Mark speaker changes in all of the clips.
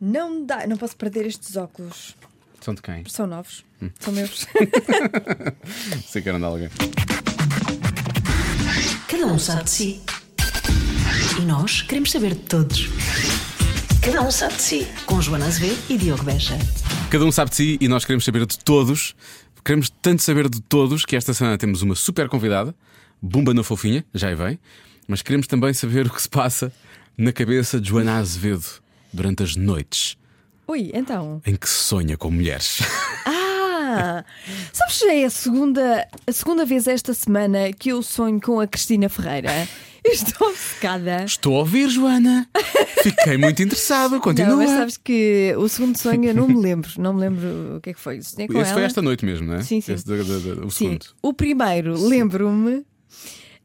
Speaker 1: Não dá, não posso perder estes óculos.
Speaker 2: São de quem?
Speaker 1: São novos. São meus.
Speaker 2: Sei que eram de alguém.
Speaker 3: Cada um sabe de si. E nós queremos saber de todos. Cada um sabe de si. Com Joana Azevedo e Diogo Beja.
Speaker 2: Cada um sabe de si e nós queremos saber de todos. Queremos tanto saber de todos que esta semana temos uma super convidada, Bumba na Fofinha, já aí vem, mas queremos também saber o que se passa na cabeça de Joana Azevedo durante as noites
Speaker 1: Ui, então.
Speaker 2: em que se sonha com mulheres.
Speaker 1: Ah! Sabes, já é a segunda, a segunda vez esta semana que eu sonho com a Cristina Ferreira. Eu Estou obcecada.
Speaker 2: Estou a ouvir, Joana. Fiquei muito interessado. Continua.
Speaker 1: Não, mas sabes que o segundo sonho eu não me lembro. Não me lembro o que é que foi. Sonhei com
Speaker 2: Esse foi
Speaker 1: ela.
Speaker 2: esta noite mesmo, não é?
Speaker 1: Sim, sim.
Speaker 2: Esse da- da- da- o
Speaker 1: Sim,
Speaker 2: segundo.
Speaker 1: o primeiro, lembro-me,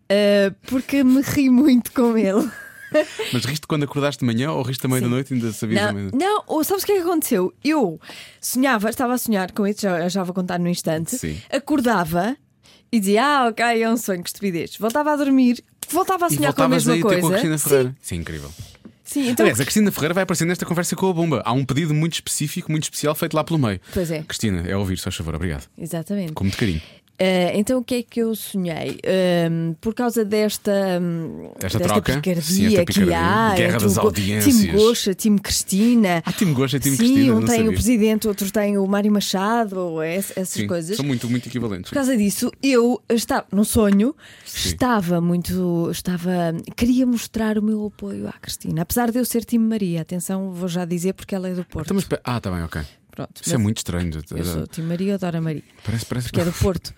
Speaker 1: ah, porque me ri muito com ele.
Speaker 2: Mas riste quando acordaste de manhã ou riste à meia da noite? Ainda sabias
Speaker 1: Não,
Speaker 2: a meia
Speaker 1: não, ou sabes o que é que aconteceu? Eu sonhava, estava a sonhar com isso, já, já vou contar no instante.
Speaker 2: Sim.
Speaker 1: Acordava e dizia: Ah, ok, é um sonho, que estupidez. Voltava a dormir, voltava a
Speaker 2: E
Speaker 1: sonhar com a
Speaker 2: voltavas
Speaker 1: mesma
Speaker 2: aí
Speaker 1: coisa.
Speaker 2: ter com a Cristina
Speaker 1: sim,
Speaker 2: Ferreira. Sim, incrível.
Speaker 1: sim, então.
Speaker 2: Aliás, a Cristina Ferreira vai aparecer nesta conversa com a bomba. Há um pedido muito específico, muito especial, feito lá pelo meio.
Speaker 1: Pois é.
Speaker 2: Cristina, é ouvir, só favor, obrigado.
Speaker 1: Exatamente.
Speaker 2: Com muito carinho.
Speaker 1: Ah, então o que é que eu sonhei? Ah, por causa desta, hum,
Speaker 2: Desta
Speaker 1: desta
Speaker 2: troca?
Speaker 1: picardia,
Speaker 2: Sim, esta
Speaker 1: que há, é
Speaker 2: picardia. Guerra
Speaker 1: entre
Speaker 2: das
Speaker 1: o go-
Speaker 2: audiências.
Speaker 1: Time Goxa, time Cristina.
Speaker 2: Ah, time Goxa e time
Speaker 1: Sim,
Speaker 2: Cristina,
Speaker 1: um
Speaker 2: não
Speaker 1: tem o
Speaker 2: sabia.
Speaker 1: presidente, outro tem o Mário Machado, ou ess- essas
Speaker 2: Sim,
Speaker 1: coisas.
Speaker 2: São muito, muito equivalentes.
Speaker 1: Por causa disso, eu estava no sonho,
Speaker 2: Sim.
Speaker 1: estava muito, estava, queria mostrar o meu apoio à Cristina, apesar de eu ser time Maria, atenção, vou já dizer porque ela é do Porto.
Speaker 2: Então, mas espera- Ah, está bem, ok.
Speaker 1: Pronto,
Speaker 2: Isso é
Speaker 1: mas
Speaker 2: muito estranho.
Speaker 1: eu sou time Maria, adoro a Maria,
Speaker 2: Parece, parece,
Speaker 1: que é do Porto.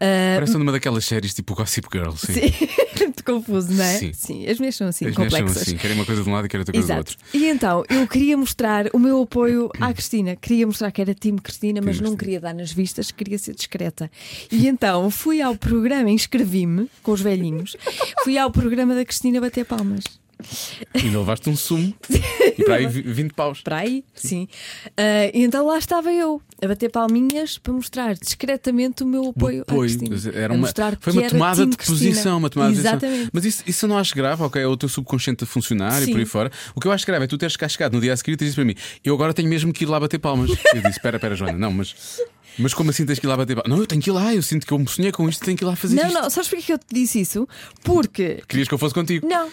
Speaker 1: Ah,
Speaker 2: parece numa daquelas séries tipo Gossip Girl. Sim.
Speaker 1: sim, muito confuso, não é?
Speaker 2: Sim.
Speaker 1: as minhas são assim,
Speaker 2: As mulheres são
Speaker 1: complexas.
Speaker 2: assim, querem uma coisa de um lado e querem outra coisa
Speaker 1: Exato.
Speaker 2: do outro.
Speaker 1: E então, eu queria mostrar o meu apoio à Cristina. Queria mostrar que era time Cristina, mas
Speaker 2: Time
Speaker 1: não
Speaker 2: Cristina.
Speaker 1: queria dar nas vistas, queria ser discreta. E então, fui ao programa, inscrevi-me com os velhinhos, fui ao programa da Cristina bater palmas.
Speaker 2: E ainda levaste um sumo e para aí vi- 20 paus.
Speaker 1: Para aí, sim. Ah, e então lá estava eu, a bater palminhas para mostrar discretamente o meu apoio, à
Speaker 2: Apoio.
Speaker 1: ah, Cristina. A
Speaker 2: Era uma,
Speaker 1: mostrar
Speaker 2: foi
Speaker 1: que
Speaker 2: uma
Speaker 1: era
Speaker 2: tomada
Speaker 1: time
Speaker 2: de
Speaker 1: Cristina.
Speaker 2: posição, uma tomada de posição.
Speaker 1: Exatamente.
Speaker 2: Mas isso, isso eu não acho grave, ok? É o teu subconsciente a funcionar
Speaker 1: Sim.
Speaker 2: e por aí fora. O que eu acho grave é tu teres cá chegado no dia a seguir e teres dito para mim: eu agora tenho mesmo que ir lá bater palmas. Eu disse: espera, espera, Joana, não, mas, mas como assim tens que ir lá bater palmas? Não, eu tenho que ir lá, eu sinto que eu me sonhei com isto, tenho que ir lá fazer
Speaker 1: Não,
Speaker 2: isto.
Speaker 1: não, sabes porquê que eu te disse isso? Porque
Speaker 2: Querias que eu fosse contigo?
Speaker 1: Não.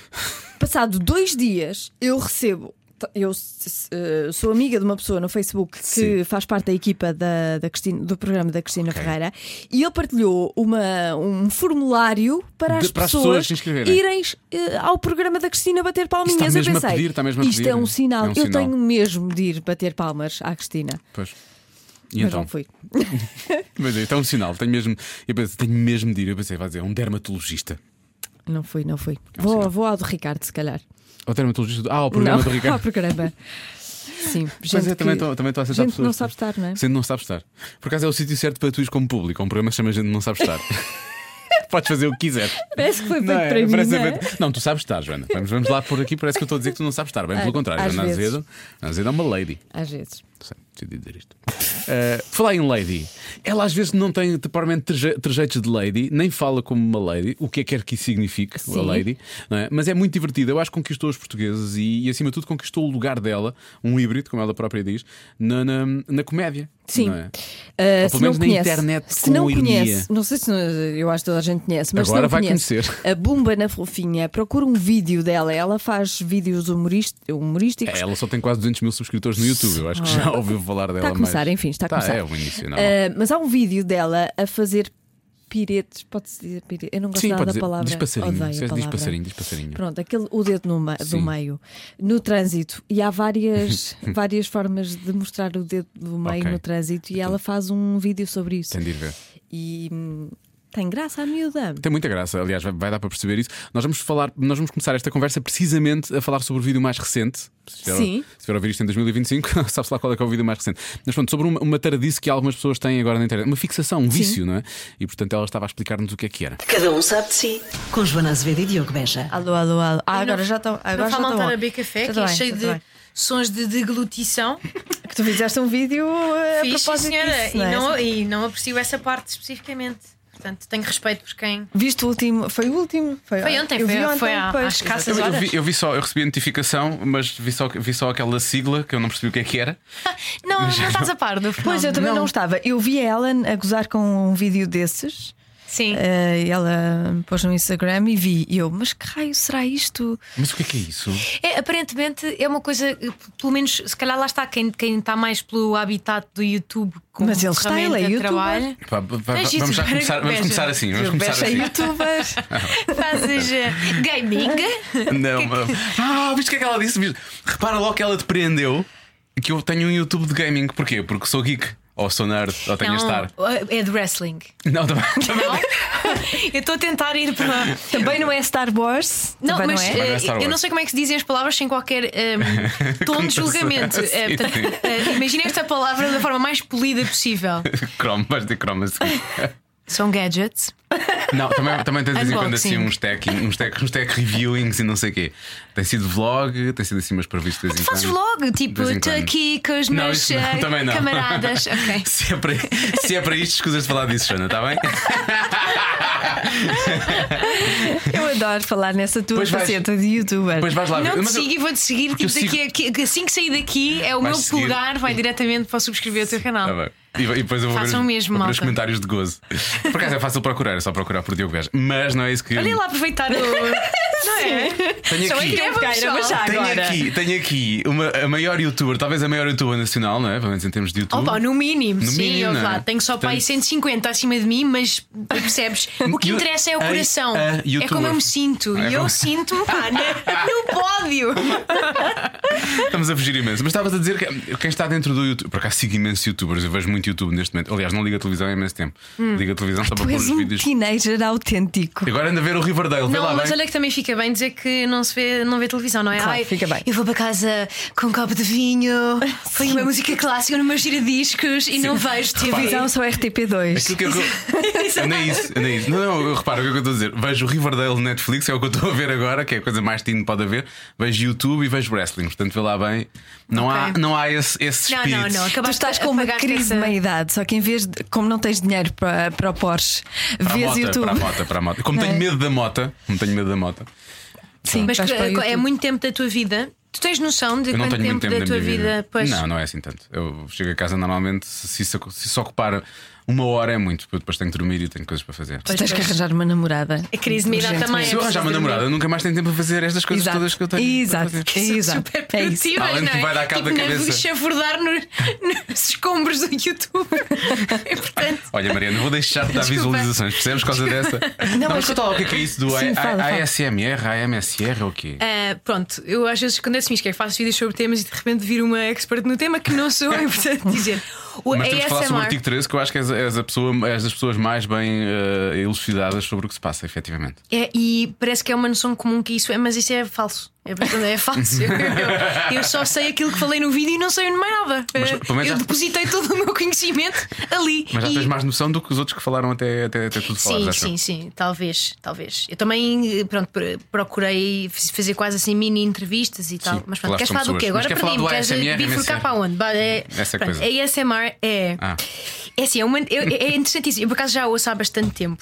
Speaker 1: Passado dois dias, eu recebo. Eu s- eh, sou amiga de uma pessoa no Facebook que
Speaker 2: Sim.
Speaker 1: faz parte da equipa da, da Cristina- do programa da Cristina
Speaker 2: Ok.
Speaker 1: Ferreira e ele partilhou uma- um formulário para
Speaker 2: De-
Speaker 1: as
Speaker 2: para as
Speaker 1: pessoas,
Speaker 2: pessoas se inscreverem.
Speaker 1: irem eh, ao programa da Cristina bater palminhas.
Speaker 2: Isso está
Speaker 1: eu
Speaker 2: mesmo a
Speaker 1: pensei,
Speaker 2: pedir, está mesmo a
Speaker 1: isto
Speaker 2: pedir.
Speaker 1: é um sinal,
Speaker 2: É um
Speaker 1: eu
Speaker 2: sinal.
Speaker 1: tenho mesmo de ir bater palmas à Cristina.
Speaker 2: Pois. E
Speaker 1: Mas
Speaker 2: então?
Speaker 1: não fui.
Speaker 2: Mas é, isto é um sinal, tenho mesmo. Eu pensei, tenho mesmo de ir. Eu pensei, vai dizer, é um dermatologista.
Speaker 1: Não fui, não fui.
Speaker 2: um
Speaker 1: vou,
Speaker 2: sinal.
Speaker 1: vou ao do Ricardo, se calhar.
Speaker 2: Ou dermatologista. do- Ah, o programa
Speaker 1: não,
Speaker 2: do Ricardo.
Speaker 1: ao programa. Sim, gente
Speaker 2: Pois é, também
Speaker 1: que-
Speaker 2: estou também estou a aceitar
Speaker 1: gente que
Speaker 2: pessoas.
Speaker 1: não sabe estar, não é?
Speaker 2: Sendo não sabe estar. Por acaso é o sítio certo para tu ires como público. Há Um programa que se chama Gente Não Sabe Estar. Podes fazer o que quiser.
Speaker 1: Parece que foi feito
Speaker 2: é?
Speaker 1: para mim.
Speaker 2: Parece
Speaker 1: não é?
Speaker 2: bem- não, tu sabes estar, Joana. Vamos, vamos lá por aqui, parece que eu estou a dizer que tu não sabes estar. Bem,
Speaker 1: Ah,
Speaker 2: pelo contrário,
Speaker 1: às
Speaker 2: Joana
Speaker 1: vezes.
Speaker 2: Azevedo, Joana Azevedo é uma lady.
Speaker 1: Às vezes.
Speaker 2: Sei, decidi dizer isto. Eh, falar em lady. Ela às vezes não tem propriamente traje- trejeitos de lady, nem fala como uma lady, o que é que quer que isso signifique,
Speaker 1: Sim.
Speaker 2: a lady. não é? Mas é muito divertida. Eu acho que conquistou os portugueses e, e, acima de tudo, conquistou o lugar dela, um híbrido, como ela própria diz, na, na, na comédia.
Speaker 1: Sim.
Speaker 2: não é?
Speaker 1: Uh,
Speaker 2: Ou pelo
Speaker 1: se não
Speaker 2: menos na
Speaker 1: conhece,
Speaker 2: internet
Speaker 1: se
Speaker 2: com
Speaker 1: não
Speaker 2: ironia.
Speaker 1: conhece, não sei se não- eu acho que toda a gente conhece, mas se
Speaker 2: Agora
Speaker 1: não
Speaker 2: vai
Speaker 1: conhece,
Speaker 2: conhecer.
Speaker 1: A Bumba na Fofinha, procura um vídeo dela. Ela faz vídeos humorist- humorísticos.
Speaker 2: É, Ela só tem quase 200 mil subscritores no YouTube. Eu acho que já ouviu falar dela
Speaker 1: Está Ah. a começar,
Speaker 2: mais.
Speaker 1: enfim, está a
Speaker 2: Tá,
Speaker 1: começar.
Speaker 2: É o início, não.
Speaker 1: Uh, mas há um vídeo dela a fazer piretes, pode-se dizer piretes? Eu não gosto
Speaker 2: Sim,
Speaker 1: nada
Speaker 2: pode
Speaker 1: da
Speaker 2: dizer.
Speaker 1: palavra.
Speaker 2: Diz passarinho.
Speaker 1: Odeio a
Speaker 2: Diz
Speaker 1: palavra.
Speaker 2: passarinho, diz passarinho.
Speaker 1: Pronto, aquele, o dedo no, ma- do
Speaker 2: Sim.
Speaker 1: meio, no trânsito. E há várias, várias formas de mostrar o dedo do meio
Speaker 2: Ok. Então.
Speaker 1: no trânsito. E ela faz um vídeo sobre isso.
Speaker 2: Sem de ir ver.
Speaker 1: E hum, tem graça a miúda.
Speaker 2: Tem muita graça, aliás, vai, vai dar para perceber isso. Nós vamos falar, nós vamos começar esta conversa precisamente a falar sobre o vídeo mais recente. Se tiver,
Speaker 1: Sim.
Speaker 2: se tiver a ouvir isto em 2025, sabe-se lá qual é, que é o vídeo mais recente. Mas pronto, sobre uma, uma taradice que algumas pessoas têm agora na internet, uma fixação, um vício, não é? E portanto ela estava a explicar-nos o que é que era.
Speaker 3: Cada um sabe de si. Com Joana Azevedo e Diogo Beja.
Speaker 1: Alô, alô, alô. Ah,
Speaker 4: Eu não-
Speaker 1: agora já estão. Agora
Speaker 4: não
Speaker 1: já
Speaker 4: fala
Speaker 1: estão.
Speaker 4: mal
Speaker 1: on.
Speaker 4: a café,
Speaker 1: Já
Speaker 4: que
Speaker 1: tá
Speaker 4: é
Speaker 1: bem,
Speaker 4: cheio
Speaker 1: já
Speaker 4: de
Speaker 1: tá bem.
Speaker 4: sons de deglutição.
Speaker 1: Que tu fizeste um vídeo eh, a
Speaker 4: Fiz, sim,
Speaker 1: propósito
Speaker 4: senhora.
Speaker 1: disso,
Speaker 4: e,
Speaker 1: não é?
Speaker 4: não, e não aprecio essa parte especificamente. Portanto, tenho respeito por quem.
Speaker 5: Viste o último? Foi o último?
Speaker 4: Foi ontem,
Speaker 5: eu
Speaker 4: foi,
Speaker 5: vi ontem,
Speaker 4: foi há-
Speaker 5: pois.
Speaker 4: às caças
Speaker 2: Eu, eu
Speaker 4: horas.
Speaker 2: vi, eu vi só, eu recebi a notificação, mas vi só, vi só aquela sigla que eu não percebi o que é que era.
Speaker 4: Não, não estás a par do
Speaker 5: Pois, eu
Speaker 4: fenómeno.
Speaker 5: também não. estava. Eu vi a Ellen a gozar com um vídeo desses.
Speaker 4: Sim.
Speaker 1: É.
Speaker 5: eh, e ela pôs no Instagram e vi. E eu, mas que raio será isto?
Speaker 2: Mas o que é que é isso?
Speaker 4: É, aparentemente é uma coisa, eh, pelo menos, se calhar lá está quem, quem está mais pelo habitat do YouTube como
Speaker 5: Mas ele está, ele
Speaker 4: ferramenta
Speaker 5: é
Speaker 4: de
Speaker 5: youtuber.
Speaker 4: trabalho.
Speaker 2: Pá, pá, pá,
Speaker 4: É isso,
Speaker 2: vamos já
Speaker 4: para
Speaker 2: começar,
Speaker 4: que
Speaker 2: vamos
Speaker 4: veja.
Speaker 2: começar assim. Vamos começar
Speaker 5: Rebeca é
Speaker 2: assim.
Speaker 5: youtuber.
Speaker 4: Fazes eh, gaming.
Speaker 2: Não, mas- ah, viste o que é que ela disse? Viste? Repara logo que ela depreendeu que eu tenho um YouTube de gaming. Porquê? Porque sou geek. Ou sou nerd, ou tenho a estar.
Speaker 4: é de wrestling.
Speaker 2: Não, também.
Speaker 4: Não? eu estou a tentar ir para.
Speaker 5: também não é Star Wars.
Speaker 4: Não,
Speaker 5: também
Speaker 4: mas
Speaker 5: não é.
Speaker 2: Também não é
Speaker 4: eh,
Speaker 2: Star
Speaker 4: eu não
Speaker 2: Wars.
Speaker 4: sei como é que se dizem as palavras sem qualquer ehm, tom de julgamento.
Speaker 2: Sim,
Speaker 4: Eh, portanto,
Speaker 2: sim.
Speaker 4: eh, imagina esta palavra da forma mais polida possível.
Speaker 2: Chrome, vais ter Chrome assim.
Speaker 4: São gadgets.
Speaker 2: Não, também, também tem de vez em quando assim
Speaker 4: Unboxing.
Speaker 2: uns tech, uns tech, uns tech reviewings e não sei o quê. Tem sido vlog, tem sido assim umas previstas.
Speaker 4: Tu fazes vlog, tipo,
Speaker 2: De vez em
Speaker 4: estou
Speaker 2: quando.
Speaker 4: aqui com os
Speaker 2: Não,
Speaker 4: meus
Speaker 2: isso não,
Speaker 4: eh,
Speaker 2: também não.
Speaker 4: camaradas. Ok.
Speaker 2: Se é, para, se é para isto, escusas de falar disso, Joana, está bem?
Speaker 5: Eu adoro falar nessa tua
Speaker 2: Pois vais-
Speaker 5: faceta de youtuber.
Speaker 2: Depois vais lá ver.
Speaker 4: Não te
Speaker 2: Mas eu-
Speaker 4: sigo e vou te seguir.
Speaker 2: porque
Speaker 4: Tipo,
Speaker 2: eu
Speaker 4: daqui a- que- assim que sair daqui, é o
Speaker 2: Vais
Speaker 4: meu
Speaker 2: seguir.
Speaker 4: pulgar, vai diretamente para subscrever o teu
Speaker 2: Tá
Speaker 4: canal.
Speaker 2: bem. E, e depois eu vou
Speaker 4: Façam
Speaker 2: ver, os-
Speaker 4: mesmo,
Speaker 2: vou ver os
Speaker 4: malta.
Speaker 2: comentários de gozo. Por acaso é fácil procurar, é só procurar por Diogo Veja. Mas não é isso que.
Speaker 4: Olha lá aproveitar o. Não é?
Speaker 2: Tenho
Speaker 5: Só é que
Speaker 2: aqui.
Speaker 5: eu me queira, mas já
Speaker 2: Tenho
Speaker 5: agora.
Speaker 2: aqui, tenho aqui uma, a maior youtuber, talvez a maior youtuber nacional, não é? Pelo menos em termos de YouTube.
Speaker 4: Opa, no mínimo,
Speaker 2: No
Speaker 4: sim,
Speaker 2: mínimo,
Speaker 4: ouve
Speaker 2: não é?
Speaker 4: lá. Tenho só para aí
Speaker 2: Portanto-
Speaker 4: 150 acima de mim, mas percebes? O que
Speaker 2: You-
Speaker 4: interessa é o
Speaker 2: a-
Speaker 4: coração.
Speaker 2: a
Speaker 4: é
Speaker 2: youtuber.
Speaker 4: como eu me sinto.
Speaker 2: É
Speaker 4: E eu
Speaker 2: como-
Speaker 4: sinto-me, pá, né? no pódio.
Speaker 2: Estamos a fugir imenso. Mas estavas a dizer que quem está dentro do YouTube. Por acaso sigo imensos youtubers, eu vejo muito YouTube neste momento. Aliás, não ligo a televisão há imenso tempo.
Speaker 4: Hum.
Speaker 2: Ligo a televisão só para
Speaker 5: Tu
Speaker 2: pôr
Speaker 5: és
Speaker 2: os
Speaker 5: um
Speaker 2: vídeos.
Speaker 5: teenager autêntico.
Speaker 2: Agora anda a ver o Riverdale, vê lá
Speaker 4: Não, mas
Speaker 2: bem.
Speaker 4: olha que também fica bem dizer que não se vê, não vê televisão, não é?
Speaker 5: Claro, fica bem.
Speaker 4: Eu vou para casa com um copo de vinho, põe uma música clássica no meu giradiscos e não vejo TV.
Speaker 1: Então,
Speaker 5: Visão só RTP2.
Speaker 2: Aquilo que eu- Anda isso, anda isso. Não, não, eu reparo o que é que eu estou a dizer. Vejo o Riverdale no Netflix, é o que eu estou a ver agora, que é a coisa mais teen que pode haver. Vejo YouTube e vejo wrestling, portanto vê lá bem. Não há,
Speaker 4: Ok.
Speaker 2: não há esse, esse
Speaker 4: Não,
Speaker 2: espírito.
Speaker 4: não, não.
Speaker 5: Tu
Speaker 4: Acabaste
Speaker 5: estás com uma
Speaker 4: apagaste
Speaker 5: crise
Speaker 4: essa-
Speaker 5: de meia-idade, só que em vez de, como não tens dinheiro para, para o Porsche,
Speaker 2: Para a
Speaker 5: vês
Speaker 2: mota,
Speaker 5: YouTube.
Speaker 2: para a mota, para a mota. Como tenho
Speaker 5: É.
Speaker 2: medo da mota, como tenho medo da mota.
Speaker 5: Sim,
Speaker 4: Mas
Speaker 5: vais
Speaker 4: que-
Speaker 5: para o
Speaker 4: é
Speaker 5: YouTube.
Speaker 4: muito tempo da tua vida. Tu tens noção de
Speaker 2: Eu não
Speaker 4: quanto
Speaker 2: tenho
Speaker 4: tempo,
Speaker 2: muito tempo
Speaker 4: da
Speaker 2: na
Speaker 4: tua
Speaker 2: minha
Speaker 4: vida? Pois.
Speaker 2: Não, não é assim tanto. Eu chego a casa normalmente, se, se, isso- se só ocupar uma hora é muito, porque eu depois tenho que dormir e tenho coisas para fazer.
Speaker 5: Tu tens que arranjar uma namorada.
Speaker 4: A É crise de meia-idade também
Speaker 2: Se eu
Speaker 4: é
Speaker 2: arranjar uma
Speaker 4: preciso dormir.
Speaker 2: namorada, nunca mais tenho tempo para fazer estas coisas
Speaker 5: Exato.
Speaker 2: todas que eu tenho. para
Speaker 5: Exato.
Speaker 2: fazer.
Speaker 5: É Exato.
Speaker 4: super
Speaker 5: É isso.
Speaker 4: produtivas,
Speaker 2: Além de
Speaker 4: não é?
Speaker 2: vai dar cabo
Speaker 4: tipo,
Speaker 2: da cabeça.
Speaker 4: Na chafurdar no, nos escombros do YouTube. É importante.
Speaker 2: Olha, Mariana, vou deixar de dar
Speaker 4: Desculpa.
Speaker 2: visualizações, percebes? Por causa dessa. Não, mas
Speaker 5: mas-
Speaker 2: conta lá o que é que é isso do
Speaker 5: Sim,
Speaker 2: A-
Speaker 5: fala,
Speaker 2: A-
Speaker 5: fala.
Speaker 2: ASMR, AMSR ou é o quê?
Speaker 4: Ah, pronto, eu às vezes quando acontece-me isto, que é que faço vídeos sobre temas e de repente vir uma expert no tema que não sou, é importante dizer. O
Speaker 2: Mas temos que falar sobre o
Speaker 4: ASMR.
Speaker 2: artigo 13, que eu acho que és, és a pessoa, és das pessoas mais bem eh, elucidadas sobre o que se passa, efetivamente.
Speaker 4: É, e parece que é uma noção comum que isso é, mas isso é falso. É, portanto, é falso. Eu, eu- eu só sei aquilo que falei no vídeo e não sei mais nada.
Speaker 2: Mas,
Speaker 4: Eh,
Speaker 2: pelo menos
Speaker 4: eu
Speaker 2: já-
Speaker 4: depositei todo o meu conhecimento ali.
Speaker 2: Mas já
Speaker 4: e-
Speaker 2: tens mais noção do que os outros que falaram até, até, até tudo falar,
Speaker 4: Sim, sim, sim, talvez, talvez. Eu também eh, pronto, pr- procurei f- fazer quase assim mini entrevistas e tal.
Speaker 2: Sim,
Speaker 4: Mas pronto,
Speaker 2: falaste
Speaker 4: queres
Speaker 2: com
Speaker 4: falar do
Speaker 2: pessoas.
Speaker 4: quê?
Speaker 2: Mas
Speaker 4: Agora
Speaker 2: quer falar
Speaker 4: perdi-me,
Speaker 2: do
Speaker 4: queres
Speaker 2: ASMR,
Speaker 4: bifurcar
Speaker 2: MSR?
Speaker 4: para onde? Bah, é-
Speaker 2: Essa
Speaker 4: pronto,
Speaker 2: coisa.
Speaker 4: ASMR é.
Speaker 2: Ah.
Speaker 4: É assim, é, uma, é, é interessantíssimo. Eu por acaso já a ouço há bastante tempo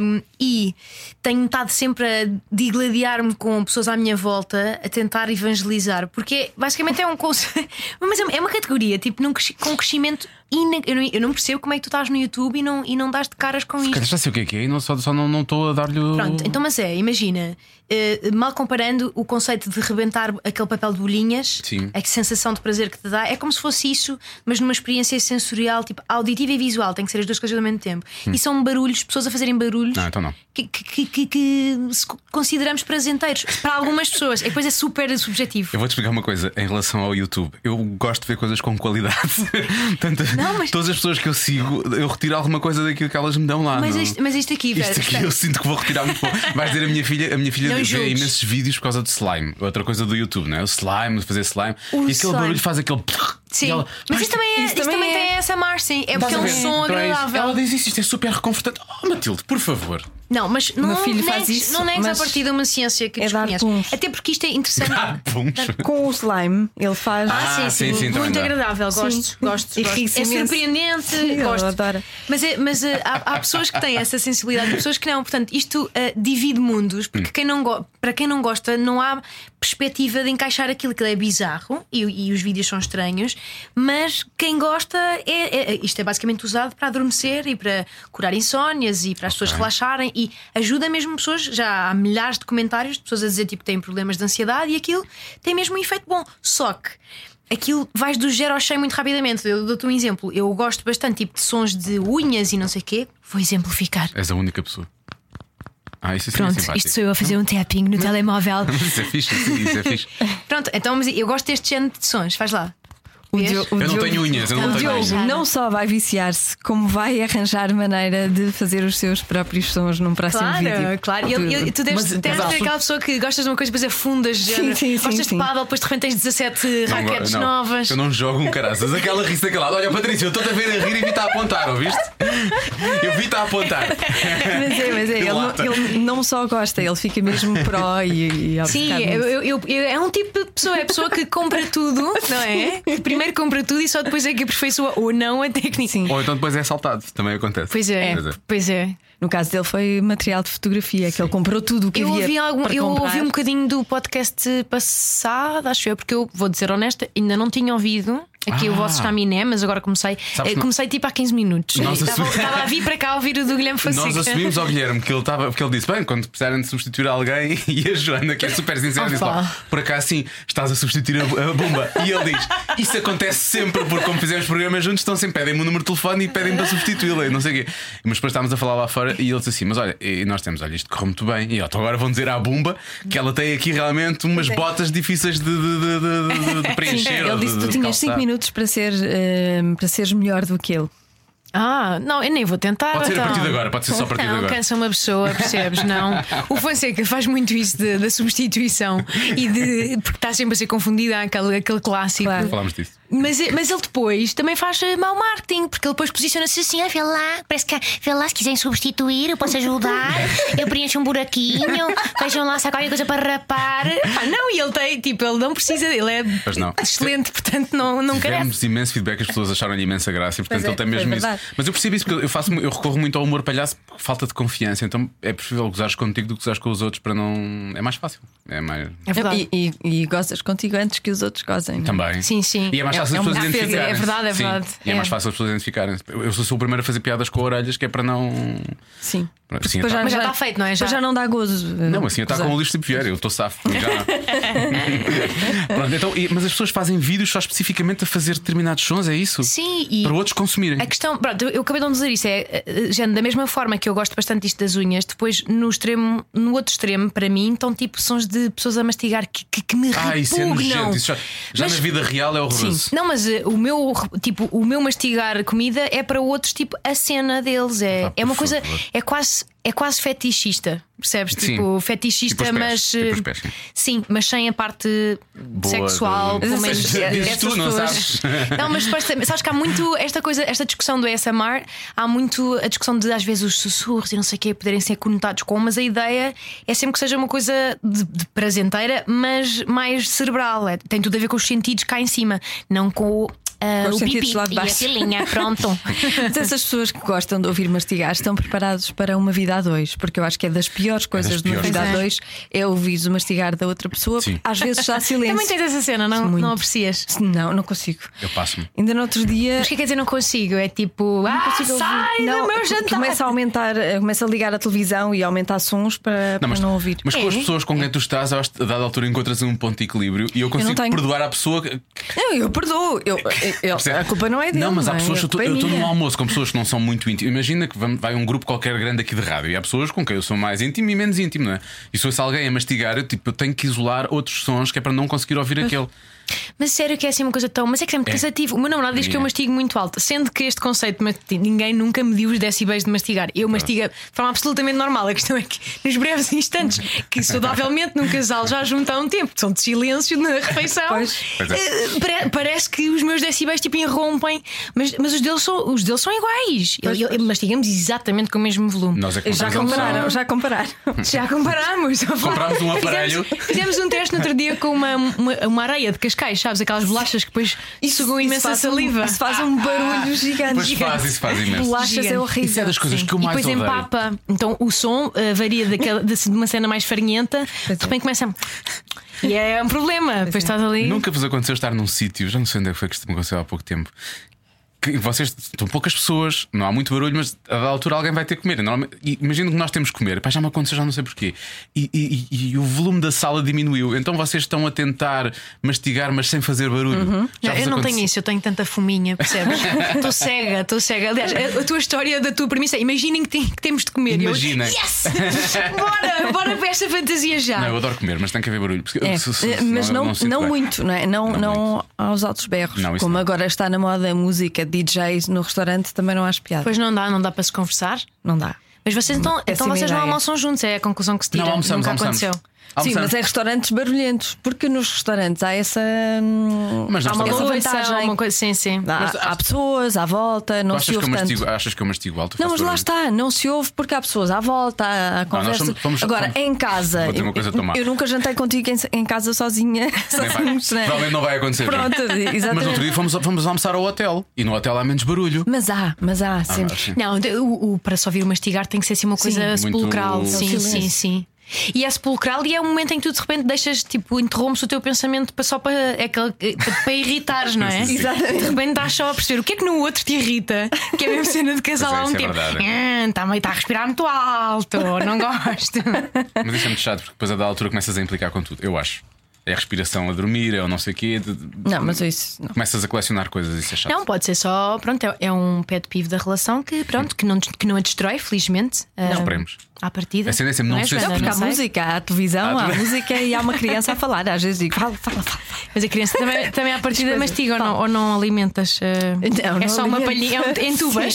Speaker 4: Hum, e tenho estado sempre a digladiar-me com pessoas à minha volta a tentar evangelizar, porque basicamente é um conceito. Mas é uma- é uma categoria, tipo, num cresci- com um crescimento. ina- Eu não, eu não percebo como é que tu estás no YouTube e não, e não dás de caras com isto.
Speaker 2: Cara, já sei o que é que é, e não, só, só não não estou a dar-lhe o.
Speaker 4: Pronto, então mas é, imagina, eh, mal comparando o conceito de rebentar aquele papel de bolinhas,
Speaker 2: Sim.
Speaker 4: a sensação de prazer que te dá, é como se fosse isso, mas numa experiência sensorial, tipo auditiva e visual, tem que ser as duas coisas ao mesmo tempo.
Speaker 2: Hum.
Speaker 4: E são barulhos, pessoas a fazerem barulhos
Speaker 2: Não, então não.
Speaker 4: que, que- que- que- que se co- consideramos prazenteiros para algumas pessoas. E depois é super subjetivo.
Speaker 2: Eu vou-te explicar uma coisa em relação ao YouTube. Eu gosto de ver coisas com qualidade. Portanto,
Speaker 4: Não, mas-
Speaker 2: todas as pessoas que eu sigo, eu retiro alguma coisa daquilo que elas me dão lá.
Speaker 4: Mas
Speaker 2: não- é?
Speaker 4: isto, mas isto aqui, Vera,
Speaker 2: Isto aqui
Speaker 4: espera.
Speaker 2: eu sinto que vou retirar muito pouco. Vais dizer a minha filha, a minha filha
Speaker 4: Não
Speaker 2: vê
Speaker 4: julgues.
Speaker 2: imensos vídeos por causa de slime. Outra coisa do YouTube, não é? O slime, fazer slime.
Speaker 4: O
Speaker 2: e aquele
Speaker 4: slime.
Speaker 2: barulho faz aquele.
Speaker 4: Sim.
Speaker 2: E ela-
Speaker 4: mas isto também, é,
Speaker 5: isto
Speaker 4: isto
Speaker 5: também
Speaker 4: também
Speaker 5: é.
Speaker 4: tem essa mar, sim. É porque
Speaker 2: Estás
Speaker 4: é
Speaker 2: a
Speaker 4: um
Speaker 2: ver?
Speaker 4: som
Speaker 2: Então é isso.
Speaker 4: agradável.
Speaker 2: Ela diz isso, isto é super reconfortante. Oh, Matilde, por favor.
Speaker 4: Não, mas
Speaker 1: meu
Speaker 4: não
Speaker 1: filho
Speaker 4: negues,
Speaker 1: faz isso,
Speaker 4: não negues
Speaker 1: mas
Speaker 4: à partida uma ciência que
Speaker 1: é dar
Speaker 4: desconheces.
Speaker 1: puns.
Speaker 4: Até porque isto é interessante.
Speaker 2: Ah, puns.
Speaker 1: Com o slime, ele faz.
Speaker 2: Ah, sim, sim, também
Speaker 4: muito
Speaker 2: dá.
Speaker 4: agradável, gosto, gosto,
Speaker 1: E
Speaker 4: gosto.
Speaker 1: ri-se
Speaker 4: É
Speaker 1: imenso.
Speaker 4: surpreendente,
Speaker 1: Sim, eu
Speaker 4: gosto.
Speaker 1: adoro.
Speaker 4: Mas, é- mas eh, há, há pessoas que têm essa sensibilidade e pessoas que não. Portanto, isto eh, divide mundos,
Speaker 2: Hum.
Speaker 4: porque quem não go- para quem não gosta, não há perspectiva de encaixar aquilo que é bizarro e, e os vídeos são estranhos, mas quem gosta é, é- Isto é basicamente usado para adormecer e para curar insónias e para as pessoas relaxarem e ajuda mesmo pessoas. Já há milhares de comentários de pessoas a dizer tipo têm problemas de ansiedade e aquilo tem mesmo um efeito bom. Só que aquilo vais do zero ao 100 muito rapidamente. Eu dou-te um exemplo. Eu gosto bastante tipo, de sons de unhas e não sei o quê. Vou exemplificar.
Speaker 2: És a única pessoa. Ah, isso sim é
Speaker 4: Pronto,
Speaker 2: simpático.
Speaker 4: isto sou eu a fazer um tapping no telemóvel.
Speaker 2: Isso é fixe, sim, isso é fixe.
Speaker 4: Pronto, então mas eu gosto deste género de sons. Faz lá.
Speaker 1: O
Speaker 4: Vês?
Speaker 1: Diogo- o
Speaker 2: Eu não
Speaker 1: Diogo-
Speaker 2: tenho unhas, eu
Speaker 4: o
Speaker 2: não
Speaker 1: O
Speaker 2: tenho
Speaker 4: Diogo.
Speaker 2: unhas.
Speaker 1: Diogo não só vai viciar-se, como vai arranjar maneira de fazer os seus próprios sons num próximo vídeo.
Speaker 4: Claro, claro. Eu, eu- tu deves,
Speaker 1: tipo, Mas-
Speaker 4: deves
Speaker 1: mas há-
Speaker 4: ser aquela pessoa que gostas de uma coisa, depois afundas. de
Speaker 1: Sim,
Speaker 4: género.
Speaker 1: sim, sim,
Speaker 4: gostas
Speaker 1: sim.
Speaker 4: de paddle, depois de repente tens 17
Speaker 2: Não,
Speaker 4: raquetes
Speaker 2: não.
Speaker 4: novas.
Speaker 2: Eu não jogo um caraças. Aquela risa daquele lado. Olha, Patrícia, eu estou-te a ver a rir e vi-te a apontar, ouviste? Eu vi-te a apontar.
Speaker 1: Mas é, mas é, ele, não-
Speaker 2: Dilata.
Speaker 1: ele não só gosta, ele fica mesmo pró e, e
Speaker 4: Sim,
Speaker 1: obcecado
Speaker 4: eu,
Speaker 1: nisso.
Speaker 4: eu- eu- eu- é um tipo de pessoa, é a pessoa que compra tudo, não é? Que primeiro compra tudo e só depois é que aperfeiçoa ou não a técnica.
Speaker 1: Sim.
Speaker 2: Ou então depois é assaltado. Também acontece.
Speaker 4: Pois é,
Speaker 2: Pois é.
Speaker 4: pois é.
Speaker 1: No caso dele foi material de fotografia, que ele comprou tudo o que
Speaker 4: Eu
Speaker 1: havia
Speaker 4: ouvi, algum,
Speaker 1: para
Speaker 4: eu
Speaker 1: comprar.
Speaker 4: ouvi um bocadinho do podcast passado, acho eu, porque eu vou dizer honesta, ainda não tinha ouvido aqui o
Speaker 2: Ah.
Speaker 4: vosso chaminé, mas agora comecei.
Speaker 2: Sabes
Speaker 4: Eh,
Speaker 2: que-
Speaker 4: comecei tipo há 15 minutos.
Speaker 2: Nós
Speaker 4: Estava,
Speaker 2: assumimos-
Speaker 4: estava a vir para cá ouvir o do Guilherme
Speaker 2: Tipo, Nós
Speaker 4: Fonseca.
Speaker 1: assim.
Speaker 2: assumimos ao Guilherme que ele estava, porque ele disse: Bem, quando precisarem de substituir alguém, e a Joana, que é super sincera, disse:
Speaker 4: Opa.
Speaker 2: "Pá, Por acaso sim, estás a substituir a, a bomba. E ele diz: Isso acontece sempre, porque como fizemos programas juntos, estão sempre, pedem-me o número de telefone e pedem para substituí-la, e não sei o quê. Mas depois estávamos a falar lá fora e ele disse assim: Mas olha, e nós temos, olha, isto corre muito bem. E eu, então agora vão dizer à bomba que ela tem aqui realmente umas botas difíceis de, de- de- de- de- de
Speaker 1: é. Sim,
Speaker 2: preencher. ou
Speaker 1: ele
Speaker 2: de-
Speaker 1: disse que
Speaker 2: de
Speaker 1: tu tinhas 5
Speaker 2: calçar."
Speaker 1: minutos para, ser, eh, para seres melhor do que ele.
Speaker 4: Ah, não, eu nem vou tentar.
Speaker 2: Pode ser a
Speaker 4: então.
Speaker 2: partir de agora, pode ser só a partir de
Speaker 4: Não,
Speaker 2: agora.
Speaker 4: cansa uma pessoa, percebes? Não. O Fonseca faz muito isso de- da substituição e de. porque está sempre a ser confundida aquele, aquele clássico.
Speaker 1: Claro.
Speaker 2: Falámos disso.
Speaker 4: Mas, mas ele depois também faz eh, mau marketing, porque ele depois posiciona-se assim, ah, vê lá,
Speaker 6: Parece que vê lá se quiserem substituir, eu posso ajudar. Eu preencho um buraquinho, vejam lá se há qualquer coisa para rapar.
Speaker 4: Ah, não, e ele tem, tipo, ele não precisa, ele é
Speaker 2: Pois não.
Speaker 4: excelente, portanto não, não carece.
Speaker 2: Tivemos imenso feedback, as pessoas acharam-lhe imensa graça, e portanto
Speaker 1: Pois é,
Speaker 2: ele tem
Speaker 1: foi
Speaker 2: mesmo isso.
Speaker 1: verdade.
Speaker 2: Mas eu percebo isso porque eu, faço, eu recorro muito ao humor palhaço por falta de confiança, então é preferível gozares contigo do que gozares com os outros para não. É mais fácil. É mais.
Speaker 4: É verdade.
Speaker 1: E, e, e gozas contigo antes que os outros gozem. não é?
Speaker 2: Também.
Speaker 4: Sim, sim.
Speaker 2: E é mais
Speaker 1: É- é
Speaker 2: fácil as pessoas
Speaker 1: uma defesa,
Speaker 2: identificarem.
Speaker 4: é verdade, é verdade.
Speaker 2: E é, mais
Speaker 4: É.
Speaker 2: fácil as pessoas identificarem. Eu sou, sou o primeiro a fazer piadas com orelhas, que é para não.
Speaker 1: Então, Sim.
Speaker 2: Porque assim
Speaker 1: Depois
Speaker 2: ataca-
Speaker 4: Mas já é. está feito, não é?
Speaker 1: depois
Speaker 4: Já.
Speaker 1: já tá não dá gozo. eh,
Speaker 2: Não, assim eu está
Speaker 1: gozar.
Speaker 2: com o lixo tipo Vieira, eu estou safo. para mim Já. Pronto, então, e- mas as pessoas fazem vídeos só especificamente a fazer determinados sons, é isso?
Speaker 4: Sim, e
Speaker 2: Para outros consumirem.
Speaker 4: a questão, pronto, eu- eu acabei de não dizer isso, é, eh, eh, gente, da mesma forma que eu gosto bastante disto das unhas, depois no extremo, no outro extremo, para mim, estão tipo sons de pessoas a mastigar que, que, que me
Speaker 2: Ah, isso é
Speaker 4: repugnam.
Speaker 2: nojento. Isso já, já
Speaker 4: Mas-
Speaker 2: na vida real é horroroso.
Speaker 4: Sim. Não, mas eh, o meu, tipo, o meu mastigar comida é para outros, tipo, a cena deles. É,
Speaker 2: Ah,
Speaker 4: é uma
Speaker 2: por
Speaker 4: coisa.
Speaker 2: favor.
Speaker 4: É quase, é quase fetichista. Percebes?
Speaker 2: Sim.
Speaker 4: Tipo, fetichista,
Speaker 2: Tipo os pés,
Speaker 4: mas.
Speaker 2: tipo
Speaker 4: eh,
Speaker 2: os pés, sim.
Speaker 4: sim, mas sem a parte sexual.
Speaker 2: do-
Speaker 4: Pelo
Speaker 2: Mas
Speaker 4: menos,
Speaker 2: dizes
Speaker 4: eh,
Speaker 2: tu,
Speaker 4: essas
Speaker 2: não
Speaker 4: pessoas-
Speaker 2: sabes?
Speaker 4: Não, mas depois também- sabes que há muito esta coisa, esta discussão do ASMR, há muito a discussão de às vezes os sussurros e não sei o quê poderem ser conotados com, mas a ideia é sempre que seja uma coisa de, de prazenteira, mas mais cerebral. É, tem tudo a ver com os sentidos cá em cima, não com o. ah,
Speaker 1: Com os
Speaker 4: o
Speaker 1: sentidos
Speaker 4: pipi
Speaker 1: lá de
Speaker 4: e a
Speaker 1: baixo.
Speaker 4: filinha, pronto.
Speaker 1: Mas essas pessoas que gostam de ouvir mastigar estão preparados para uma vida a dois, porque eu acho que é das piores coisas de uma
Speaker 2: piores
Speaker 1: vida a
Speaker 4: coisas.
Speaker 1: dois é ouvir o mastigar da outra pessoa,
Speaker 2: Sim.
Speaker 1: às vezes já há
Speaker 4: Também
Speaker 1: silêncio.
Speaker 4: tens essa cena, não,
Speaker 1: Muito.
Speaker 4: não aprecias?
Speaker 1: Não, não consigo.
Speaker 2: Eu passo-me.
Speaker 1: Ainda no outro dia.
Speaker 4: Mas o que é que quer dizer não consigo? É tipo, ah,
Speaker 1: consigo ouvir.
Speaker 4: sai
Speaker 1: Não,
Speaker 4: do meu jantar.
Speaker 1: Começa a aumentar, eh, começa a ligar a televisão e aumentar sons para para não,
Speaker 2: mas,
Speaker 1: ouvir.
Speaker 2: mas com as
Speaker 4: É.
Speaker 2: pessoas com quem tu estás, eu acho que a dada altura encontras um ponto de equilíbrio e eu consigo
Speaker 1: tenho.
Speaker 2: perdoar à pessoa. que-
Speaker 1: Não, eu perdoo. Eu, eu-
Speaker 2: Percebe?
Speaker 1: a culpa não é dele.
Speaker 2: Não, mas há
Speaker 1: é?
Speaker 2: pessoas.
Speaker 1: A
Speaker 2: Eu tô-
Speaker 1: culpa é
Speaker 2: eu estou num
Speaker 1: minha.
Speaker 2: almoço com pessoas que não são muito íntimas. Imagina que vamos- vai um grupo qualquer grande aqui de rádio e há pessoas com quem eu sou mais íntimo e menos íntimo, não é? E se fosse alguém a mastigar, eu, tipo, eu tenho que isolar outros sons que é para não conseguir ouvir aquele.
Speaker 4: Mas sério que é assim uma coisa tão. Mas é que é muito cansativo. O meu namorado diz que eu
Speaker 2: É.
Speaker 4: mastigo muito alto, sendo que este conceito de masti- ninguém nunca mediu os decibéis de mastigar. Eu mastigo de forma absolutamente normal. A questão é que nos breves instantes, que saudavelmente num casal já junta há um tempo, são de silêncio na refeição,
Speaker 1: Pois.
Speaker 2: Pois
Speaker 4: eh, pare- parece que os meus sensíveis, tipo, irrompem. Mas, mas os, deles são, os deles são iguais. Eu, eu, mastigamos exatamente com o mesmo volume.
Speaker 2: Nós é que
Speaker 1: Já
Speaker 2: compramos a noção.
Speaker 1: compararam, já compararam.
Speaker 4: Já comparámos.
Speaker 2: Comprámos um aparelho.
Speaker 4: Fizemos, fizemos um teste no outro dia com uma, uma, uma areia de cascais, sabes? Aquelas bolachas que depois sugam imensa
Speaker 1: faz um-
Speaker 4: saliva.
Speaker 1: Isso faz um barulho gigante.
Speaker 2: Pois faz, isso faz imenso.
Speaker 1: Bolachas é
Speaker 4: Gigante.
Speaker 1: horrível.
Speaker 2: Isso é das coisas
Speaker 1: sim.
Speaker 2: que eu
Speaker 4: E
Speaker 2: mais
Speaker 4: depois
Speaker 2: odeio.
Speaker 4: empapa. Então o som eh, varia daquela, de, de uma cena mais farinhenta, de
Speaker 1: é.
Speaker 4: repente começa. a- E é um problema. Depois estás ali.
Speaker 2: Nunca vos aconteceu estar num sítio, já não sei onde é que foi que isto me aconteceu há pouco tempo. Que vocês estão poucas pessoas, não há muito barulho, mas a dada altura alguém vai ter que comer. Normalmente- e Imagino que nós temos que comer, Pá, já me aconteceu, já não sei porquê. E, e- e- e o volume da sala diminuiu, então vocês estão a tentar mastigar, mas sem fazer barulho.
Speaker 1: Uhum.
Speaker 2: Já
Speaker 4: Não,
Speaker 2: vos
Speaker 4: eu não tenho
Speaker 2: aconteceu?
Speaker 4: isso, eu tenho tanta fominha, percebes? Estou cega, estou cega. Aliás, a, a tua história da tua premissa, imaginem que, tem- que temos de comer. E eu,
Speaker 2: Imaginem.
Speaker 4: yes! bora, bora para esta fantasia já.
Speaker 2: Não, eu adoro comer, mas tem que haver barulho. porque eu-
Speaker 1: É,
Speaker 2: se- se-
Speaker 1: eh,
Speaker 2: senão
Speaker 1: mas
Speaker 2: eu
Speaker 1: não,
Speaker 2: sinto
Speaker 1: não
Speaker 2: bem.
Speaker 1: muito, não é? Não,
Speaker 2: Não
Speaker 1: não, aos altos berros.
Speaker 2: Não, isso
Speaker 1: Como
Speaker 2: não.
Speaker 1: agora está na moda a música, DJs no restaurante também não há piada.
Speaker 4: Pois não dá, não dá para se conversar.
Speaker 1: Não dá.
Speaker 4: Mas vocês então, então
Speaker 1: Péssima
Speaker 4: vocês não
Speaker 1: ideia.
Speaker 4: almoçam juntos, é a conclusão que se tira.
Speaker 2: Não, almoçamos,
Speaker 4: Nunca
Speaker 2: almoçamos.
Speaker 4: aconteceu.
Speaker 1: Sim,
Speaker 2: Almoçamos.
Speaker 1: mas é em restaurantes barulhentos, porque nos restaurantes há essa. hum,
Speaker 2: Mas nós
Speaker 4: É
Speaker 1: há uma
Speaker 2: também-
Speaker 1: essa
Speaker 4: Louça,
Speaker 1: vantagem.
Speaker 4: uma coisa, sim, sim.
Speaker 1: Há,
Speaker 2: Mas-
Speaker 1: há pessoas à volta, não
Speaker 2: achas,
Speaker 1: se
Speaker 2: que é eu
Speaker 1: ouve tanto.
Speaker 2: mastigo, achas que eu mastigo alto?
Speaker 1: Não,
Speaker 2: Faço
Speaker 1: mas lá
Speaker 2: barulho?
Speaker 1: está, não se ouve porque há pessoas à volta, há há
Speaker 2: nós
Speaker 1: conversa.
Speaker 2: somos- somos-
Speaker 1: Agora,
Speaker 2: somos-
Speaker 1: em casa,
Speaker 2: Vou ter uma coisa a tomar.
Speaker 1: eu, eu nunca jantei contigo em, em casa sozinha.
Speaker 2: Nem vai.
Speaker 1: sozinhos, né?
Speaker 2: Provavelmente não vai acontecer.
Speaker 1: Pronto,
Speaker 2: Mas no outro
Speaker 1: exatamente.
Speaker 2: dia fomos, fomos almoçar ao hotel e no hotel há menos barulho.
Speaker 1: Mas há, mas
Speaker 2: Ah,
Speaker 1: há sempre.
Speaker 2: sim.
Speaker 4: Não, de- o, o- para só vir mastigar tem que ser assim uma coisa
Speaker 2: Muito-
Speaker 4: sepulcral.
Speaker 2: É o
Speaker 4: Sim,
Speaker 1: silêncio.
Speaker 4: sim, sim. E é sepulcral e é um momento em que tu de repente deixas, tipo, interrompes o teu pensamento para, só para, é aquele, para, para irritares, não é?
Speaker 2: Sim, sim.
Speaker 1: Exatamente.
Speaker 4: De repente estás só a perceber o que é que no outro te irrita, que é a mesma cena de casal
Speaker 2: Pois é,
Speaker 4: há um
Speaker 2: isso é
Speaker 4: tempo.
Speaker 2: verdade.
Speaker 4: "Hum, Está meio- está a respirar muito alto, não gosto.
Speaker 2: Mas isso é muito chato, porque depois a da altura começas a implicar com tudo, eu acho. É a respiração a dormir, é o não sei o quê. de- de-
Speaker 1: Não, mas isso não.
Speaker 2: Começas a colecionar coisas, isso é chato.
Speaker 4: Não, pode ser só, pronto, é, é um pet peeve da relação que, pronto, que não, que não a destrói, felizmente. Não.
Speaker 2: Esperemos.
Speaker 4: À partida.
Speaker 2: A cena é sempre não ser-
Speaker 4: Joana?
Speaker 2: Não, Ah,
Speaker 1: Porque há
Speaker 4: sei.
Speaker 1: música, há televisão, há música e há uma criança a falar. Às vezes digo, fala, fala, fala.
Speaker 4: Mas a criança também, também à partida
Speaker 1: Coisas.
Speaker 4: mastiga ou não, ou não alimentas? eh,
Speaker 1: Não,
Speaker 4: é
Speaker 1: não
Speaker 4: só uma
Speaker 1: alimento.
Speaker 4: palhinha, é um- em tubas.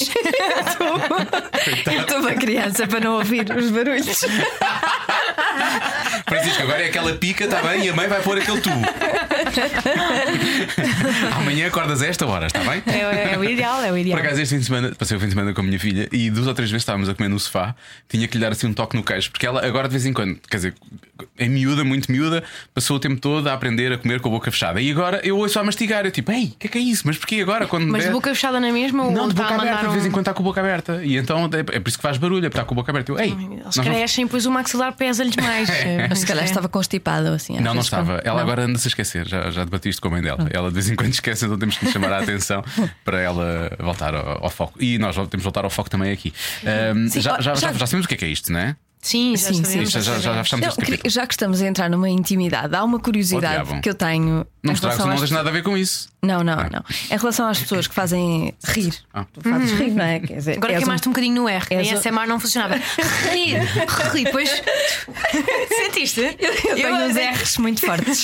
Speaker 2: Tá.
Speaker 1: Eu estou uma criança para não ouvir os barulhos.
Speaker 2: Francisco, agora é aquela pica, está bem? E a mãe vai pôr aquele tubo. Amanhã acordas a esta hora, está bem?
Speaker 4: É, é- é o ideal, é o
Speaker 2: Por
Speaker 4: ideal.
Speaker 2: acaso, este fim de semana, passei o fim de semana com a minha filha e duas ou três vezes estávamos a comer no sofá, tinha que lhe dar assim um toque no queixo, porque ela agora de vez em quando, quer dizer, é miúda, muito miúda, passou o tempo todo a aprender a comer com a boca fechada. E agora eu ouço a mastigar, eu tipo, ei, o que é que é isso? Mas porquê agora? Quando me
Speaker 4: Mas de
Speaker 2: der-
Speaker 4: boca fechada na mesma ou
Speaker 2: Não, de
Speaker 4: está
Speaker 2: boca
Speaker 4: a mandar
Speaker 2: aberta, de
Speaker 4: um...
Speaker 2: vez em quando está com a boca aberta. E então é é por isso que faz barulho, é porque está com a boca aberta. Eu, ei,
Speaker 4: Eles
Speaker 2: nós não-
Speaker 4: crescem, pois o maxilar pesa-lhes mais.
Speaker 1: Mas se calhar
Speaker 4: É.
Speaker 1: estava constipado assim. às
Speaker 2: Não, não
Speaker 1: vezes,
Speaker 2: estava.
Speaker 1: quando-
Speaker 2: Ela
Speaker 1: Não. Hum.
Speaker 2: agora anda-se a esquecer. Já, já debati isto com a mãe dela. Ela de vez em quando esquece, então temos que lhe chamar a atenção para ela voltar ao, ao foco. E nós temos de voltar ao foco também aqui. Ahm, já,
Speaker 1: ó,
Speaker 2: já, já,
Speaker 1: já-
Speaker 2: já sabemos o que é que é isto, não é?
Speaker 4: Sim, já
Speaker 1: Sim,
Speaker 4: sabemos,
Speaker 2: Isto já, já, já fechamos
Speaker 1: Não,
Speaker 2: este
Speaker 1: queria-
Speaker 2: capítulo.
Speaker 1: já que estamos a entrar numa intimidade, há uma
Speaker 2: Oh,
Speaker 1: curiosidade
Speaker 2: diabo.
Speaker 1: que eu tenho. em
Speaker 2: Não estragas,
Speaker 1: relação
Speaker 2: não
Speaker 1: às-
Speaker 2: tens nada a ver com isso.
Speaker 1: Não, não, não. Em relação às pessoas que fazem rir,
Speaker 2: Ah.
Speaker 1: tu fazes rir, não é? Quer dizer,
Speaker 4: Agora
Speaker 1: és um-
Speaker 4: queimaste um bocadinho no R, nem
Speaker 1: és um-
Speaker 4: essa mar não funcionava. Ri, ri, pois. Sentiste? Eu,
Speaker 1: Eu tenho uns R's muito fortes.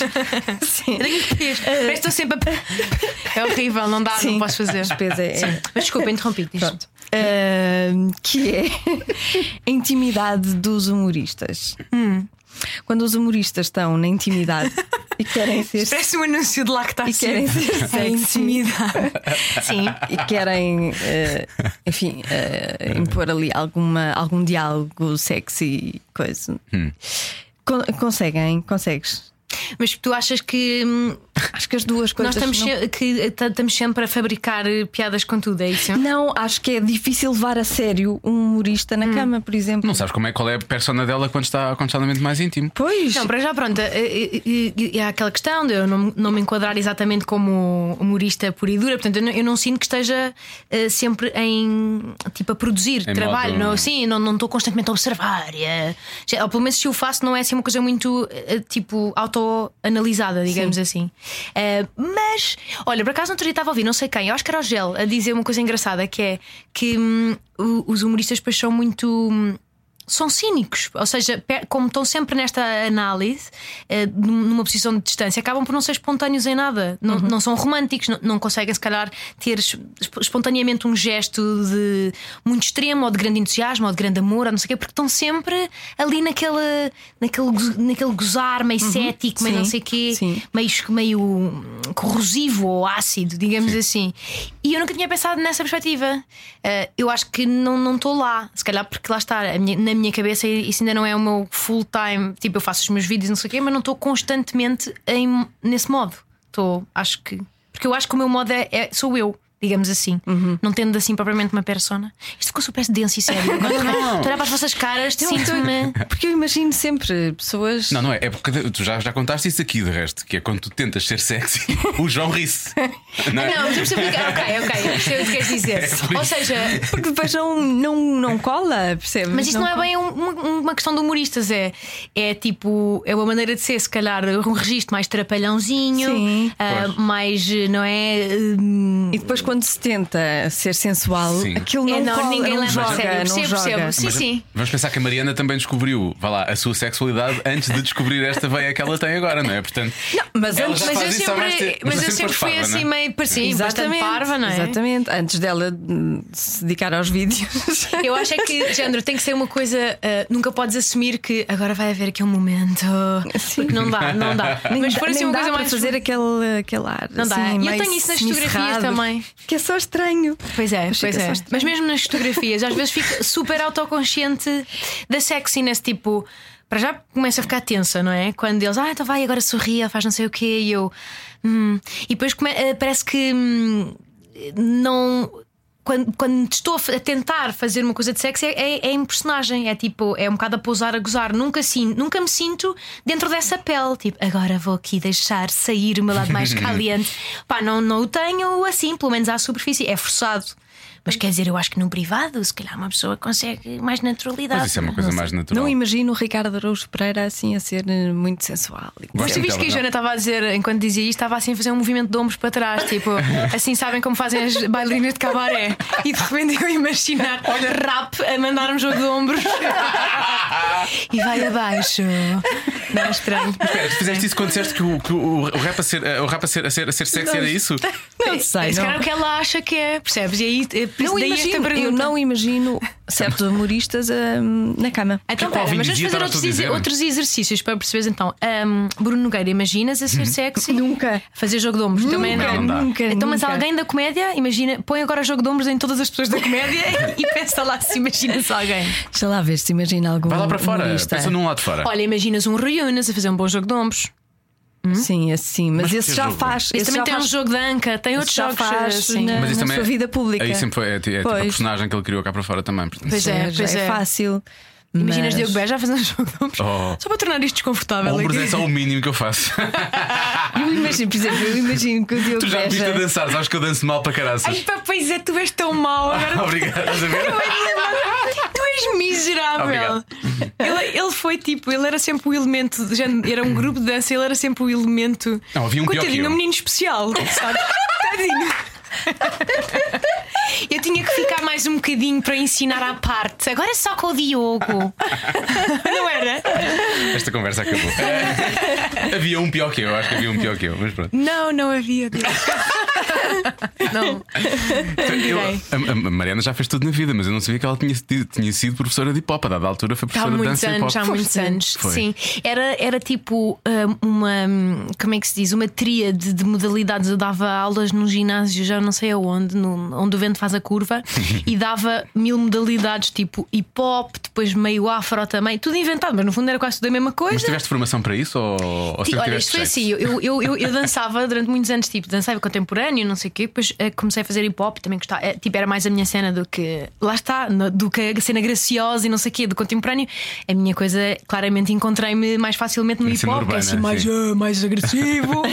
Speaker 1: Sim. Eh,
Speaker 4: Parece que estou sempre a... É horrível, não dá, não
Speaker 1: Sim.
Speaker 4: posso fazer.
Speaker 1: Pois é, é.
Speaker 4: Mas desculpa, interrompi. diz.
Speaker 1: Pronto. Ahm, que é a intimidade dos humoristas. Quando os humoristas estão na intimidade e querem ser.
Speaker 4: Parece um anúncio de
Speaker 1: E
Speaker 4: lactação.
Speaker 1: querem ser
Speaker 4: Sem
Speaker 1: é sexy
Speaker 4: Sim.
Speaker 1: e querem, eh, enfim, eh, impor ali alguma, algum diálogo sexy, coisa.
Speaker 2: Hum.
Speaker 1: Con- conseguem, consegues.
Speaker 4: Mas tu achas que hum,
Speaker 1: Acho que as duas coisas.
Speaker 4: nós estamos,
Speaker 1: não-
Speaker 4: se- que ta- estamos sempre a fabricar eh, piadas com tudo, é isso?
Speaker 1: Não, acho que é difícil levar a sério um humorista
Speaker 4: Hum.
Speaker 1: na cama, por exemplo.
Speaker 2: Não sabes como é, qual é a persona dela quando está, quando está no momento mais íntimo.
Speaker 1: Pois.
Speaker 4: Não, para já, pronto, eh, eh, eh, eh, há aquela questão de eu não, não me enquadrar exatamente como humorista pura e dura, portanto, eu não, eu não sinto que esteja eh, sempre em tipo a produzir
Speaker 2: Em
Speaker 4: trabalho,
Speaker 2: modo-
Speaker 4: não assim, não, não estou constantemente a observar. eh, já- ou pelo menos se o faço, não é assim uma coisa muito eh, tipo autoanalisada, digamos assim. Eh, mas, olha, por acaso, no outro dia estava a ouvir, não sei quem, eu acho que era o Gel, a dizer uma coisa engraçada que é que hum, o- os humoristas depois são muito. hum, são cínicos, ou seja, pe- como estão sempre nesta análise, eh, num- numa posição de distância, acabam por não ser espontâneos em nada,
Speaker 1: Uhum.
Speaker 4: não, não são românticos, não, não conseguem, se calhar, ter es- esp- espontaneamente um gesto de muito extremo, ou de grande entusiasmo, ou de grande amor, ou não sei o quê, porque estão sempre ali naquele, naquele, go- naquele gozar meio cético, meio
Speaker 1: Uhum. Sim.
Speaker 4: não sei o quê,
Speaker 1: Sim.
Speaker 4: meio, es- meio hum, corrosivo ou ácido, digamos assim. E eu nunca tinha pensado nessa perspectiva. Eh, eu acho que não não estou lá, se calhar porque lá está, a minha- na minha cabeça isso ainda não é o meu full time. Tipo, eu faço os meus vídeos, não sei o quê, mas não estou constantemente em, nesse modo. Estou, acho que. Porque eu acho que o meu modo é, é- sou eu. Digamos assim, não tendo assim propriamente uma persona. Isto ficou super denso e sério. Agora estou a olhar para as vossas caras, sinto-me.
Speaker 1: Porque eu imagino sempre pessoas.
Speaker 2: Não, não é. É porque tu já, já contaste isso aqui de resto, que é quando tu tentas ser sexy, o João ri-se. Não é?
Speaker 4: Não, mas eu percebo o que- Ok, ok, eu percebo o que queres dizer. Ou seja,
Speaker 1: Porque depois não, não, não cola, percebes?
Speaker 4: mas isto não é
Speaker 1: cola.
Speaker 4: bem um- uma, uma questão de humoristas, é, é tipo, é uma maneira de ser, se calhar, um registro mais trapalhãozinho,
Speaker 1: Sim.
Speaker 4: ah,
Speaker 2: Pois.
Speaker 4: mais, não é? hum,
Speaker 1: E depois quando se tenta ser sensual,
Speaker 2: Sim.
Speaker 1: aquilo não,
Speaker 4: é,
Speaker 1: cola,
Speaker 4: ninguém
Speaker 1: não
Speaker 4: leva
Speaker 1: joga,
Speaker 4: a sério.
Speaker 1: não
Speaker 4: Percebo,
Speaker 1: joga.
Speaker 4: percebo. Sim,
Speaker 2: Mas
Speaker 4: sim.
Speaker 2: Vamos pensar que a Mariana também descobriu, vá lá, a sua sexualidade antes de descobrir esta veia que ela tem agora, não é? Portanto,
Speaker 1: Não, mas
Speaker 2: Ela
Speaker 1: antes,
Speaker 2: já
Speaker 4: Mas eu
Speaker 2: faz isso há mais
Speaker 4: sempre,
Speaker 2: tempo.
Speaker 4: mas
Speaker 2: Mas
Speaker 4: eu
Speaker 2: sempre
Speaker 4: sempre
Speaker 2: foste
Speaker 4: fui
Speaker 2: parva, não é?
Speaker 4: assim meio parecida, bastante parva, não é?
Speaker 1: Exatamente, antes dela hum, se dedicar aos vídeos.
Speaker 4: Eu acho é que, género, tem que ser uma coisa. ah, nunca podes assumir que agora vai haver aqui um momento. Porque não dá, não dá. Mas
Speaker 1: dá-
Speaker 4: por assim
Speaker 1: nem
Speaker 4: uma
Speaker 1: dá
Speaker 4: coisa
Speaker 1: para
Speaker 4: mais.
Speaker 1: fazer aquele, aquele ar.
Speaker 4: Não dá.
Speaker 1: assim,
Speaker 4: E eu
Speaker 1: meio
Speaker 4: tenho isso nas fotografias
Speaker 1: semicerrado,
Speaker 4: também.
Speaker 1: Que é só estranho.
Speaker 4: Pois é,
Speaker 1: Mas
Speaker 4: pois
Speaker 1: fica
Speaker 4: é.
Speaker 1: só estranho.
Speaker 4: Mas mesmo nas fotografias, às vezes fico super autoconsciente da sexiness, tipo. Para já começa a ficar tensa, não é? Quando eles, ah, então vai, agora sorria, faz não sei o quê, e eu. "Hum." E depois come- eh, parece que. hum, não. Quando, quando estou a f- a tentar fazer uma coisa de sexo, é, é- é em personagem, é tipo, é um bocado a pousar, a gozar. Nunca, sin- nunca me sinto dentro dessa pele, tipo, agora vou aqui deixar sair o meu lado mais caliente. Pá, não, não o tenho assim, pelo menos à superfície, é forçado. Mas quer dizer, eu acho que no privado, se calhar, uma pessoa consegue mais naturalidade.
Speaker 2: mas isso é uma coisa mais natural.
Speaker 1: Não imagino o Ricardo Araújo Pereira assim a ser eh, muito sensual.
Speaker 2: Gosto
Speaker 4: Mas tu
Speaker 2: muito,
Speaker 4: viste que a
Speaker 2: Bernardo.
Speaker 4: Joana estava a dizer, enquanto dizia isto, estava assim a fazer um movimento de ombros para trás, tipo, assim sabem como fazem as bailarinas de cabaré. E de repente eu imaginar rap a mandar um jogo de ombros e vai abaixo. Não é estranho.
Speaker 2: Espera, tu fizeste isso quando disseste que o, que o, o rap, a ser, eh, o rap a ser, a ser, a ser sexy era isso?
Speaker 1: Não sei,
Speaker 4: Esse
Speaker 1: não.
Speaker 4: cara é o que ela acha que é, percebes? E aí, eh, por isso
Speaker 1: Não
Speaker 4: daí esta
Speaker 1: imagino,
Speaker 4: pergunta.
Speaker 1: eu não imagino certos humoristas eh, na cama.
Speaker 4: Então,
Speaker 2: Ao
Speaker 4: pera,
Speaker 2: fim do
Speaker 4: mas vamos
Speaker 2: dia
Speaker 4: fazer
Speaker 2: estava
Speaker 4: outros,
Speaker 2: tudo a
Speaker 4: exer-
Speaker 2: dizer.
Speaker 4: outros exercícios para perceberes então. Ahm, Bruno Nogueira, imaginas a ser sexy?
Speaker 1: Nunca.
Speaker 4: Fazer jogo de ombros também
Speaker 2: Não,
Speaker 4: não.
Speaker 2: não dá.
Speaker 1: Nunca,
Speaker 4: Então, mas
Speaker 1: nunca.
Speaker 4: alguém da comédia, imagina, põe agora jogo de ombros em todas as pessoas da comédia e pensa lá se imaginas alguém.
Speaker 1: Deixa lá ver se imagina algum.
Speaker 2: Vai lá para fora,
Speaker 1: humorista.
Speaker 4: é
Speaker 2: pensa num lado de fora.
Speaker 4: Olha, imaginas um Rui Unas a fazer um bom jogo de ombros.
Speaker 1: Sim, assim, mas,
Speaker 2: Mas
Speaker 1: esse
Speaker 2: que
Speaker 1: já
Speaker 2: jogo?
Speaker 1: faz.
Speaker 4: Esse, também
Speaker 1: já
Speaker 4: tem
Speaker 1: faz,
Speaker 4: um jogo de anca, tem
Speaker 1: esse
Speaker 4: outros
Speaker 1: já
Speaker 4: jogos
Speaker 1: faz
Speaker 4: assim.
Speaker 1: na,
Speaker 2: Mas isso
Speaker 1: na
Speaker 2: também-
Speaker 1: sua vida pública.
Speaker 2: Aí sempre foi é, ti- é tipo a
Speaker 1: Pois.
Speaker 2: personagem que ele criou cá para fora também. portanto.
Speaker 4: Pois é,
Speaker 1: já
Speaker 4: pois
Speaker 1: é,
Speaker 4: é.
Speaker 1: fácil.
Speaker 4: Imaginas
Speaker 1: mas-
Speaker 4: Diogo Beja a fazer um jogo de ombros.
Speaker 2: Oh.
Speaker 4: Só para tornar isto desconfortável.
Speaker 2: Ombros
Speaker 4: aqui.
Speaker 2: é só o mínimo que eu faço.
Speaker 1: Eu imagino, por exemplo, eu imagino que o Diogo
Speaker 2: tu já me viste a
Speaker 1: Beja.
Speaker 2: dançar, sabes que eu danço mal para
Speaker 4: Ai,
Speaker 2: caraças.
Speaker 4: pá, pois é, tu és tão mau agora.
Speaker 2: Obrigado, estás a ver?
Speaker 4: Tu és miserável.
Speaker 2: Obrigado.
Speaker 4: Ele, ele foi tipo, ele era sempre o elemento, já era um grupo de dança, ele era sempre o elemento.
Speaker 2: Não, havia um pior que
Speaker 4: Coitadinho,
Speaker 2: eu.
Speaker 4: um menino especial, sabe? Tadinho. Eu tinha que ficar mais um bocadinho para ensinar à parte. Agora é só com o Diogo. Não era?
Speaker 2: Esta conversa acabou. havia um pior que eu, acho que havia um pior que eu, mas pronto.
Speaker 4: Não, não havia. Diogo. Não.
Speaker 2: Eu- a, a Mariana já fez tudo na vida, mas eu não sabia que ela tinha, sido- tinha sido professora de hip hop. A dada altura foi
Speaker 4: Já há
Speaker 2: professora de
Speaker 4: muitos
Speaker 2: dança e hip
Speaker 4: anos,
Speaker 2: hop.
Speaker 4: já há muitos anos.
Speaker 2: Foi.
Speaker 4: Sim. Era, era tipo hum, uma. hum, Como é que se diz? Uma tríade de modalidades. Eu dava aulas num ginásio, já não sei aonde, no- onde o vento faz a curva, e dava mil modalidades, tipo hip hop, depois meio afro também, tudo inventado, mas no fundo era quase tudo a mesma coisa.
Speaker 2: Mas tiveste formação para isso ou, ou
Speaker 4: Ti-
Speaker 2: sempre
Speaker 4: Olha,
Speaker 2: tiveste
Speaker 4: isto foi
Speaker 2: jeito?
Speaker 4: assim, eu, eu, eu, eu dançava durante muitos anos, tipo, dançava contemporâneo, não sei o quê, depois eh, comecei a fazer hip hop, também gostava, eh, tipo, era mais a minha cena do que lá está, no- do que a cena graciosa e não sei o quê, do contemporâneo. A minha coisa, claramente encontrei-me mais facilmente no
Speaker 2: Na
Speaker 4: hip
Speaker 2: cena
Speaker 4: hop, que é
Speaker 2: urbana,
Speaker 4: assim mais,
Speaker 2: sim.
Speaker 4: ah, mais agressivo,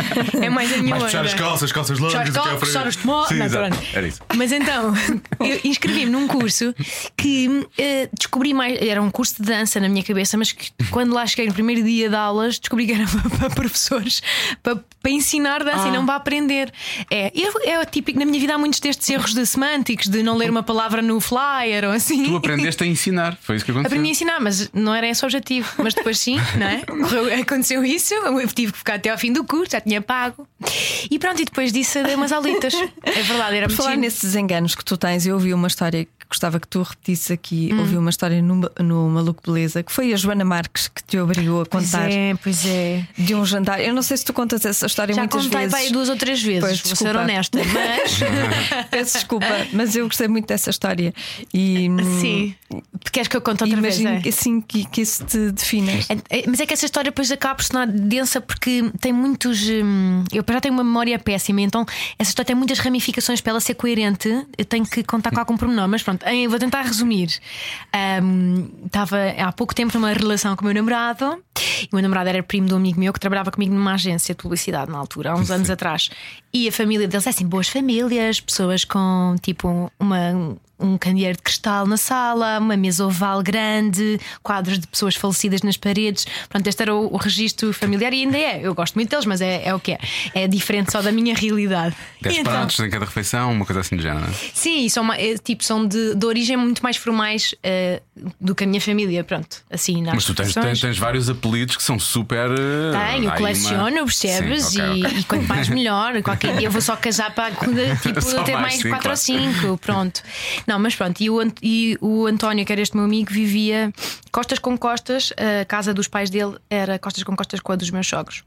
Speaker 4: é mais a minha
Speaker 2: Mais puxar
Speaker 4: onda.
Speaker 2: as calças, calças
Speaker 4: Puxar
Speaker 2: longas,
Speaker 4: os
Speaker 2: até à
Speaker 4: cocos,
Speaker 2: frente.
Speaker 4: puxar os tomates.
Speaker 2: é Sim,
Speaker 4: Não,
Speaker 2: exato.
Speaker 4: pronto.
Speaker 2: Era isso.
Speaker 4: Mas então, eu inscrevi-me num curso que eh, descobri mais. Era um curso de dança na minha cabeça, mas que quando lá cheguei no primeiro dia de aulas, descobri que era para, para professores para, para ensinar dança e não para aprender. É, e eu, é típico, na minha vida há muitos destes erros de semânticos, de não ler uma palavra no flyer ou assim.
Speaker 2: Tu aprendeste a ensinar, foi isso que aconteceu.
Speaker 4: Aprendi a ensinar, mas não era esse o objetivo. Mas depois sim, não é? Correu- aconteceu isso, eu tive que ficar até ao fim do curso, já tinha pago. E pronto, e depois disso dei umas aulitas. É verdade, era
Speaker 1: Por
Speaker 4: muito
Speaker 1: falar
Speaker 4: giro.
Speaker 1: nesses enganos que tu tens, eu ouvi uma história que gostava que tu repetisses aqui. Ouvi uma história no, no Maluco Beleza, que foi a Joana Marques que te obrigou a
Speaker 4: Pois
Speaker 1: contar
Speaker 4: é, pois é.
Speaker 1: de um jantar. Eu não sei se tu contas essa história
Speaker 4: Já
Speaker 1: muitas
Speaker 4: contei
Speaker 1: vezes.
Speaker 4: para aí duas ou três vezes,
Speaker 1: Pois,
Speaker 4: vou
Speaker 1: desculpa.
Speaker 4: ser honesta, mas
Speaker 1: Peço desculpa, mas eu gostei muito dessa história. E hum,
Speaker 4: sim. Queres que eu conte outra
Speaker 1: imagino
Speaker 4: vez? é?
Speaker 1: que assim que, que isso te defina.
Speaker 4: É- é- Mas é que essa história depois acaba por se tornar densa porque tem muitos. hum, Eu já tenho uma memória péssima, então essa história tem muitas ramificações para ela ser coerente. Eu tenho que contar com algum pormenor, mas pronto, em- vou tentar resumir. Hum, Estava há pouco tempo numa relação com o meu namorado, e o meu namorado era primo de um amigo meu que trabalhava comigo numa agência de publicidade na altura, há uns anos atrás. E a família deles é assim, boas famílias, pessoas com tipo uma um candeeiro de cristal na sala, uma mesa oval grande, quadros de pessoas falecidas nas paredes. Pronto, este era o, o registro familiar e ainda é. Eu gosto muito deles, mas é, é o que é. É diferente só da minha realidade. E
Speaker 2: 10
Speaker 4: então-
Speaker 2: pratos em cada refeição, uma coisa assim do género. não é?
Speaker 4: Sim, e são, ma- é, tipo, são de, de origem muito mais formais eh, do que a minha família. Pronto, assim, nas
Speaker 2: Mas tu tens, tens,
Speaker 4: refeições.
Speaker 2: tens vários apelidos que são super. eh,
Speaker 4: Tenho,
Speaker 2: há aí
Speaker 4: coleciono,
Speaker 2: uma-
Speaker 4: percebes?
Speaker 2: Sim, ok,
Speaker 4: e,
Speaker 2: ok.
Speaker 4: e quanto mais melhor. Qualquer dia eu vou só casar para tipo,
Speaker 2: Só
Speaker 4: ter
Speaker 2: mais,
Speaker 4: mais
Speaker 2: sim,
Speaker 4: 4 ou
Speaker 2: claro.
Speaker 4: 5. Pronto. Não, mas pronto. E o, Ant- e o António, que era este meu amigo, vivia costas com costas. A casa dos pais dele era costas com costas com a dos meus sogros.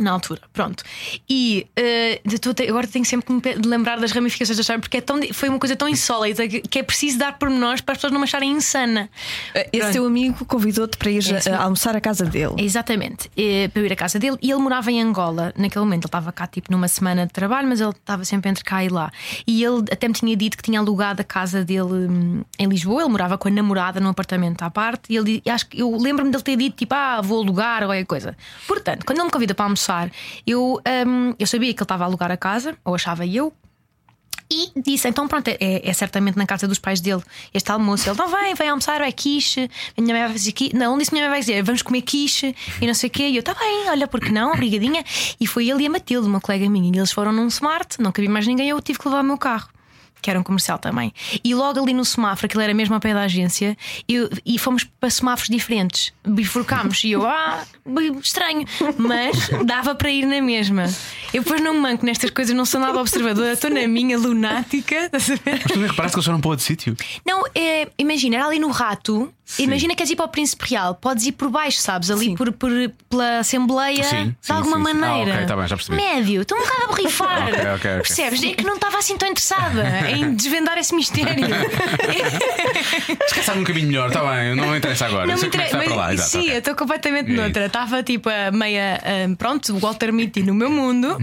Speaker 4: Na altura, pronto. E eh, de- tô- te- agora tenho sempre que me pe- de lembrar das ramificações da história, porque é tão, di- foi uma coisa tão insólita que, que é preciso dar pormenores para as pessoas não me acharem insana.
Speaker 1: Esse teu amigo convidou-te para ir
Speaker 4: isso
Speaker 1: a- almoçar à casa dele.
Speaker 4: Exatamente, eh, para eu ir à casa dele. E ele morava em Angola naquele momento. Ele estava cá tipo numa semana de trabalho, mas ele estava sempre entre cá e lá. E ele até me tinha dito que tinha alugado a casa dele hum, em Lisboa. Ele morava com a namorada num apartamento à parte. E ele di- acho que eu lembro-me dele ter dito tipo, ah, vou alugar ou qualquer coisa. Portanto, quando ele me convida para almoçar, eu, hum, eu sabia que ele estava a alugar a casa, ou achava eu, e disse: então pronto, é, é certamente na casa dos pais dele este almoço. Ele não vem, vem almoçar, é quiche. A minha mãe vai fazer quiche. Não, disse: minha mãe vai dizer, vamos comer quiche e não sei o quê. E eu, tá bem, olha, porque não, obrigadinha. E foi ele e a Matilde, uma colega minha. E eles foram num smart, não cabia mais ninguém, eu tive que levar o meu carro. Que era um comercial também. E logo ali no semáforo, aquilo era mesmo ao pé da agência, eu- e fomos para semáforos diferentes. Bifurcámos. E eu, ah, estranho. Mas dava para ir na mesma. Eu depois não manco nestas coisas, não sou nada observadora, estou na minha lunática. estás a ver?
Speaker 2: Mas tu nem reparaste que eles foram para outro sítio.
Speaker 4: Não, é, imagina, era ali no rato.
Speaker 2: Sim.
Speaker 4: Imagina que queres ir para o Príncipe Real, podes ir por baixo, sabes? Ali
Speaker 1: Sim.
Speaker 4: por, por- pela Assembleia,
Speaker 2: Sim,
Speaker 4: de
Speaker 2: sim,
Speaker 4: alguma
Speaker 2: sim, sim. Ah,
Speaker 4: maneira.
Speaker 2: ok, tá bem, já percebi.
Speaker 4: Médio, estou um bocado a borrifar.
Speaker 2: Ok, ok, ok.
Speaker 4: Percebes? É que não estava assim tão interessada em desvendar esse mistério.
Speaker 2: Esquece um caminho melhor, está bem, eu não me interessa agora. eu sei como é que
Speaker 4: interessa-
Speaker 2: vai para lá,
Speaker 4: mas-
Speaker 2: exato.
Speaker 4: Sim,
Speaker 2: ok.
Speaker 4: eu estou completamente
Speaker 2: É
Speaker 4: noutra. Estava tipo a meia. ah, pronto, Walter Mitty no meu mundo.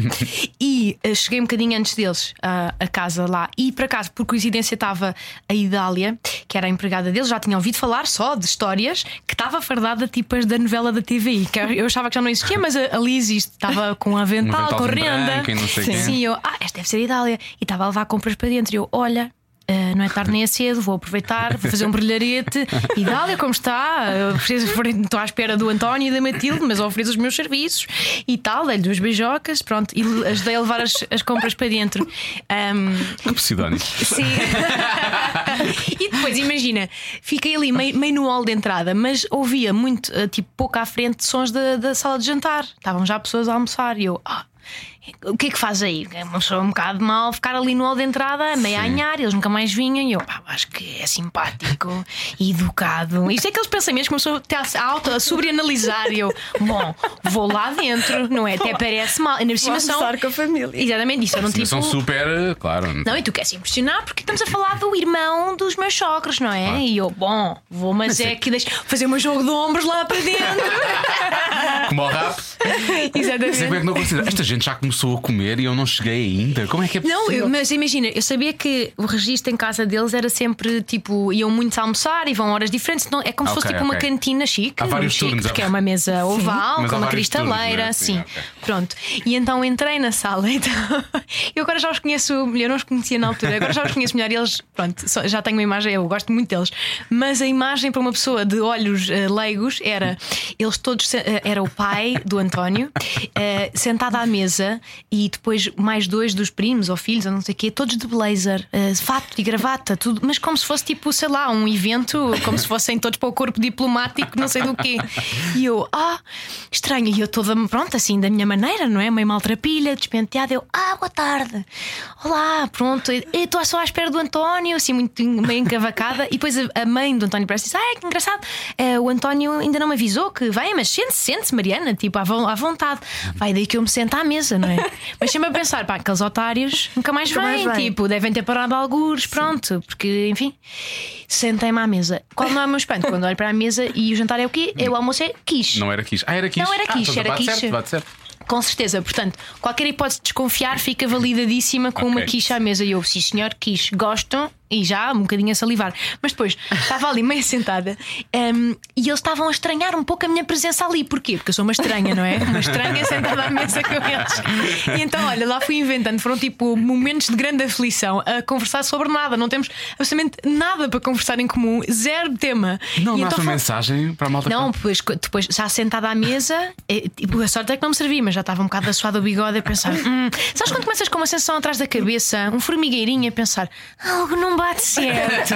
Speaker 4: e ah, cheguei um bocadinho antes deles ah, a casa lá. E por acaso, por coincidência, estava a Idália, que era a empregada deles, já tinha ouvido falar só de histórias que estava fardada tipo as da novela da TVI. Que eu achava que já não existia, mas a, ali existe. Estava com um avental,
Speaker 2: aventalzinho
Speaker 4: com renda.
Speaker 2: branco e não sei
Speaker 4: sim,
Speaker 2: quê.
Speaker 4: sim, eu, ah, esta deve ser a Idália. E estava a levar compras para dentro. E eu, olha. Uh, não é tarde nem é cedo, vou aproveitar, vou fazer um brilharete. E Dália, como está? Eu preciso- Estou à espera do António e da Matilde, mas ofereço os meus serviços e tal, dei-lhe duas beijocas, pronto, e le- ajudei a levar as, as compras para dentro. Ahm,
Speaker 2: Que pseudónimo.
Speaker 4: sim. e depois, imagina, fiquei ali meio, meio no hall de entrada, mas ouvia muito, eh, tipo, pouco à frente, sons da, da sala de jantar. Estavam já pessoas a almoçar e eu. "Ah, o que é que faz aí? É Uma pessoa um bocado mal ficar ali no hall de entrada, meio a anhar, eles nunca mais vinham e eu "Pá, acho que é simpático e educado. Isto é aqueles pensamentos que uma pessoa está a auto- a sobreanalisar e eu, bom, vou lá dentro, não é? Até parece mal. Ainda por cima são-
Speaker 1: almoçar com a família.
Speaker 4: Exatamente, isso era um
Speaker 2: Sim,
Speaker 4: tipo.
Speaker 2: São super, eh, claro.
Speaker 4: Não, e tu queres impressionar porque estamos a falar do irmão dos meus sogros, não é? E eu, bom, vou, mas é que deixa fazer um jogo de ombros lá para dentro.
Speaker 2: Como ao rap. Sei como é
Speaker 4: Exatamente.
Speaker 2: que não considera. Esta gente já começou a comer e eu não cheguei ainda. Como é que é possível?
Speaker 4: Não, eu- mas imagina, eu sabia que o registro em casa deles era sempre tipo, iam muitos a almoçar e vão horas diferentes. Não, é como
Speaker 2: Ah,
Speaker 4: se fosse
Speaker 2: ok,
Speaker 4: tipo uma
Speaker 2: ok.
Speaker 4: cantina chique,
Speaker 2: Há vários
Speaker 4: chique
Speaker 2: turnos, há-
Speaker 4: porque é uma mesa oval,
Speaker 2: Mas há
Speaker 4: com uma
Speaker 2: vários turnos,
Speaker 4: cristaleira,
Speaker 2: né? Sim,
Speaker 4: assim.
Speaker 2: ok.
Speaker 4: Pronto. E então entrei na sala. Então, eu agora já os conheço melhor, não os conhecia na altura, agora já os conheço melhor. E eles, pronto, só- já tenho uma imagem, eu gosto muito deles. Mas a imagem para uma pessoa de olhos eh, leigos era eles todos, se- eh, era o pai do António, eh, sentado à mesa, irmã e depois mais dois dos primos ou filhos, ou não sei o quê, todos de blazer, eh, fato e gravata, tudo, mas como se fosse tipo, sei lá, um evento, como se fossem todos para tipo, o corpo diplomático, não sei do quê. E eu, ah, estranho, e eu toda, pronto, assim, da minha maneira, não é? Meio maltrapilha, despenteada, eu, ah, boa tarde, olá, pronto, eu estou só à espera do António, assim, muito en- meio encavacada, e depois a, a mãe do António parece diz, ah, que engraçado, eh, o António ainda não me avisou que vai, mas sente-se, sente-se, Mariana, tipo, à, vo- à vontade, vai daí que eu me sento à mesa, não é? Mas sempre a pensar, pá, aqueles otários nunca mais
Speaker 5: Nunca mais
Speaker 4: vêm,
Speaker 5: vêm.
Speaker 4: tipo, devem ter parado algures, pronto, porque, enfim, sentei-me à mesa. Qual não é o meu espanto? Quando olho para a mesa e o jantar é o quê? É o almoço é quiche.
Speaker 2: Não era quiche. Ah, era quiche.
Speaker 4: Não era
Speaker 2: Ah,
Speaker 4: quiche,
Speaker 2: então
Speaker 4: era
Speaker 2: bate
Speaker 4: quiche.
Speaker 2: Certo, bate certo.
Speaker 4: Com certeza, portanto, qualquer hipótese de desconfiar fica validadíssima com uma
Speaker 2: Ok.
Speaker 4: quiche à mesa. E eu, sim senhor, quiche, gostam e já um bocadinho a salivar. Mas depois estava ali meio sentada hum, e eles estavam a estranhar um pouco a minha presença ali. Porquê? Porque eu sou uma estranha, não é? Uma estranha sentada à mesa com eles. E então, olha, lá fui inventando. Foram tipo momentos de grande aflição a conversar sobre nada. Não temos absolutamente nada para conversar em comum, zero tema.
Speaker 2: Não,
Speaker 4: E
Speaker 2: não há
Speaker 4: então
Speaker 2: uma
Speaker 4: fal-
Speaker 2: mensagem para a malta. tá-
Speaker 4: não, pois, co- depois já sentada à mesa, eh, tipo, a sorte é que não me servi, mas já estava um bocado assoado o bigode a pensar: hum, sabes quando começas com uma sensação atrás da cabeça, um formigueirinho a pensar, algo não bate certo.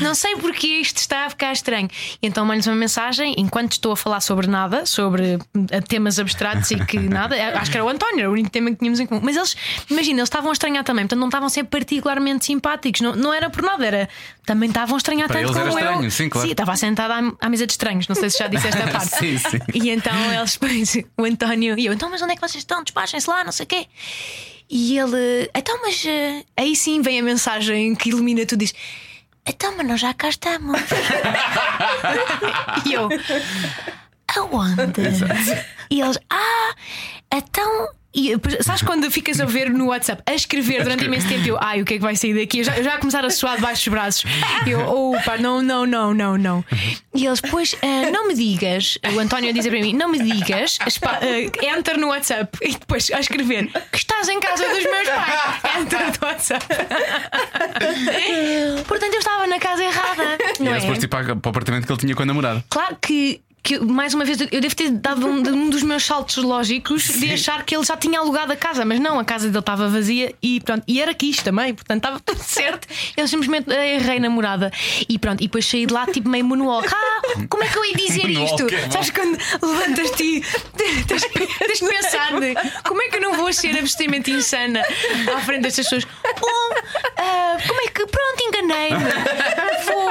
Speaker 4: não sei porque isto está a ficar estranho. E então mando-lhes uma mensagem, enquanto estou a falar sobre nada, sobre hum, temas abstratos e que nada, eh, acho que era o António, era o único tema que tínhamos em comum. Mas eles, imagina, eles estavam a estranhar também, portanto não estavam a ser particularmente simpáticos, não, não era por nada, era também estavam a estranhar
Speaker 2: Para
Speaker 4: tanto
Speaker 2: eles era
Speaker 4: como eu.
Speaker 2: estranho, sim, claro.
Speaker 4: Sim, estava sentada à, à mesa de estranhos, não sei se já disse esta parte.
Speaker 2: Sim, sim.
Speaker 4: E então eles, pois, o António e eu, então, mas onde é que vocês estão? Despachem-se lá, não sei o quê. E ele, então, mas eh, aí sim vem a mensagem que ilumina tudo diz. Então, mas nós já cá estamos. e eu, aonde? E eles, ah, então. E, depois, sabes quando ficas a ver no WhatsApp a escrever durante imenso tempo? Eu, ai, o que é que vai sair daqui? Eu já, eu já a começar a suar debaixo dos braços. Eu, oh, pá, não, não, não, não, não. E eles, pois, ah, não me digas. O António a dizer para mim, não me digas. espa- ah, enter no WhatsApp e depois a escrever que estás em casa dos meus pais. Enter no WhatsApp. Portanto, eu estava na casa errada.
Speaker 2: E
Speaker 4: Não
Speaker 2: era
Speaker 4: é?
Speaker 2: depois tipo para o apartamento que ele tinha com a namorada.
Speaker 4: Claro que, que eu- mais uma vez, eu devo ter dado um, um dos meus saltos lógicos de achar que ele já tinha alugado a casa, mas não, a casa dele estava vazia e pronto, e era quis também, portanto estava tudo certo. Eu simplesmente eh, errei namorada e pronto, e depois saí de lá tipo meio moonwalk. Ah, como é que eu ia dizer
Speaker 2: Moonwalk
Speaker 4: isto?
Speaker 2: é bom.
Speaker 4: Sabes quando levantas-te e tens, tens de pensar de como é que eu não vou ser absolutamente insana à frente destas pessoas? Bom, ah, como é que. Pronto, enganei-me. Vou,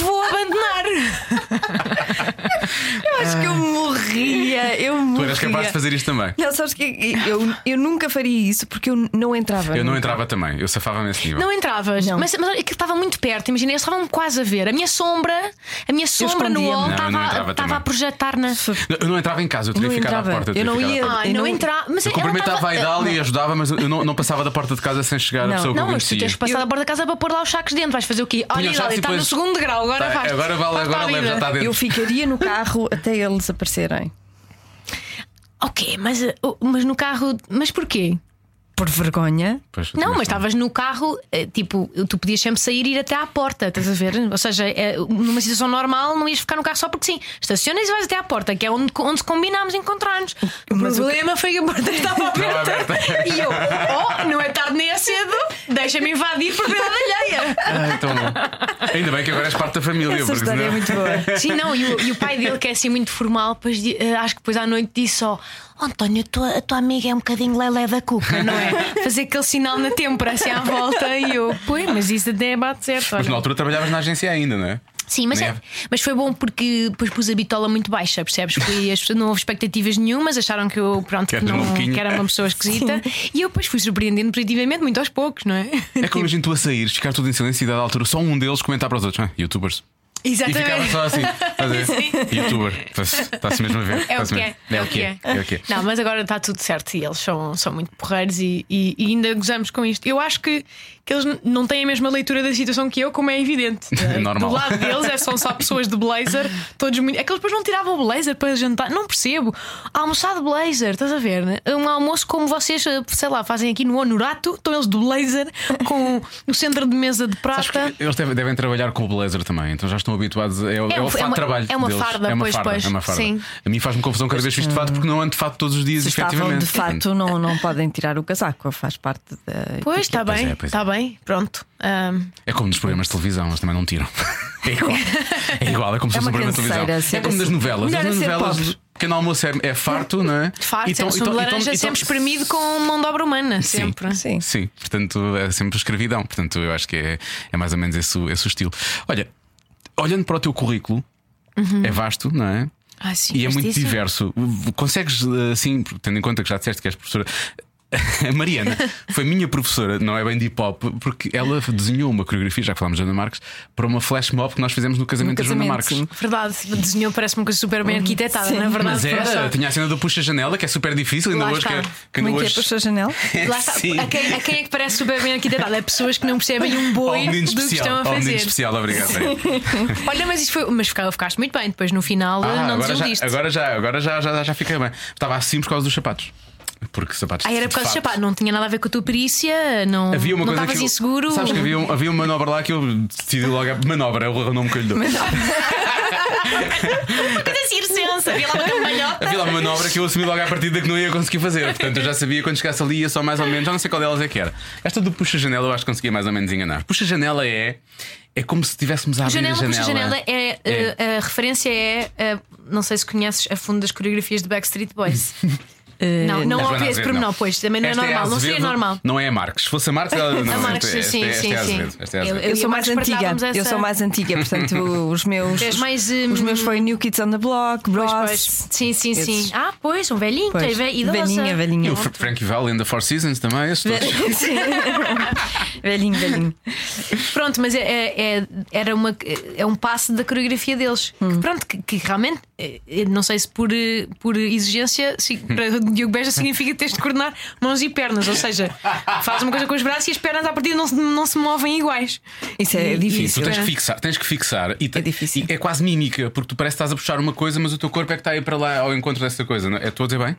Speaker 4: vou abandonar.
Speaker 5: Acho que
Speaker 1: Ah.
Speaker 5: eu morria, eu morria.
Speaker 2: Tu eras capaz de fazer isto também.
Speaker 5: Não, sabes que eu, eu nunca faria isso porque eu não entrava.
Speaker 2: Eu não
Speaker 5: nunca.
Speaker 2: entrava também, eu safava-me nesse nível.
Speaker 4: Não entravas, mas, mas olha que estava muito perto, imagina, eles estavam quase a ver. A minha sombra, a minha sombra no
Speaker 5: escondia-me.
Speaker 4: wall
Speaker 2: Não, eu não entrava
Speaker 4: estava, estava a
Speaker 2: também.
Speaker 4: projetar na.
Speaker 2: Não, Eu não entrava em casa, eu teria
Speaker 5: Não
Speaker 2: ficado
Speaker 5: entrava.
Speaker 2: à porta.
Speaker 5: Eu
Speaker 2: teria
Speaker 5: não
Speaker 2: ficado à
Speaker 5: ia-
Speaker 2: porta.
Speaker 4: Ah,
Speaker 5: Eu
Speaker 4: não
Speaker 5: não-
Speaker 4: entrava. Mas
Speaker 2: Eu
Speaker 4: ela
Speaker 2: cumprimentava
Speaker 4: estava-
Speaker 2: a Idal e ajudava, mas eu não, não passava da porta de casa sem chegar a
Speaker 5: Não.
Speaker 2: pessoa que eu
Speaker 4: Não, mas tu
Speaker 2: conhecia.
Speaker 4: tens passado a borda da casa para pôr lá os sacos dentro. Vais fazer o quê?
Speaker 2: Punha
Speaker 4: Olha,
Speaker 2: os
Speaker 4: Idal,
Speaker 2: sacos e
Speaker 4: está no
Speaker 2: depois-
Speaker 4: segundo grau, agora
Speaker 2: Tá,
Speaker 4: vais.
Speaker 2: agora vale,
Speaker 4: Vais para
Speaker 2: agora tá-
Speaker 4: a
Speaker 2: leva, já
Speaker 4: vida.
Speaker 2: está dentro.
Speaker 5: Eu ficaria no carro até eles aparecerem.
Speaker 4: Ok, mas, eh, oh, mas no carro. Mas porquê?
Speaker 5: Por vergonha.
Speaker 2: Pois, eu
Speaker 4: Não,
Speaker 2: também
Speaker 4: mas estavas no carro, eh, tipo, tu podias sempre sair e ir até à porta, estás a ver? Ou seja, eh, numa situação normal não ias ficar no carro só porque sim. Estacionas e vais até à porta, que é onde, onde combinámos encontrar-nos. O é problema foi que a porta estava
Speaker 2: Estava
Speaker 4: aberta.
Speaker 2: aberta.
Speaker 4: E eu, oh, não é tarde nem é cedo, deixa-me invadir por verdade alheia.
Speaker 2: Ah, então bom. Ainda bem que agora és parte da família,
Speaker 5: Essa
Speaker 2: porque
Speaker 5: história é
Speaker 2: senão-
Speaker 5: muito boa.
Speaker 4: Sim, não, e o, e o pai dele, que é assim muito formal, depois, di- eh, acho que depois à noite disse só: "Oh, António, a tua, a tua amiga é um bocadinho lelé da cuca, não é? Fazer aquele sinal na têmpora assim à volta e eu, pois, mas isso até bate certo.
Speaker 2: Mas
Speaker 4: olha."
Speaker 2: na altura trabalhavas na agência ainda, não é?
Speaker 4: Sim, mas,
Speaker 2: Neve.
Speaker 4: é- mas foi bom porque depois pus a bitola muito baixa, percebes? Fui, as pessoas não houve expectativas nenhumas, acharam que eu, pronto,
Speaker 2: Que
Speaker 4: que,
Speaker 2: era um
Speaker 4: não,
Speaker 2: louquinho.
Speaker 4: que era uma pessoa esquisita e eu depois fui surpreendendo positivamente, muito aos poucos, não é?
Speaker 2: É como imagino tu a sair, ficar tudo em silêncio e dada altura, só um deles comentar para os outros, ah, youtubers. E ficava só assim, a ver, youtuber. Está-se mesmo a ver.
Speaker 4: É o
Speaker 2: está-se
Speaker 4: que é,
Speaker 2: mesmo. É o que é. É o que é.
Speaker 4: Não, mas agora está tudo certo e eles são, são muito porreiros e, e- e ainda gozamos com isto. Eu acho que, que eles n- não têm a mesma leitura da situação que eu, como é evidente.
Speaker 2: É normal.
Speaker 4: Do lado deles é, são só pessoas de blazer, todos muito. É que eles depois não tiravam o blazer para jantar, não percebo. Almoçar de blazer, estás a ver? Né? Um almoço como vocês, eh, sei lá, fazem aqui no Honorato, estão eles de blazer com o centro de mesa de
Speaker 2: Acho
Speaker 4: prata.
Speaker 2: que eles devem, devem trabalhar com o blazer também, então já estão estão habituados. É, o-
Speaker 4: É
Speaker 2: é
Speaker 4: um-
Speaker 2: o
Speaker 4: é
Speaker 2: fato de
Speaker 4: uma-
Speaker 2: trabalho.
Speaker 4: é uma
Speaker 2: deles.
Speaker 4: farda,
Speaker 2: é uma
Speaker 4: pois,
Speaker 2: farda,
Speaker 4: pois,
Speaker 2: É uma farda.
Speaker 4: sim.
Speaker 2: A mim faz-me confusão cada vez visto de fato porque não ando de fato todos os dias,
Speaker 1: Se estavam
Speaker 2: efetivamente.
Speaker 1: de facto, não, não podem tirar o casaco, faz parte da.
Speaker 4: Pois, está
Speaker 2: Pois
Speaker 4: bem,
Speaker 2: é, pois
Speaker 4: está bem, pronto. Ahm,
Speaker 2: É como nos programas de televisão, eles também não tiram. É igual. É igual, é como se fosse um
Speaker 1: uma
Speaker 2: programa de televisão.
Speaker 1: canseira, sim,
Speaker 2: É como
Speaker 1: sim.
Speaker 2: nas novelas.
Speaker 1: Melhor
Speaker 2: As
Speaker 1: é ser
Speaker 2: novelas,
Speaker 1: pobre.
Speaker 2: o pequeno almoço é, é farto, não é?
Speaker 4: de farto,
Speaker 2: Então-
Speaker 4: é um sumo
Speaker 2: então-
Speaker 4: de laranja
Speaker 2: então- então-
Speaker 4: sempre espremido com mão de obra humana,
Speaker 2: Sim.
Speaker 4: sempre.
Speaker 1: Sim.
Speaker 2: Sim, portanto é sempre escravidão. Portanto, eu acho que é, é mais ou menos esse, o- esse o estilo. Olha, olhando para o teu currículo,
Speaker 4: Uhum.
Speaker 2: é vasto, não é?
Speaker 4: Ah, sim,
Speaker 2: E é muito
Speaker 4: vastíssimo.
Speaker 2: diverso. Consegues, assim, tendo em conta que já disseste que és professora. A Mariana foi minha professora, não é bem de hip hop, porque ela desenhou uma coreografia, já que falámos de Ana Marques, para uma flash mob que nós fizemos no casamento, da Joana
Speaker 1: casamento,
Speaker 2: Marques.
Speaker 1: sim.
Speaker 4: Verdade, desenhou, parece uma coisa super bem arquitetada, na verdade.
Speaker 2: Hum. Mas é,
Speaker 4: foi só-
Speaker 2: era, tinha a cena do Puxa-Janela, que é super difícil, ainda
Speaker 4: Lá
Speaker 2: hoje. Que,
Speaker 4: está.
Speaker 2: que ainda
Speaker 1: Como é que é
Speaker 2: hoje...
Speaker 1: para a sua janela?
Speaker 4: Lá está.
Speaker 2: Sim.
Speaker 4: A, quem, a quem é que parece super bem arquitetada? É pessoas que não percebem um
Speaker 2: Ó,
Speaker 4: boi
Speaker 2: um menino
Speaker 4: do que
Speaker 2: especial,
Speaker 4: estão a
Speaker 2: ó, um menino
Speaker 4: fazer.
Speaker 2: especial, obrigado. é. Maria.
Speaker 4: Olha, mas isso foi. Mas fica- ficaste muito bem, depois no final
Speaker 2: Ah,
Speaker 4: não
Speaker 2: agora, já,
Speaker 4: desiludiste.
Speaker 2: agora já, agora já, já, já fica bem. Estava assim por causa dos sapatos. Porque sapatos.
Speaker 4: Ah,
Speaker 2: de
Speaker 4: era por causa do
Speaker 2: facto,
Speaker 4: chapado, não tinha nada a ver com a tua perícia, não
Speaker 2: Havia uma
Speaker 4: não
Speaker 2: coisa
Speaker 4: estavas
Speaker 2: que eu-
Speaker 4: inseguro.
Speaker 2: Sabes que havia, um- havia uma manobra lá que eu decidi logo. a- Manobra, é o nome que eu lhe dou.
Speaker 4: Coisa circense, havia lá uma cambalhota.
Speaker 2: Havia lá uma manobra que eu assumi logo à partida que não ia conseguir fazer. Portanto, eu já sabia quando chegasse ali ia só mais ou menos. Já não sei qual delas é que era. Esta do puxa-janela eu acho que conseguia mais ou menos enganar. Puxa-janela é. É como se estivéssemos a abrir
Speaker 4: Janela
Speaker 2: a janela.
Speaker 4: puxa janela é, eh, a referência é eh, não sei se conheces a fundo das coreografias de Backstreet Boys.
Speaker 1: Eh,
Speaker 4: não, não
Speaker 2: A Joana
Speaker 4: ouvi esse
Speaker 2: Azevedo,
Speaker 4: pormenor, pois também não
Speaker 2: Esta
Speaker 4: é normal, não seria
Speaker 2: Azevedo,
Speaker 4: normal.
Speaker 2: Não é a Marques. Se fosse a Marques, ela não
Speaker 4: a Marques,
Speaker 2: esta- esta-
Speaker 4: sim,
Speaker 2: esta
Speaker 4: sim,
Speaker 2: é a
Speaker 4: sim.
Speaker 2: Azevedo, esta é a Azevedo.
Speaker 4: Eu
Speaker 1: Eu
Speaker 4: e a
Speaker 1: sou mais
Speaker 4: Marta
Speaker 1: antiga,
Speaker 4: partilhávamos
Speaker 1: eu
Speaker 4: essa-
Speaker 1: sou mais antiga, portanto os meus
Speaker 4: És mais,
Speaker 1: os
Speaker 4: hum,
Speaker 1: meus foi New Kids on the Block, Bros.
Speaker 4: Pois, pois. Sim, sim, sim.
Speaker 1: Esses.
Speaker 4: Ah, pois, um velhinho,
Speaker 1: Pois.
Speaker 4: pois. idosa.
Speaker 1: Velhinha, velhinha.
Speaker 2: E o Fr- Frankie Valli and the Four Seasons também, esses todos.
Speaker 1: Sim. velhinho, velhinho.
Speaker 4: Pronto, mas é, é- é- era uma, é um passo da coreografia deles.
Speaker 1: Hum.
Speaker 4: Que, pronto, que, que realmente, eh, eh, não sei se por, eh, por exigência, se-
Speaker 2: Hum.
Speaker 4: para o Diogo Beja significa teres de coordenar mãos e pernas. Ou seja, faz uma coisa com os braços e as pernas à partida não se, não se movem iguais.
Speaker 1: Isso é
Speaker 2: Sim, tu
Speaker 1: difícil.
Speaker 2: tens que fixar, tens que fixar e te-
Speaker 1: É difícil.
Speaker 2: e é quase mímica, porque tu parece que estás a puxar uma coisa, mas o teu corpo é que está a ir para lá ao encontro dessa coisa, não é? Estou a dizer bem?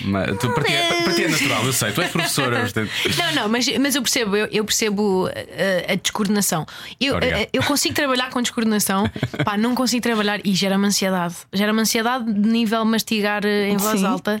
Speaker 2: Mas, tu, para, ti é, para ti é natural, eu sei, tu és professora, portanto.
Speaker 4: Não, não, mas, mas eu percebo, eu, eu percebo eh, a, descoordenação. Eu,
Speaker 2: Obrigado.
Speaker 4: eh, eu consigo trabalhar com descoordenação, pá, não consigo trabalhar e gera-me ansiedade. Gera-me ansiedade de nível mastigar eh, em voz
Speaker 1: Sim.
Speaker 4: alta,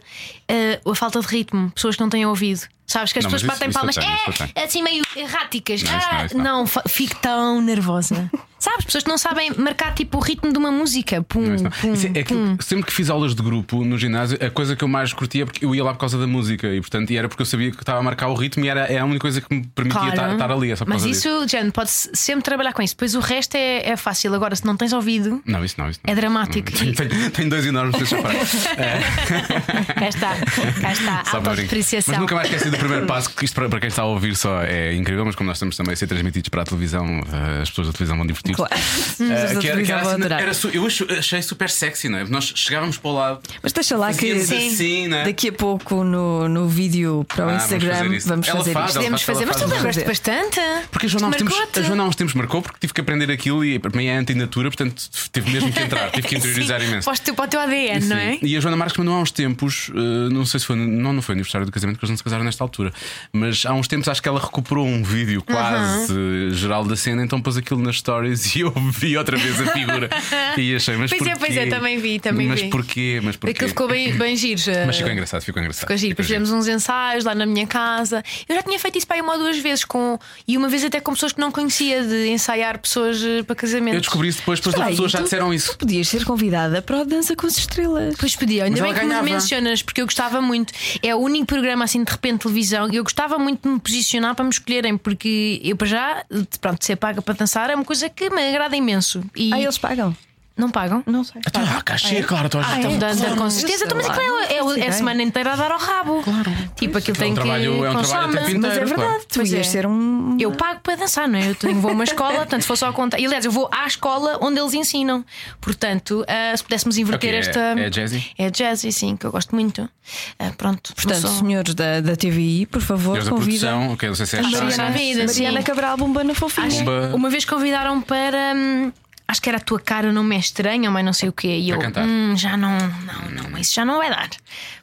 Speaker 4: Eh, a falta de ritmo, pessoas que não têm ouvido. Sabes que as
Speaker 2: Não, mas
Speaker 4: pessoas batem
Speaker 2: isso-
Speaker 4: palmas,
Speaker 2: isso eu tenho, isso eu
Speaker 4: é assim meio erráticas.
Speaker 2: Não, isso não,
Speaker 4: ah,
Speaker 2: isso
Speaker 4: não,
Speaker 2: não.
Speaker 4: fa- fico tão nervosa. Sabes, pessoas que não sabem marcar tipo o ritmo de uma música. Pum,
Speaker 2: Não, isso não.
Speaker 4: pum,
Speaker 2: Isso é aquilo-
Speaker 4: hum.
Speaker 2: sempre que fiz aulas de grupo no ginásio, a coisa que eu mais curtia é porque eu ia lá por causa da música e portanto e era porque eu sabia que estava a marcar o ritmo e era é a única coisa que me permitia
Speaker 4: Claro.
Speaker 2: estar, estar ali. É só por
Speaker 4: Mas
Speaker 2: causa disso.
Speaker 4: isso, Jane, pode sempre trabalhar com isso. Pois o resto é, é fácil. Agora, se não tens ouvido,
Speaker 2: Não, isso não, isso não.
Speaker 4: É dramático.
Speaker 2: Não, Tenho, tenho dois enormes deixa eu parar.
Speaker 4: cá está, cá
Speaker 2: Só para brincar.
Speaker 4: está, Tá, autodepreciação.
Speaker 2: Mas nunca mais esqueci do primeiro passo, que isto para, para quem está a ouvir só é incrível, mas como nós estamos também a ser transmitidos para a televisão, eh, as pessoas da televisão vão Eh, divertir.
Speaker 1: Claro.
Speaker 2: É,
Speaker 1: Mas a televisão
Speaker 2: assim,
Speaker 1: vai adorar.
Speaker 2: eu acho- achei super sexy, não é? Nós chegávamos para o lado,
Speaker 1: Mas deixa lá que
Speaker 2: fazíamos assim, não é?
Speaker 1: daqui a pouco no, no vídeo para o
Speaker 2: Ah, vamos fazer
Speaker 1: Instagram
Speaker 2: isso.
Speaker 1: vamos
Speaker 2: Ela
Speaker 1: fazer,
Speaker 2: faz,
Speaker 1: isto.
Speaker 2: ela
Speaker 4: Podemos fazer, mas tu
Speaker 2: faz-
Speaker 4: lembras-te bastante?
Speaker 2: Porque a Joana, há uns tempos,
Speaker 4: Marcou-te.
Speaker 2: a Joana há uns tempos marcou porque tive que aprender aquilo e para mim é antinatura, portanto teve mesmo que entrar, tive que interiorizar
Speaker 4: Sim,
Speaker 2: imenso.
Speaker 4: Para o teu- para o teu ADN, não é?
Speaker 2: Sim. E a Joana Marques mandou há uns tempos, eh, não sei se foi, não, não foi aniversário do casamento, porque eles não se casaram nesta altura, mas há uns tempos acho que ela recuperou um vídeo quase
Speaker 4: Uhum.
Speaker 2: eh, geral da cena, então pôs aquilo nas stories e eu vi outra vez a figura e achei, mas
Speaker 4: Pois é,
Speaker 2: porquê?
Speaker 4: pois é, também vi, também
Speaker 2: mas
Speaker 4: vi.
Speaker 2: porquê? Mas porquê?
Speaker 4: Aquilo ficou bem, bem giro. eh,
Speaker 2: Mas ficou engraçado, ficou engraçado.
Speaker 4: Ficou giro. Depois fizemos uns ensaios lá na minha casa. Eu já tinha feito isso para aí uma ou duas vezes com. E uma vez até com pessoas que não conhecia, de ensaiar pessoas eh, para casamentos.
Speaker 2: Eu descobri isso depois, depois as
Speaker 1: Espera aí,
Speaker 2: pessoas já
Speaker 1: tu-
Speaker 2: disseram isso.
Speaker 1: Tu podias ser convidada para o Dança com as Estrelas.
Speaker 4: Pois podia, ainda
Speaker 2: Mas
Speaker 4: bem
Speaker 2: ela
Speaker 4: que me
Speaker 2: ganhava.
Speaker 4: mencionas, porque eu gostava muito. É o único programa assim de repente televisão e eu gostava muito de me posicionar para me escolherem, porque eu para já, de- pronto, ser paga para dançar é uma coisa que me agrada imenso. E
Speaker 1: Ah, eles pagam?
Speaker 4: não pagam?
Speaker 1: Não sei.
Speaker 2: Então, ah, cachê, claro, estou a
Speaker 4: Ah,
Speaker 2: ajudar.
Speaker 4: então, da, da, com certeza,
Speaker 1: sei
Speaker 4: então, mas
Speaker 1: lá,
Speaker 4: aquilo
Speaker 1: não
Speaker 4: é,
Speaker 1: faço
Speaker 4: é, a
Speaker 1: ideia.
Speaker 4: semana inteira a dar ao rabo. Claro. Tipo, aquilo tem
Speaker 2: um trabalho-
Speaker 4: que.
Speaker 2: é um trabalho
Speaker 4: consome.
Speaker 2: até pintar.
Speaker 1: Mas é
Speaker 2: Claro.
Speaker 1: verdade, tu
Speaker 4: Pois
Speaker 1: ias
Speaker 4: é.
Speaker 1: ser um.
Speaker 4: Eu pago para dançar, não é? Eu tenho, vou a uma escola, portanto, se for só contar. E, aliás, eu vou à escola onde eles ensinam. Portanto, ah, se pudéssemos inverter
Speaker 2: Ok, é-
Speaker 4: esta.
Speaker 2: é jazzy?
Speaker 4: É jazzy, sim, que eu gosto muito. Ah, pronto,
Speaker 1: Portanto,
Speaker 4: não sou-
Speaker 1: senhores da, da TVI, por favor,
Speaker 2: Deus da
Speaker 1: convidem.
Speaker 2: produção, ok, não sei se é
Speaker 4: Mariana
Speaker 2: Sara,
Speaker 4: Mariana Vida, sim.
Speaker 1: Mariana Cabral, bomba na fofinha.
Speaker 4: Acho-
Speaker 2: Bomba.
Speaker 4: Uma vez convidaram para. hum, acho que era a tua cara, não me é estranha, mas não sei o quê. E
Speaker 2: Para
Speaker 4: eu.
Speaker 2: cantar.
Speaker 4: "Hum, já não, não, não, isso já não vai dar.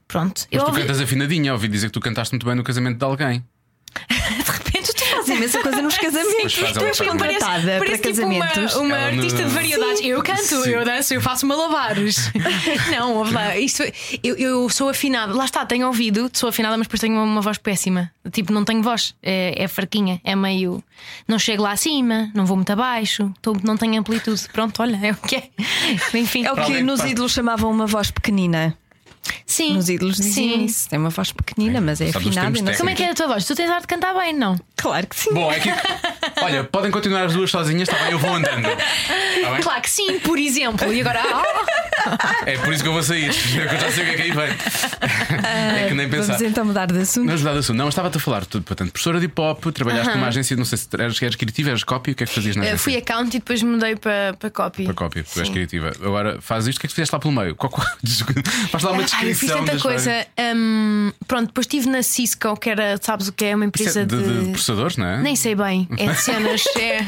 Speaker 4: Pronto, eu
Speaker 2: Mas tu
Speaker 4: ouvi-
Speaker 2: cantas afinadinha, ouvi dizer que tu cantaste muito bem no casamento de alguém.
Speaker 4: de repente tu fazes
Speaker 1: faz imensa coisa nos casamentos.
Speaker 2: Sim, faz,
Speaker 1: tu
Speaker 2: ela
Speaker 1: és
Speaker 2: faz muito.
Speaker 1: contratada para
Speaker 4: parece tipo uma,
Speaker 1: casamentos.
Speaker 4: uma
Speaker 2: Ela não-
Speaker 4: artista de variedades. Eu canto,
Speaker 2: Sim.
Speaker 4: eu danço, eu faço malabares. não, ouve lá. Isto, é- eu, eu sou afinada. Lá está, tenho ouvido, sou afinada, mas depois tenho uma, uma voz péssima. Tipo, não tenho voz. É, é fraquinha, é meio. Não chego lá acima, não vou muito abaixo, tô- não tenho amplitude. Pronto, olha, é o que é. Enfim,
Speaker 1: É o que
Speaker 2: alguém
Speaker 1: nos
Speaker 2: faz-
Speaker 1: ídolos chamavam uma voz pequenina.
Speaker 4: sim.
Speaker 1: Nos ídolos diziam
Speaker 4: sim.
Speaker 1: isso. Tem uma voz pequenina, mas é
Speaker 2: Sabe, nós
Speaker 1: afinada.
Speaker 2: temos
Speaker 1: e não-
Speaker 4: Como é que é a tua voz? Tu tens ar de cantar bem, não?
Speaker 1: Claro que sim.
Speaker 2: Bom, é que. Olha, podem continuar as duas sozinhas, está bem? Eu vou andando. Está bem?
Speaker 4: Claro que sim, por exemplo. E agora. ah,
Speaker 2: É por isso que eu vou sair. Eu já sei o que é que aí vem. é que
Speaker 4: Ah,
Speaker 2: nem pensar.
Speaker 1: Vamos então mudar de assunto.
Speaker 2: Não ajudado assunto. Não, estava-te a falar tudo. Portanto, professora de hip hop, trabalhaste numa agência, não sei se eras, eras criativa, eras copy, o que é que fazias na
Speaker 4: oh!
Speaker 2: agência?
Speaker 4: Fui account e depois mudei para para copy.
Speaker 2: Para copy, tu és criativa. Agora faz isto, o que é que fizeste lá pelo meio? Qual- qual- Faz lá uma
Speaker 4: Ai, Ah, eu fiz
Speaker 2: descrição.
Speaker 4: tanta
Speaker 2: das
Speaker 4: coisa. Hum, pronto, depois estive na Cisco, que era, sabes o que é? Uma
Speaker 2: Isso
Speaker 4: empresa
Speaker 2: é de, de
Speaker 4: de.
Speaker 2: processadores, não é?
Speaker 4: Nem sei bem, é de cenas, é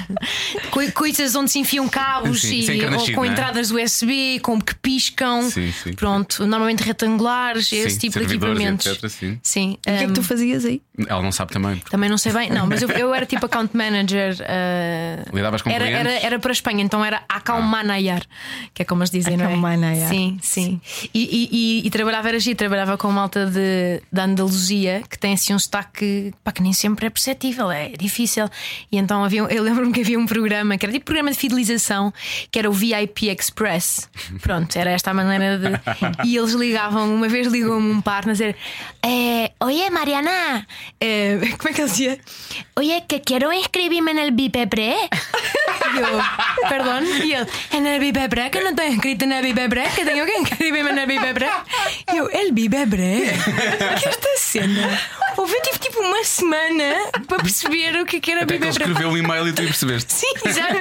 Speaker 4: coi- coisas onde se enfiam cabos
Speaker 2: Sim, isso é
Speaker 4: e, ou
Speaker 2: encarnascido,
Speaker 4: com
Speaker 2: não é?
Speaker 4: entradas USB, com que piscam,
Speaker 2: Sim, sim.
Speaker 4: pronto, normalmente retangulares,
Speaker 2: Sim,
Speaker 4: esse tipo de
Speaker 2: servidores,
Speaker 4: equipamentos.
Speaker 2: etc, sim.
Speaker 1: O que é que
Speaker 4: hum,
Speaker 1: tu fazias aí?
Speaker 2: Ela não sabe também.
Speaker 4: também não sei bem, não, mas eu, eu era tipo account manager. ah,
Speaker 2: Lidavas com
Speaker 4: era, era,
Speaker 2: clientes? Ah.
Speaker 4: era para a Espanha, então era Acau Manayar, que é como eles dizem, não é?
Speaker 1: Acau Manayar.
Speaker 4: Sim, sim. E, e- e- e trabalhava, era giro, trabalhava com malta de, da Andaluzia, que tem assim um sotaque pá, que nem sempre é perceptível, é difícil. E então havia, um- eu lembro-me que havia um programa, que era tipo programa de fidelização, que era o VIP Express. Pronto, era esta a maneira de. E eles ligavam, uma vez ligou-me um par a dizer:
Speaker 6: Eh, oye, Mariana,
Speaker 4: eh, Como é que ele dizia?
Speaker 6: oye, que quiero inscribirme en el BIPEPRE.
Speaker 4: E eu, perdão, e ele, é na Bibebre, que eu não estou inscrito na Bibebre, que tenho que inscrever-me na Bibebre. E eu, El Bibebre? Que esta cena? Houve, eu tive tipo uma semana para perceber o que é que era
Speaker 2: Até que ele
Speaker 4: Bibebre.
Speaker 2: escreveu um e-mail e tu percebeste.
Speaker 4: Sim, exato.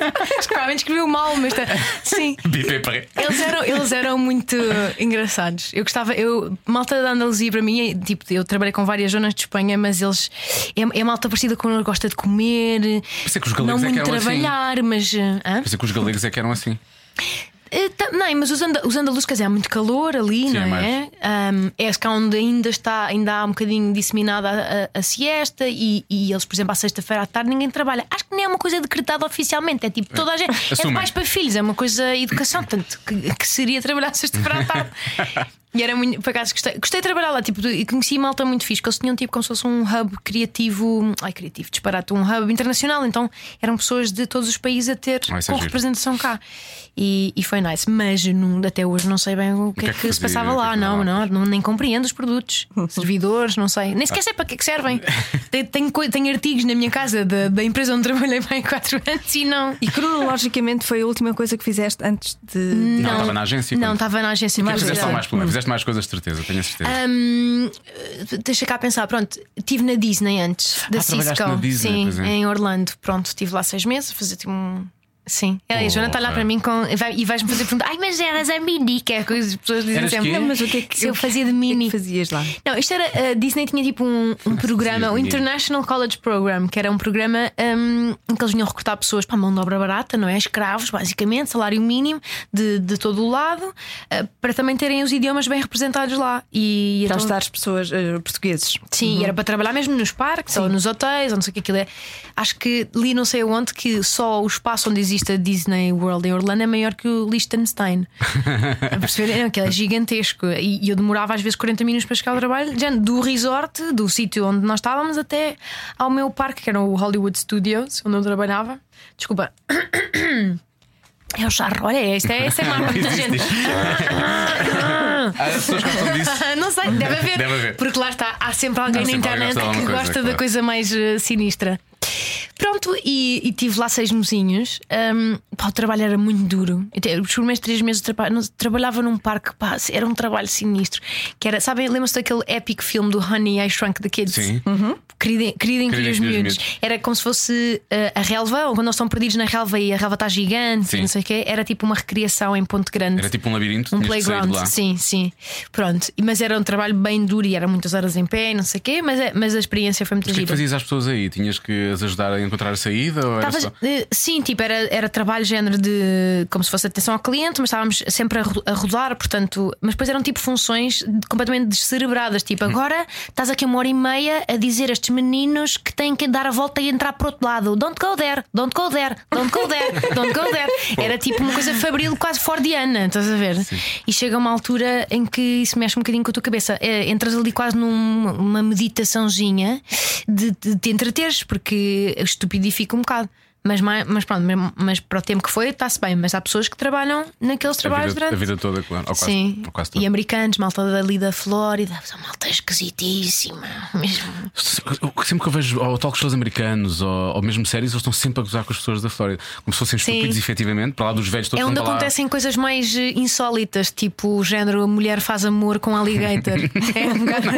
Speaker 4: Provavelmente escreveu mal, mas tá. Sim.
Speaker 2: Bipé para
Speaker 4: Eles eram, eles eram muito engraçados. Eu gostava, eu, malta da Andaluzia para mim, é, tipo, eu trabalhei com várias zonas de Espanha, mas eles é, é malta parecida com eu gosta de comer,
Speaker 2: isso é que os
Speaker 4: não
Speaker 2: galegos é que
Speaker 4: muito
Speaker 2: eram assim.
Speaker 4: trabalhar, mas. hã?
Speaker 2: Pensei que os galegos é que eram assim.
Speaker 4: Eh, tá- Não, mas os, anda, os andaluzes, quer dizer, há muito calor ali,
Speaker 2: Sim, é
Speaker 4: não
Speaker 2: mais.
Speaker 4: é? Ahm, é acho que há onde ainda, está, ainda há um bocadinho disseminada a, a- a siesta e, e eles, por exemplo, à sexta-feira à tarde ninguém trabalha. Acho que nem é uma coisa decretada oficialmente, é tipo toda a gente. É de
Speaker 2: Assumem.
Speaker 4: pais para filhos, é uma coisa educação, tanto que, que seria trabalhar à sexta-feira à tarde. E era muito, por acaso gostei, gostei de trabalhar lá, tipo, e conheci malta muito fixe, que eles tinham tipo como se fosse um hub criativo, ai criativo, disparate, um hub internacional, então eram pessoas de todos os países a ter
Speaker 2: Ah, isso é
Speaker 4: com
Speaker 2: giro.
Speaker 4: representação cá. E, e foi nice, mas não- até hoje não sei bem o que, é que, se
Speaker 2: fazia,
Speaker 4: passava
Speaker 2: o que é
Speaker 4: lá,
Speaker 2: que
Speaker 4: não,
Speaker 2: andava lá,
Speaker 4: não, não, nem compreendo os produtos, servidores, não sei, nem sequer sei para que é que servem. Tem- Tenho, coi- tenho artigos na minha casa da, da empresa onde trabalhei bem há 4 anos e não.
Speaker 1: E cronologicamente foi a última coisa que fizeste antes de.
Speaker 2: Não, estava na agência.
Speaker 4: Não,
Speaker 2: quando-
Speaker 4: estava na agência.
Speaker 2: Mas
Speaker 4: mas
Speaker 2: fizeste só
Speaker 4: era-
Speaker 2: mais, pelo menos. Fizeste mais coisas de certeza, tenho a certeza.
Speaker 4: Hum, deixa cá pensar, pronto, estive na Disney antes da
Speaker 2: Ah, trabalhaste
Speaker 4: Cisco,
Speaker 2: na Disney, pois
Speaker 4: sim,
Speaker 2: é.
Speaker 4: em Orlando. Pronto, estive lá seis meses, fazer tipo um. Sim, a
Speaker 2: Oh,
Speaker 4: Joana está lá
Speaker 2: ok.
Speaker 4: para mim com, e vai- e vais-me fazer perguntar. Ai, mas eras a mini, que é coisa que as pessoas dizem
Speaker 2: Eras
Speaker 4: sempre.
Speaker 2: quê?
Speaker 1: Mas o que é que
Speaker 4: Se eu
Speaker 1: o que
Speaker 4: fazia de
Speaker 1: é
Speaker 4: mini.
Speaker 1: que fazias lá?
Speaker 4: Não, isto era. A Disney tinha tipo um, um programa, o
Speaker 2: mini.
Speaker 4: International College Program, que era um programa hum, em que eles vinham recrutar pessoas para a mão de obra barata, não é? Escravos, basicamente, salário mínimo de, de todo o lado, eh, para também terem os idiomas bem representados lá. E
Speaker 1: Então,
Speaker 4: então-
Speaker 1: estar as pessoas eh, portugueses.
Speaker 4: Sim, era para trabalhar mesmo nos parques ou nos hotéis, ou não sei o que aquilo é. Acho que li não sei onde que só o espaço onde existe a Disney World em Orlando é maior que o Liechtenstein. a perceber? Não, aquilo é gigantesco. E, e eu demorava às vezes 40 minutos para chegar ao trabalho, já do resort, do sítio onde nós estávamos, até ao meu parque, que era o Hollywood Studios, onde eu trabalhava. Desculpa. É o charro, olha, isto é, isto é má, muita gente.
Speaker 2: Ah, as pessoas gostam disso.
Speaker 4: Não sei, deve haver.
Speaker 2: Deve haver.
Speaker 4: Porque lá está, há sempre alguém
Speaker 2: Há
Speaker 4: na
Speaker 2: sempre alguém
Speaker 4: internet
Speaker 2: que gosta de alguma
Speaker 4: que gosta
Speaker 2: coisa,
Speaker 4: da
Speaker 2: claro.
Speaker 4: coisa mais eh, sinistra. Pronto, e, e tive lá seis mesinhos. Hum, pá, o trabalho era muito duro. Eu te- Os primeiros três meses eu trapa- não- trabalhava num parque, pá, era um trabalho sinistro. Que era, sabem, lembram-se daquele épico filme do Honey I Shrunk the Kids? Uhum.
Speaker 2: Sim.
Speaker 4: Querida, querida em
Speaker 2: Querida em
Speaker 4: os
Speaker 2: que os
Speaker 4: miúdos.
Speaker 2: miúdos.
Speaker 4: Era como se fosse eh, a relva, ou quando eles estão perdidos na relva e a relva está gigante,
Speaker 2: Sim.
Speaker 4: não sei o quê. Era tipo uma recriação em Ponte Grande.
Speaker 2: Era tipo um labirinto.
Speaker 4: Um
Speaker 2: tinhas que sair de
Speaker 4: playground,
Speaker 2: lá.
Speaker 4: sim, sim. Pronto. E- Mas era um trabalho bem duro e eram muitas horas em pé, e não sei o quê, mas, é- mas a experiência foi muito
Speaker 2: Mas o que é que
Speaker 4: gira.
Speaker 2: fazias às pessoas aí? Tinhas que as ajudar a encontrar a saída? Ou era
Speaker 4: Estavas-
Speaker 2: só...
Speaker 4: eh, sim, tipo, era, era trabalho género de como se fosse atenção ao cliente, mas estávamos sempre a, ro- a rodar, portanto, mas depois eram tipo funções de- completamente descerebradas, tipo, agora estás aqui uma hora e meia a dizer a estes meninos que têm que dar a volta e entrar para o outro lado. Don't go there, don't go there, don't go there, don't go there. Era tipo uma coisa fabril quase fordiana, estás a ver? E chega uma altura em que isso mexe um bocadinho com a tua cabeça. Eh, Entras ali quase numa uma meditaçãozinha de, de te entreteres, porque estupidifica um bocado. Mas, mai- mas pronto, mesmo- mas para o tempo que foi, está-se bem. Mas há pessoas que trabalham naqueles
Speaker 2: a,
Speaker 4: trabalhos
Speaker 2: vida, a
Speaker 4: durante.
Speaker 2: vida toda, claro. Ou quase,
Speaker 4: Sim,
Speaker 2: ou quase toda.
Speaker 4: e americanos, malta dali da Flórida, são malta esquisitíssima. Mesmo.
Speaker 2: Eu- Sempre que eu vejo ou talk shows americanos ou, ou mesmo séries, eles estão sempre a gozar com as pessoas da Flórida. Como se fossem estúpidos, efetivamente, para lá dos velhos todos
Speaker 4: É
Speaker 2: que
Speaker 4: onde
Speaker 2: andam lá.
Speaker 4: acontecem coisas mais eh, insólitas, tipo o género a mulher faz amor com alligator. é um bocado-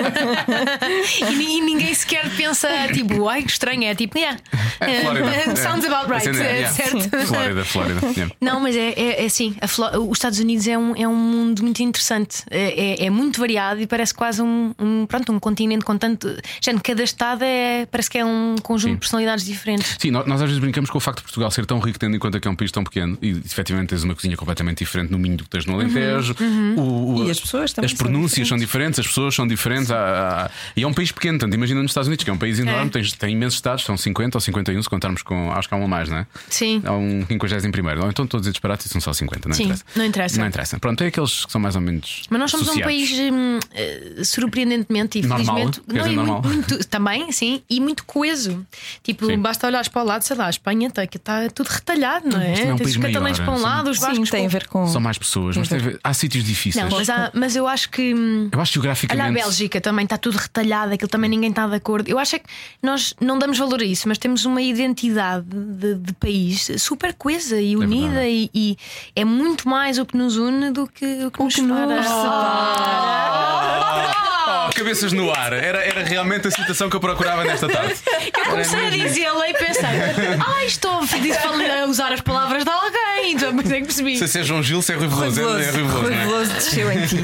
Speaker 4: e, ni- e ninguém sequer pensa, tipo, ai que estranho, é tipo, yeah.
Speaker 2: É, Flórida.
Speaker 4: Eh, Sounds
Speaker 2: É.
Speaker 4: about right,
Speaker 2: Sim, é,
Speaker 4: eh,
Speaker 2: yeah.
Speaker 4: certo?
Speaker 2: Flórida, Flórida. yeah.
Speaker 4: Não, mas é, é, é assim, a Fló- os Estados Unidos é um, é um mundo muito interessante, é, é- é muito variado e parece quase um, um, pronto, um continente com tanto. Gente, cada estado é, parece que é um conjunto de personalidades diferentes.
Speaker 2: Sim, nó- nós às vezes brincamos com o facto de Portugal ser tão rico, tendo em conta que é um país tão pequeno e efetivamente tens uma cozinha completamente diferente no Minho do que tens no
Speaker 4: Uhum,
Speaker 2: Alentejo. O- o-
Speaker 1: E as pessoas também
Speaker 2: As
Speaker 1: são
Speaker 2: pronúncias são diferentes, as pessoas são diferentes. há- há- e é um país pequeno, tanto imagina nos Estados Unidos, que é um país enorme, tens- tem imensos estados, são 50 ou 51, se contarmos com. Acho que há uma mais, não é?
Speaker 4: Sim.
Speaker 2: Há um 51. Ou então todos os disparates e são só 50, não
Speaker 4: Sim,
Speaker 2: interessa.
Speaker 4: não interessa.
Speaker 2: Não interessa. Pronto, é aqueles que são mais ou menos.
Speaker 4: Mas nós somos um
Speaker 2: associados.
Speaker 4: país hum, eh, surpreendentemente e
Speaker 2: Normal,
Speaker 4: felizmente
Speaker 2: quer dizer,
Speaker 4: e muito-
Speaker 2: normal.
Speaker 4: muito- também, sim, e muito coeso. Tipo,
Speaker 2: Sim.
Speaker 4: basta olhares para o lado, sei lá, a Espanha está, está tudo retalhado, não é?
Speaker 2: Isto não é um
Speaker 4: Tens
Speaker 2: país
Speaker 4: os catalães
Speaker 2: maior,
Speaker 4: para um
Speaker 2: sim.
Speaker 4: lado, os
Speaker 1: Sim,
Speaker 4: vascos
Speaker 1: tem a
Speaker 4: para
Speaker 1: ver com.
Speaker 2: São mais pessoas, mas tem a ver- há sítios difíceis.
Speaker 4: Não, mas, há- mas eu acho que. hum,
Speaker 2: Eu acho que
Speaker 4: Olha a
Speaker 2: geograficamente.
Speaker 4: Bélgica também está tudo retalhado, aquilo também ninguém está de acordo. Eu acho é que nós não damos valor a isso, mas temos uma identidade de, de país super coesa e unida e, e é muito mais o que nos une do que o que nos separa.
Speaker 2: Oh, cabeças no ar. Era, era realmente a citação que eu procurava nesta tarde.
Speaker 4: Eu comecei a dizê-la e pensei: ai, estou a pedir para usar as palavras de alguém. Então, mas é que percebi.
Speaker 2: Não sei se é João Gil, se é Rui Veloso. É, é Rui Veloso, não é?
Speaker 1: Veloso desceu em ti.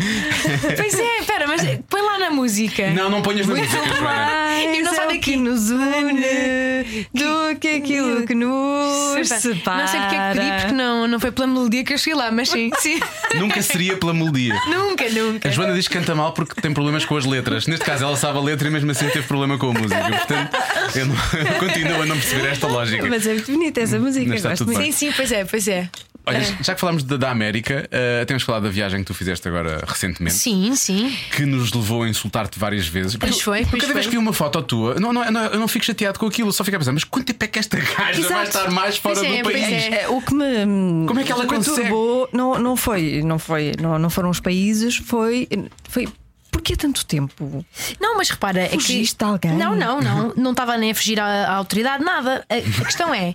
Speaker 4: Pois é, espera, mas põe lá na
Speaker 1: é.
Speaker 4: música.
Speaker 2: Não, não ponhas na música, Joana.
Speaker 4: Eu não
Speaker 1: Mas
Speaker 4: saio
Speaker 1: é o
Speaker 4: daqui.
Speaker 1: que nos une do que aquilo que nos separa.
Speaker 4: Não sei porque é que pedi, porque não, não foi pela melodia que eu cheguei lá, mas sim, sim.
Speaker 2: Nunca seria pela melodia.
Speaker 4: nunca, nunca.
Speaker 2: A Joana diz que canta mal porque tem problemas com as letras. Neste caso, ela sabe a letra e mesmo assim teve problema com a música. Portanto, eu, não, eu continuo a não perceber esta lógica.
Speaker 1: Mas é muito bonita essa música,
Speaker 2: Mas está
Speaker 1: gosto
Speaker 2: tudo
Speaker 1: muito.
Speaker 2: bem.
Speaker 4: Sim, sim, pois é, pois é.
Speaker 2: Olha, já que falámos da, da América, eh, temos falado da viagem que tu fizeste agora recentemente.
Speaker 4: Sim, sim.
Speaker 2: que nos levou a insultar-te várias vezes.
Speaker 4: Pois foi,
Speaker 2: Eu
Speaker 4: pois
Speaker 2: cada vez
Speaker 4: foi.
Speaker 2: que vi uma foto tua, não, é, não, não, eu não fico chateado com aquilo, só fico a pensar, mas quanto tempo é que esta gaja vai
Speaker 4: Exato.
Speaker 2: estar mais fora
Speaker 4: Pois é,
Speaker 2: do
Speaker 4: pois
Speaker 2: país?
Speaker 4: é.
Speaker 1: É, O que me
Speaker 2: Como é que ela consegue?
Speaker 1: conturbou não, não foi, não foi, não, não foram os países, foi, foi porque tanto tempo.
Speaker 4: Não, mas repara,
Speaker 1: Fugiste
Speaker 4: é
Speaker 1: de
Speaker 4: que...
Speaker 1: alguém?
Speaker 4: Não, não, não. Não estava nem a fugir à, à autoridade, nada. A, a questão é.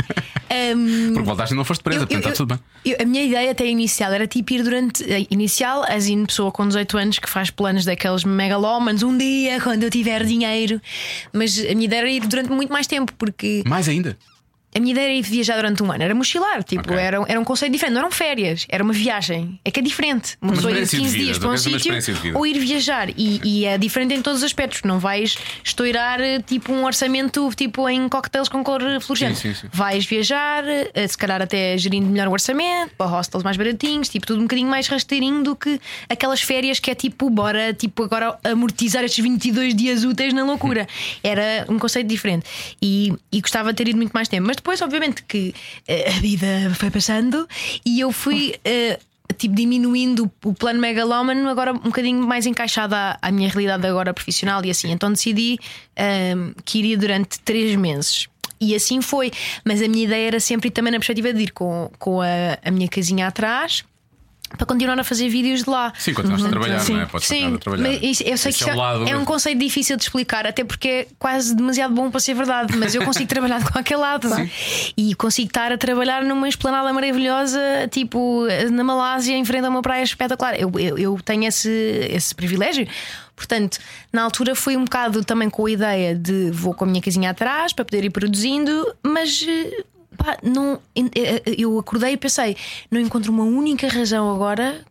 Speaker 4: hum,
Speaker 2: Porque voltaste e não foste presa,
Speaker 4: Eu-
Speaker 2: portanto
Speaker 4: eu-
Speaker 2: está tá tudo bem.
Speaker 4: eu- a minha ideia até inicial era tipo ir durante. eh, Inicial, as in pessoa com 18 anos que faz planos daqueles megalómanos um dia, quando eu tiver dinheiro. Mas a minha ideia era ir durante muito mais tempo, porque
Speaker 2: Mais ainda.
Speaker 4: a minha ideia era ir viajar durante um ano. Era mochilar, tipo,
Speaker 2: Ok.
Speaker 4: era, um- era um conceito diferente. Não eram férias, era uma viagem. É que é diferente. Uma pessoa ir
Speaker 2: experiência de
Speaker 4: 15
Speaker 2: vida,
Speaker 4: dias
Speaker 2: tu
Speaker 4: para um
Speaker 2: queres uma
Speaker 4: sítio
Speaker 2: experiência de vida.
Speaker 4: ou ir viajar. E, e é diferente em todos os aspectos. Não vais estourar eh, tipo um orçamento tipo em coquetéis com cor fluorescente.
Speaker 2: Sim, sim, sim.
Speaker 4: Vais viajar, eh, se calhar até gerindo melhor o orçamento, para hostels mais baratinhos, tipo tudo um bocadinho mais rasteirinho do que aquelas férias que é tipo, bora, tipo agora amortizar estes 22 dias úteis na loucura.
Speaker 2: Uhum.
Speaker 4: Era um conceito diferente e, e gostava de ter ido muito mais tempo. Mas depois, obviamente, que eh, a vida foi passando e eu fui. eh, Tipo, diminuindo o plano megalómano, agora um bocadinho mais encaixado à, à minha realidade agora profissional e assim. Então decidi ehm, que iria durante três meses. E assim foi. Mas a minha ideia era sempre, e também na perspectiva de ir com, com a, a minha casinha atrás. Para continuar a fazer vídeos de lá. Uhum.
Speaker 2: Sim, continuaste a trabalhar,
Speaker 4: Sim.
Speaker 2: não é? Podes
Speaker 4: Sim,
Speaker 2: continuar a trabalhar.
Speaker 4: mas isso- eu sei
Speaker 2: Esse
Speaker 4: que
Speaker 2: é
Speaker 4: isso
Speaker 2: o lado-
Speaker 4: é um conceito difícil de explicar, até porque é quase demasiado bom para ser verdade, mas eu consigo trabalhar de qualquer lado não é? e consigo estar a trabalhar numa esplanada maravilhosa, tipo na Malásia, em frente a uma praia espetacular. Eu, eu, eu tenho esse, esse privilégio. Portanto, na altura fui um bocado também com a ideia de vou com a minha casinha atrás para poder ir produzindo, mas eh, pá, não, eh, eu acordei e pensei, não encontro uma única razão agora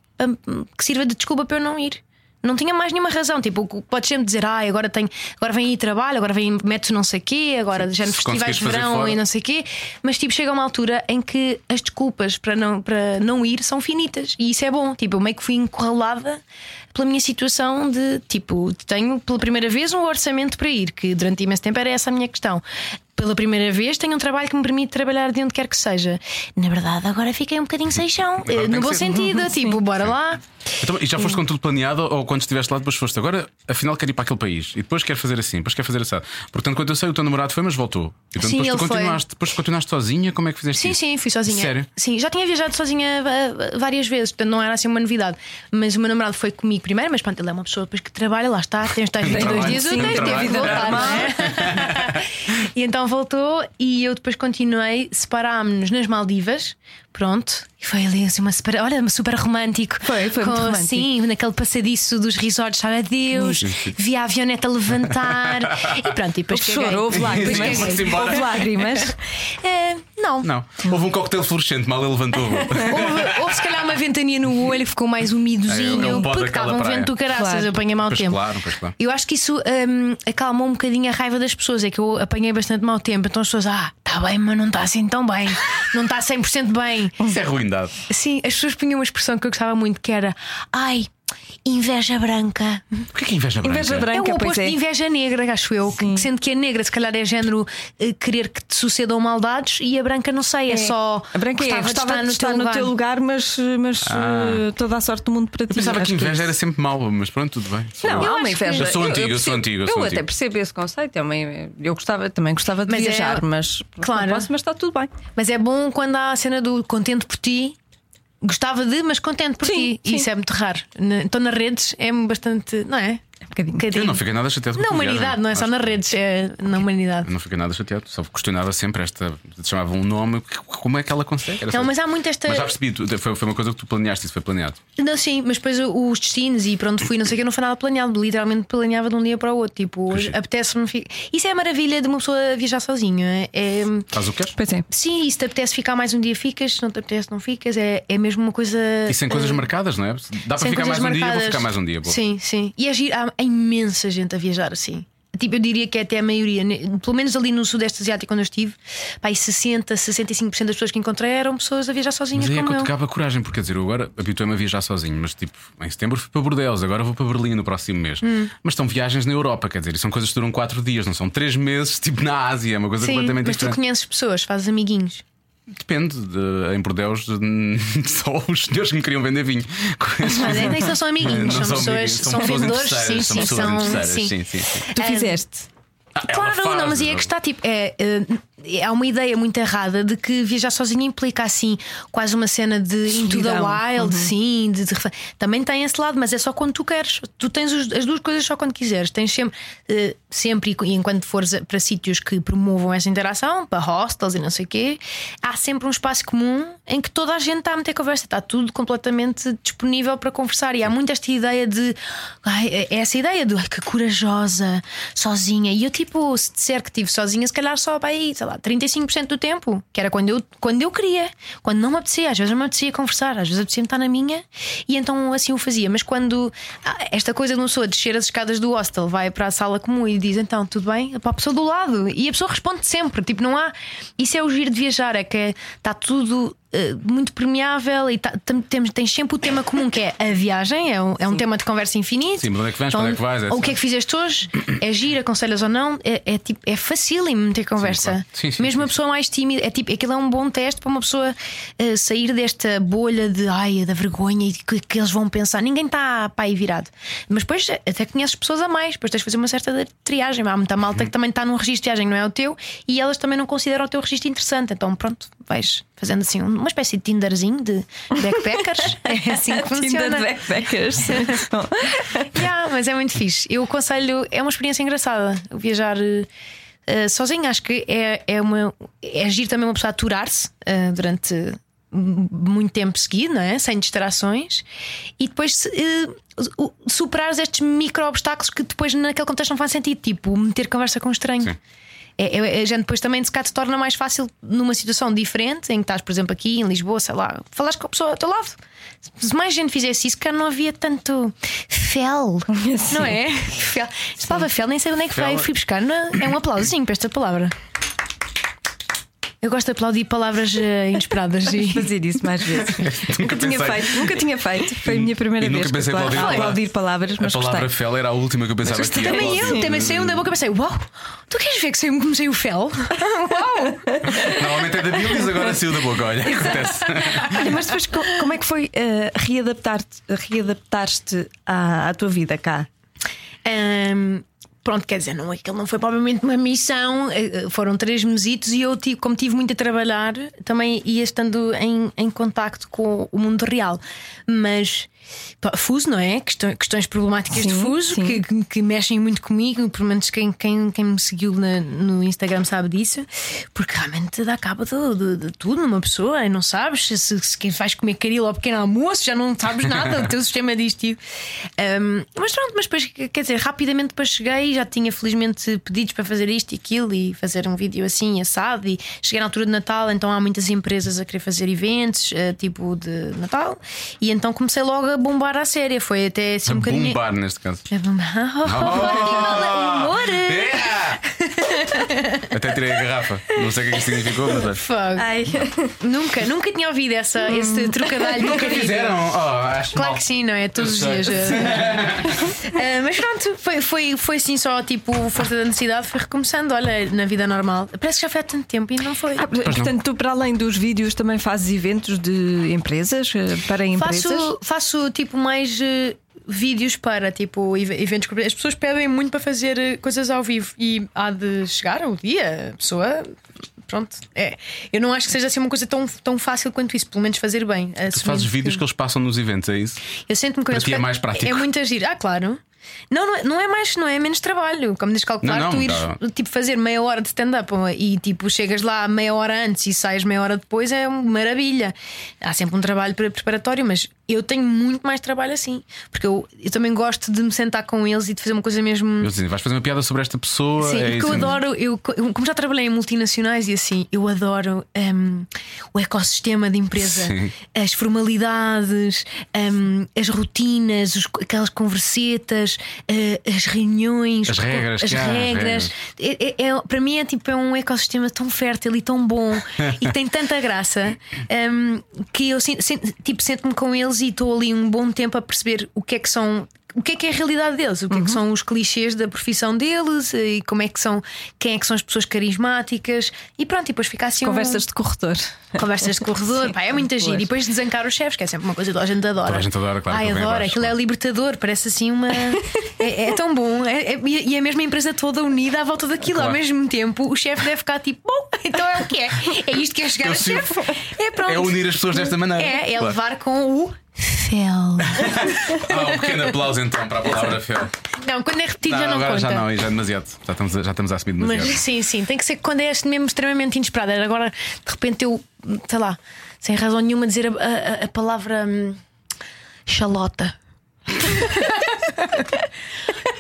Speaker 4: hum, que sirva de desculpa para eu não ir. Não tinha mais nenhuma razão. Tipo, podes sempre dizer, ah, agora tenho, agora vem aí trabalho, agora vem metes não sei quê, agora já nos
Speaker 2: se
Speaker 4: festivais de
Speaker 2: conseguires fazer
Speaker 4: verão
Speaker 2: fora.
Speaker 4: e não sei quê. Mas tipo, chega uma altura em que as desculpas para não, para não ir são finitas. E isso é bom. Tipo, eu meio que fui encurralada pela minha situação de tipo, tenho pela primeira vez um orçamento para ir, que durante imenso tempo era essa a minha questão. Pela primeira vez tenho um trabalho que me permite trabalhar de onde quer que seja. Na verdade, agora fiquei um bocadinho sem chão. Eh,
Speaker 2: tem
Speaker 4: No
Speaker 2: que
Speaker 4: bom
Speaker 2: ser.
Speaker 4: sentido, tipo, bora lá.
Speaker 2: Então, e já foste com tudo planeado ou quando estiveste lá depois foste? Agora, afinal, quero ir para aquele país e depois quero fazer assim, depois quero fazer assim. Portanto, quando eu sei, o teu namorado foi, mas voltou. Então,
Speaker 4: Sim,
Speaker 2: depois tu
Speaker 4: ele foi.
Speaker 2: continuaste, depois continuaste sozinha, como é que fizeste
Speaker 4: Sim,
Speaker 2: isso?
Speaker 4: sim, fui sozinha.
Speaker 2: Sério?
Speaker 4: Sim, já tinha viajado sozinha ah, ah, várias vezes, portanto não era assim uma novidade. Mas o meu namorado foi comigo primeiro, mas pronto, ele é uma pessoa depois que trabalha, lá está, tem os tais 22
Speaker 2: trabalho,
Speaker 4: dias
Speaker 2: sim, tem
Speaker 4: úteis, teve
Speaker 2: trabalho.
Speaker 4: de voltar, não é? E então voltou e eu depois continuei, separámos-nos nas Maldivas, pronto. E foi ali assim uma separa... Olha, super romântico.
Speaker 1: Foi, foi
Speaker 4: Com,
Speaker 1: muito romântico.
Speaker 4: Sim, naquele passadiço dos resorts, sabe a Deus, vi a avioneta levantar e pronto, e depois
Speaker 1: Houve
Speaker 4: caguei.
Speaker 1: choro, houve lágrimas.
Speaker 2: Sim, sim, sim, bora.
Speaker 1: Houve lágrimas.
Speaker 4: Eh, não,
Speaker 2: Não, houve um coquetel fluorescente, mal ele levantou.
Speaker 4: Houve, houve se calhar uma ventania no olho, ficou mais umidozinho,
Speaker 2: É, é um pó
Speaker 4: porque
Speaker 2: daquela
Speaker 4: estava um
Speaker 2: praia.
Speaker 4: vento do caraças,
Speaker 1: Claro.
Speaker 4: apanha mau
Speaker 2: Pois
Speaker 4: tempo.
Speaker 2: claro, pois claro.
Speaker 4: Eu acho que isso hum, acalmou um bocadinho a raiva das pessoas, é que eu apanhei bastante mau tempo, então as pessoas, ah, está bem, mas não está assim tão bem, não tá está 100% bem.
Speaker 2: Isso é ruindade.
Speaker 4: Sim, as pessoas punham uma expressão que eu gostava muito, que era, ai, inveja branca.
Speaker 2: O que é que é inveja branca?
Speaker 1: Inveja branca.
Speaker 4: É o
Speaker 1: pois
Speaker 4: oposto
Speaker 1: é.
Speaker 4: de inveja negra, acho eu. que- Sendo que a negra, se calhar, é género eh, querer que te sucedam maldades e a branca, não sei, é, só.
Speaker 1: A branca é,
Speaker 4: gostava de
Speaker 1: gostava
Speaker 4: estar no teu lugar.
Speaker 1: lugar, mas, mas eh, toda a sorte do mundo para ti.
Speaker 2: Eu pensava que
Speaker 1: Acho
Speaker 2: inveja
Speaker 1: é
Speaker 2: era sempre mau, mas pronto, tudo bem.
Speaker 1: Não,
Speaker 4: Eu
Speaker 1: há uma
Speaker 4: acho que-
Speaker 1: inveja.
Speaker 2: Eu sou antigo, eu sou
Speaker 1: percebo-
Speaker 2: antigo, eu
Speaker 1: Eu,
Speaker 2: sou
Speaker 1: até
Speaker 2: antigo.
Speaker 1: percebo esse conceito. é uma- eu gostava, também gostava de
Speaker 4: Mas é-
Speaker 1: viajar, mas,
Speaker 4: Claro.
Speaker 1: não posso, mas está tudo bem.
Speaker 4: Mas é bom quando há a cena do contente por ti. Gostava de, mas contente por
Speaker 1: Sim,
Speaker 4: ti.
Speaker 1: sim.
Speaker 4: Isso é muito raro. Na- Então nas redes é bastante. Não é?
Speaker 1: É um bocadinho.
Speaker 4: Cadinho.
Speaker 2: Eu não fiquei nada chateado com
Speaker 4: Na
Speaker 2: a viagem.
Speaker 4: humanidade, não é só
Speaker 2: Acho-
Speaker 4: nas redes, é na humanidade.
Speaker 2: Não fiquei nada chateado, só questionava sempre esta. Chamava um nome, que- como é que ela consegue? Era
Speaker 4: Não,
Speaker 2: só-
Speaker 4: mas há muito esta.
Speaker 2: Mas já percebi, tu- foi, foi uma coisa que tu planeaste, isso foi planeado.
Speaker 4: Não, sim, mas depois o- os destinos e para onde fui, não sei o que, não foi nada planeado. Literalmente planeava de um dia para o outro. Tipo, hoje
Speaker 2: giro.
Speaker 4: apetece-me. fi- Isso é a maravilha de uma pessoa viajar sozinha. É,
Speaker 2: Faz o que queres?
Speaker 1: Pois é.
Speaker 4: sim, e se te apetece ficar mais um dia, ficas. Se não te apetece, não ficas. É, é mesmo uma coisa.
Speaker 2: E sem coisas
Speaker 4: eh,
Speaker 2: marcadas, não é? Dá para
Speaker 4: Sem
Speaker 2: ficar mais
Speaker 4: coisas
Speaker 2: um dia, vou
Speaker 4: marcadas.
Speaker 2: ficar mais um dia. Boa.
Speaker 4: Sim, sim. E é giro, há imensa gente a viajar assim. Tipo, eu diria que é até a maioria, né? pelo menos ali no Sudeste Asiático, quando eu estive, pá, aí 60, 65% das pessoas que encontrei eram pessoas a viajar sozinhas
Speaker 2: Mas aí é que
Speaker 4: como
Speaker 2: eu
Speaker 4: eu.
Speaker 2: tocava coragem, porque quer dizer, eu agora habituei-me a viajar sozinho, mas tipo, em setembro fui para Bordeaux, agora vou para Berlim no próximo mês.
Speaker 4: Hum.
Speaker 2: Mas são viagens na Europa, quer dizer, e são coisas que duram 4 dias, não são 3 meses, tipo na Ásia, é uma coisa
Speaker 4: Sim,
Speaker 2: completamente
Speaker 4: mas tu
Speaker 2: diferente.
Speaker 4: conheces pessoas, fazes amiguinhos.
Speaker 2: Depende, de- em Bordeaux de- só os senhores que me queriam vender vinho.
Speaker 4: Mas é, nem são só amiguinhos,
Speaker 2: Não
Speaker 4: são pessoas,
Speaker 2: amigos,
Speaker 4: são,
Speaker 2: pessoas
Speaker 4: vendedores, sim,
Speaker 2: interesseiras,
Speaker 4: sim,
Speaker 2: são pessoas
Speaker 4: são.
Speaker 2: interesseiras, sim,
Speaker 4: Sim.
Speaker 2: sim, sim.
Speaker 1: Tu
Speaker 4: Ah,
Speaker 1: fizeste.
Speaker 2: Ah, ela
Speaker 4: Claro,
Speaker 2: faz,
Speaker 4: não, mas aí é que está tipo. É, eh, há uma ideia muito errada de que viajar sozinho implica assim, quase uma cena de into the
Speaker 1: Solidão.
Speaker 4: wild, sim. de- de refa- também tem esse lado, mas é só quando tu queres. Tu tens os- as duas coisas só quando quiseres. Tens sempre, eh, sempre e enquanto fores a- para sítios que promovam essa interação, para hostels e não sei o quê, há sempre um espaço comum em que toda a gente está a meter conversa, está tudo completamente disponível para conversar. E há muito esta ideia de. ai, é essa ideia de ai, que corajosa, sozinha. E eu, tipo, se disser que estive sozinha, se calhar só para aí, sei lá, 35% do tempo, que era quando eu, quando eu queria, quando não me apetecia. Às vezes não me apetecia conversar, às vezes apetecia-me estar na minha, e então assim o fazia. Mas quando ah, esta coisa de uma pessoa descer as escadas do hostel, vai para a sala comum e diz então, tudo bem, para a pessoa do lado, e a pessoa responde sempre. Tipo, não há. Isso é o giro de viajar, é que está tudo. eh, muito permeável e tá, tam- temos, tens sempre o tema comum que é a viagem, é um, é um tema de conversa infinito.
Speaker 2: Sim, mas onde é que vens,
Speaker 4: Então,
Speaker 2: quando é que vais,
Speaker 4: ou o que é que fizeste hoje? É giro, aconselhas ou não? É, é, tipo, é facílimo meter conversa.
Speaker 2: claro. Sim, sim,
Speaker 4: Mesmo
Speaker 2: sim,
Speaker 4: a
Speaker 2: sim.
Speaker 4: pessoa mais tímida, é tipo, aquilo é um bom teste para uma pessoa eh, sair desta bolha de ai, é da vergonha e que, que eles vão pensar. Ninguém está para aí virado. Mas depois eh, até conheces pessoas a mais, depois tens de fazer uma certa triagem. Há muita malta
Speaker 2: Uhum.
Speaker 4: que também está num registro de viagem, que não é o teu, e elas também não consideram o teu registro interessante. Então pronto, vais fazendo assim uma espécie de Tinderzinho de backpackers. é assim que funciona.
Speaker 1: Tinder de backpackers.
Speaker 4: Yeah, mas é muito fixe. Eu aconselho, é uma experiência engraçada o viajar eh, eh, sozinho. Acho que é, é, uma, é agir também uma pessoa a aturar-se eh, durante m- muito tempo seguido, não é? sem distrações, e depois se, eh, o- superares estes micro obstáculos que depois naquele contexto não faz sentido, tipo meter conversa com um estranho.
Speaker 2: Sim.
Speaker 4: é, é- a gente depois também se calhar se torna mais fácil numa situação diferente, em que estás, por exemplo, aqui em Lisboa, sei lá, falas com a pessoa ao teu lado. Se mais gente fizesse isso, que não havia tanto fel,
Speaker 1: assim?
Speaker 4: não é? Fel. Esta palavra fel, nem sei onde é que
Speaker 2: Fel-
Speaker 4: veio, fui buscar. Não, é um aplausinho para esta palavra. Eu gosto de aplaudir palavras eh, inesperadas e.
Speaker 1: Fazer isso mais vezes. nunca, tinha
Speaker 2: pensei.
Speaker 1: feito, nunca tinha feito. Foi a minha primeira
Speaker 2: E nunca
Speaker 1: vez que
Speaker 2: pensei em
Speaker 1: eu
Speaker 2: aplaudir palavras.
Speaker 1: aplaudir palavras,
Speaker 2: A
Speaker 1: mas
Speaker 2: palavra
Speaker 1: gostei.
Speaker 2: fel era a última que eu pensava que ia
Speaker 4: Também
Speaker 2: aplaudir.
Speaker 4: eu, também saiu da boca, pensei, uau, tu queres ver que saiu como saiu o fel?
Speaker 2: Normalmente é da Billis, agora saiu da boca. Olha, acontece.
Speaker 1: Olha, mas depois co- como é que foi eh, readaptar-te readaptaste à, à tua vida cá?
Speaker 4: Ahm, pronto, quer dizer, não, é, aquilo não foi propriamente uma missão, eh, eh, foram três mesitos e eu, tive, como tive muito a trabalhar, também ia estando em, em contacto com o mundo real. Mas pá, fuso, não é? Questões, questões problemáticas de
Speaker 1: Sim,
Speaker 4: fuso
Speaker 1: sim.
Speaker 4: que, que- que mexem muito comigo, pelo menos quem, quem, quem me seguiu na- no Instagram sabe disso, porque realmente dá cabo de, de- de tudo numa pessoa e não sabes se, se, se quem vais comer caril ao pequeno almoço já não sabes nada do teu sistema digestivo. Ahm, mas pronto, mas depois, quer dizer, rapidamente depois cheguei e já tinha felizmente pedidos para fazer isto e aquilo e fazer um vídeo assim assado. E cheguei na altura de Natal, então há muitas empresas a querer fazer eventos eh, tipo de Natal e então comecei logo a bombar à séria. Foi até assim um bocadinho.
Speaker 2: Bombar, neste caso.
Speaker 4: A bombar.
Speaker 2: Oh!
Speaker 4: Humor! Ah,
Speaker 2: Yeah!
Speaker 4: é.
Speaker 2: Até tirei a garrafa. Não sei o que é que isto significou, mas olha.
Speaker 4: Fogo.
Speaker 1: Ai,
Speaker 4: Nunca, nunca tinha ouvido essa, esse trocadilho.
Speaker 2: Nunca
Speaker 4: querido.
Speaker 2: fizeram? Oh, acho
Speaker 4: Claro
Speaker 2: mal.
Speaker 4: que sim, não é? Todos os
Speaker 2: Eu
Speaker 4: dias.
Speaker 2: sei.
Speaker 4: Ah, mas pronto, foi, foi, foi assim só tipo força da necessidade, foi recomeçando, olha, na vida normal. Parece que já foi há tanto tempo e não foi.
Speaker 1: Ah, portanto, tu para além dos vídeos também fazes eventos de empresas eh, para empresas?
Speaker 4: faço, faço tipo mais eh, vídeos para tipo eve- eventos. corporativos. As pessoas pedem muito para fazer eh, coisas ao vivo e há de chegar o dia, a pessoa. Pronto, é. Eu não acho que seja assim uma coisa tão, tão fácil quanto isso, pelo menos fazer bem.
Speaker 2: Tu fazes vídeos que eles passam nos eventos, é isso?
Speaker 4: Eu sinto-me com
Speaker 2: Para
Speaker 4: esse
Speaker 2: ti é
Speaker 4: aspecto-
Speaker 2: mais prático.
Speaker 4: É muito agir. Ah, claro. Não, não, é- não é mais, não é menos trabalho. Como diz calcular,
Speaker 2: Não, não,
Speaker 4: tu ires
Speaker 2: dá.
Speaker 4: tipo, fazer meia hora de stand-up e tipo chegas lá meia hora antes e sais meia hora depois é uma maravilha. Há sempre um trabalho pre- preparatório, mas eu tenho muito mais trabalho assim. Porque eu, eu também gosto de me sentar com eles e de fazer uma coisa mesmo.
Speaker 2: Eles dizem, vais fazer uma piada sobre esta pessoa.
Speaker 4: Sim,
Speaker 2: é
Speaker 4: porque
Speaker 2: isso
Speaker 4: eu
Speaker 2: mesmo.
Speaker 4: adoro, eu, eu- como já trabalhei em multinacionais e assim, eu adoro hum, o ecossistema de empresa,
Speaker 2: Sim.
Speaker 4: as formalidades, hum, as rotinas, os- aquelas conversetas, eh, as reuniões,
Speaker 2: As regras
Speaker 4: as
Speaker 2: que há, as
Speaker 4: regras.
Speaker 2: regras.
Speaker 4: É- é- é- para mim é tipo é um ecossistema tão fértil e tão bom e tem tanta graça hum, que eu sinto, sinto- tipo, sento-me com eles e estou ali um bom tempo a perceber o que é que são. O que é que é a realidade deles? O que é que são os clichês da profissão deles e como é que são, quem é que são as pessoas carismáticas e pronto, e depois fica assim um-
Speaker 1: Conversas de corredor.
Speaker 4: Conversas de corredor,
Speaker 1: Sim,
Speaker 4: pá, é muita gira.
Speaker 1: pois.
Speaker 4: E depois desancar os chefes, que é sempre uma coisa que toda a gente adora.
Speaker 2: Toda a gente adora, claro,
Speaker 4: Ai,
Speaker 2: que eu venho
Speaker 4: adora,
Speaker 2: abaixo,
Speaker 4: aquilo é
Speaker 2: claro.
Speaker 4: libertador, parece assim uma. é, é tão bom. É- é- e é mesmo a empresa toda unida à volta daquilo. Ao
Speaker 2: Claro.
Speaker 4: mesmo tempo, o chefe deve ficar tipo, bom, então é o que é. É isto que é chegar
Speaker 2: Eu
Speaker 4: a chefe.
Speaker 2: sirvo.
Speaker 4: É pronto.
Speaker 2: É unir as pessoas desta maneira.
Speaker 4: É, é
Speaker 2: Claro.
Speaker 4: levar com o fel.
Speaker 2: Ah, um pequeno aplauso então para a palavra fel.
Speaker 4: Não, quando é repetido já não
Speaker 2: agora
Speaker 4: conta.
Speaker 2: já não, já é demasiado. Já estamos, a- já estamos a assumir
Speaker 4: Mas
Speaker 2: demasiado. Ah,
Speaker 4: sim, sim, tem que ser quando é este mesmo extremamente inesperado. Era Agora, de repente, eu, sei lá, sem razão nenhuma, dizer a, a- a palavra hum, xalota.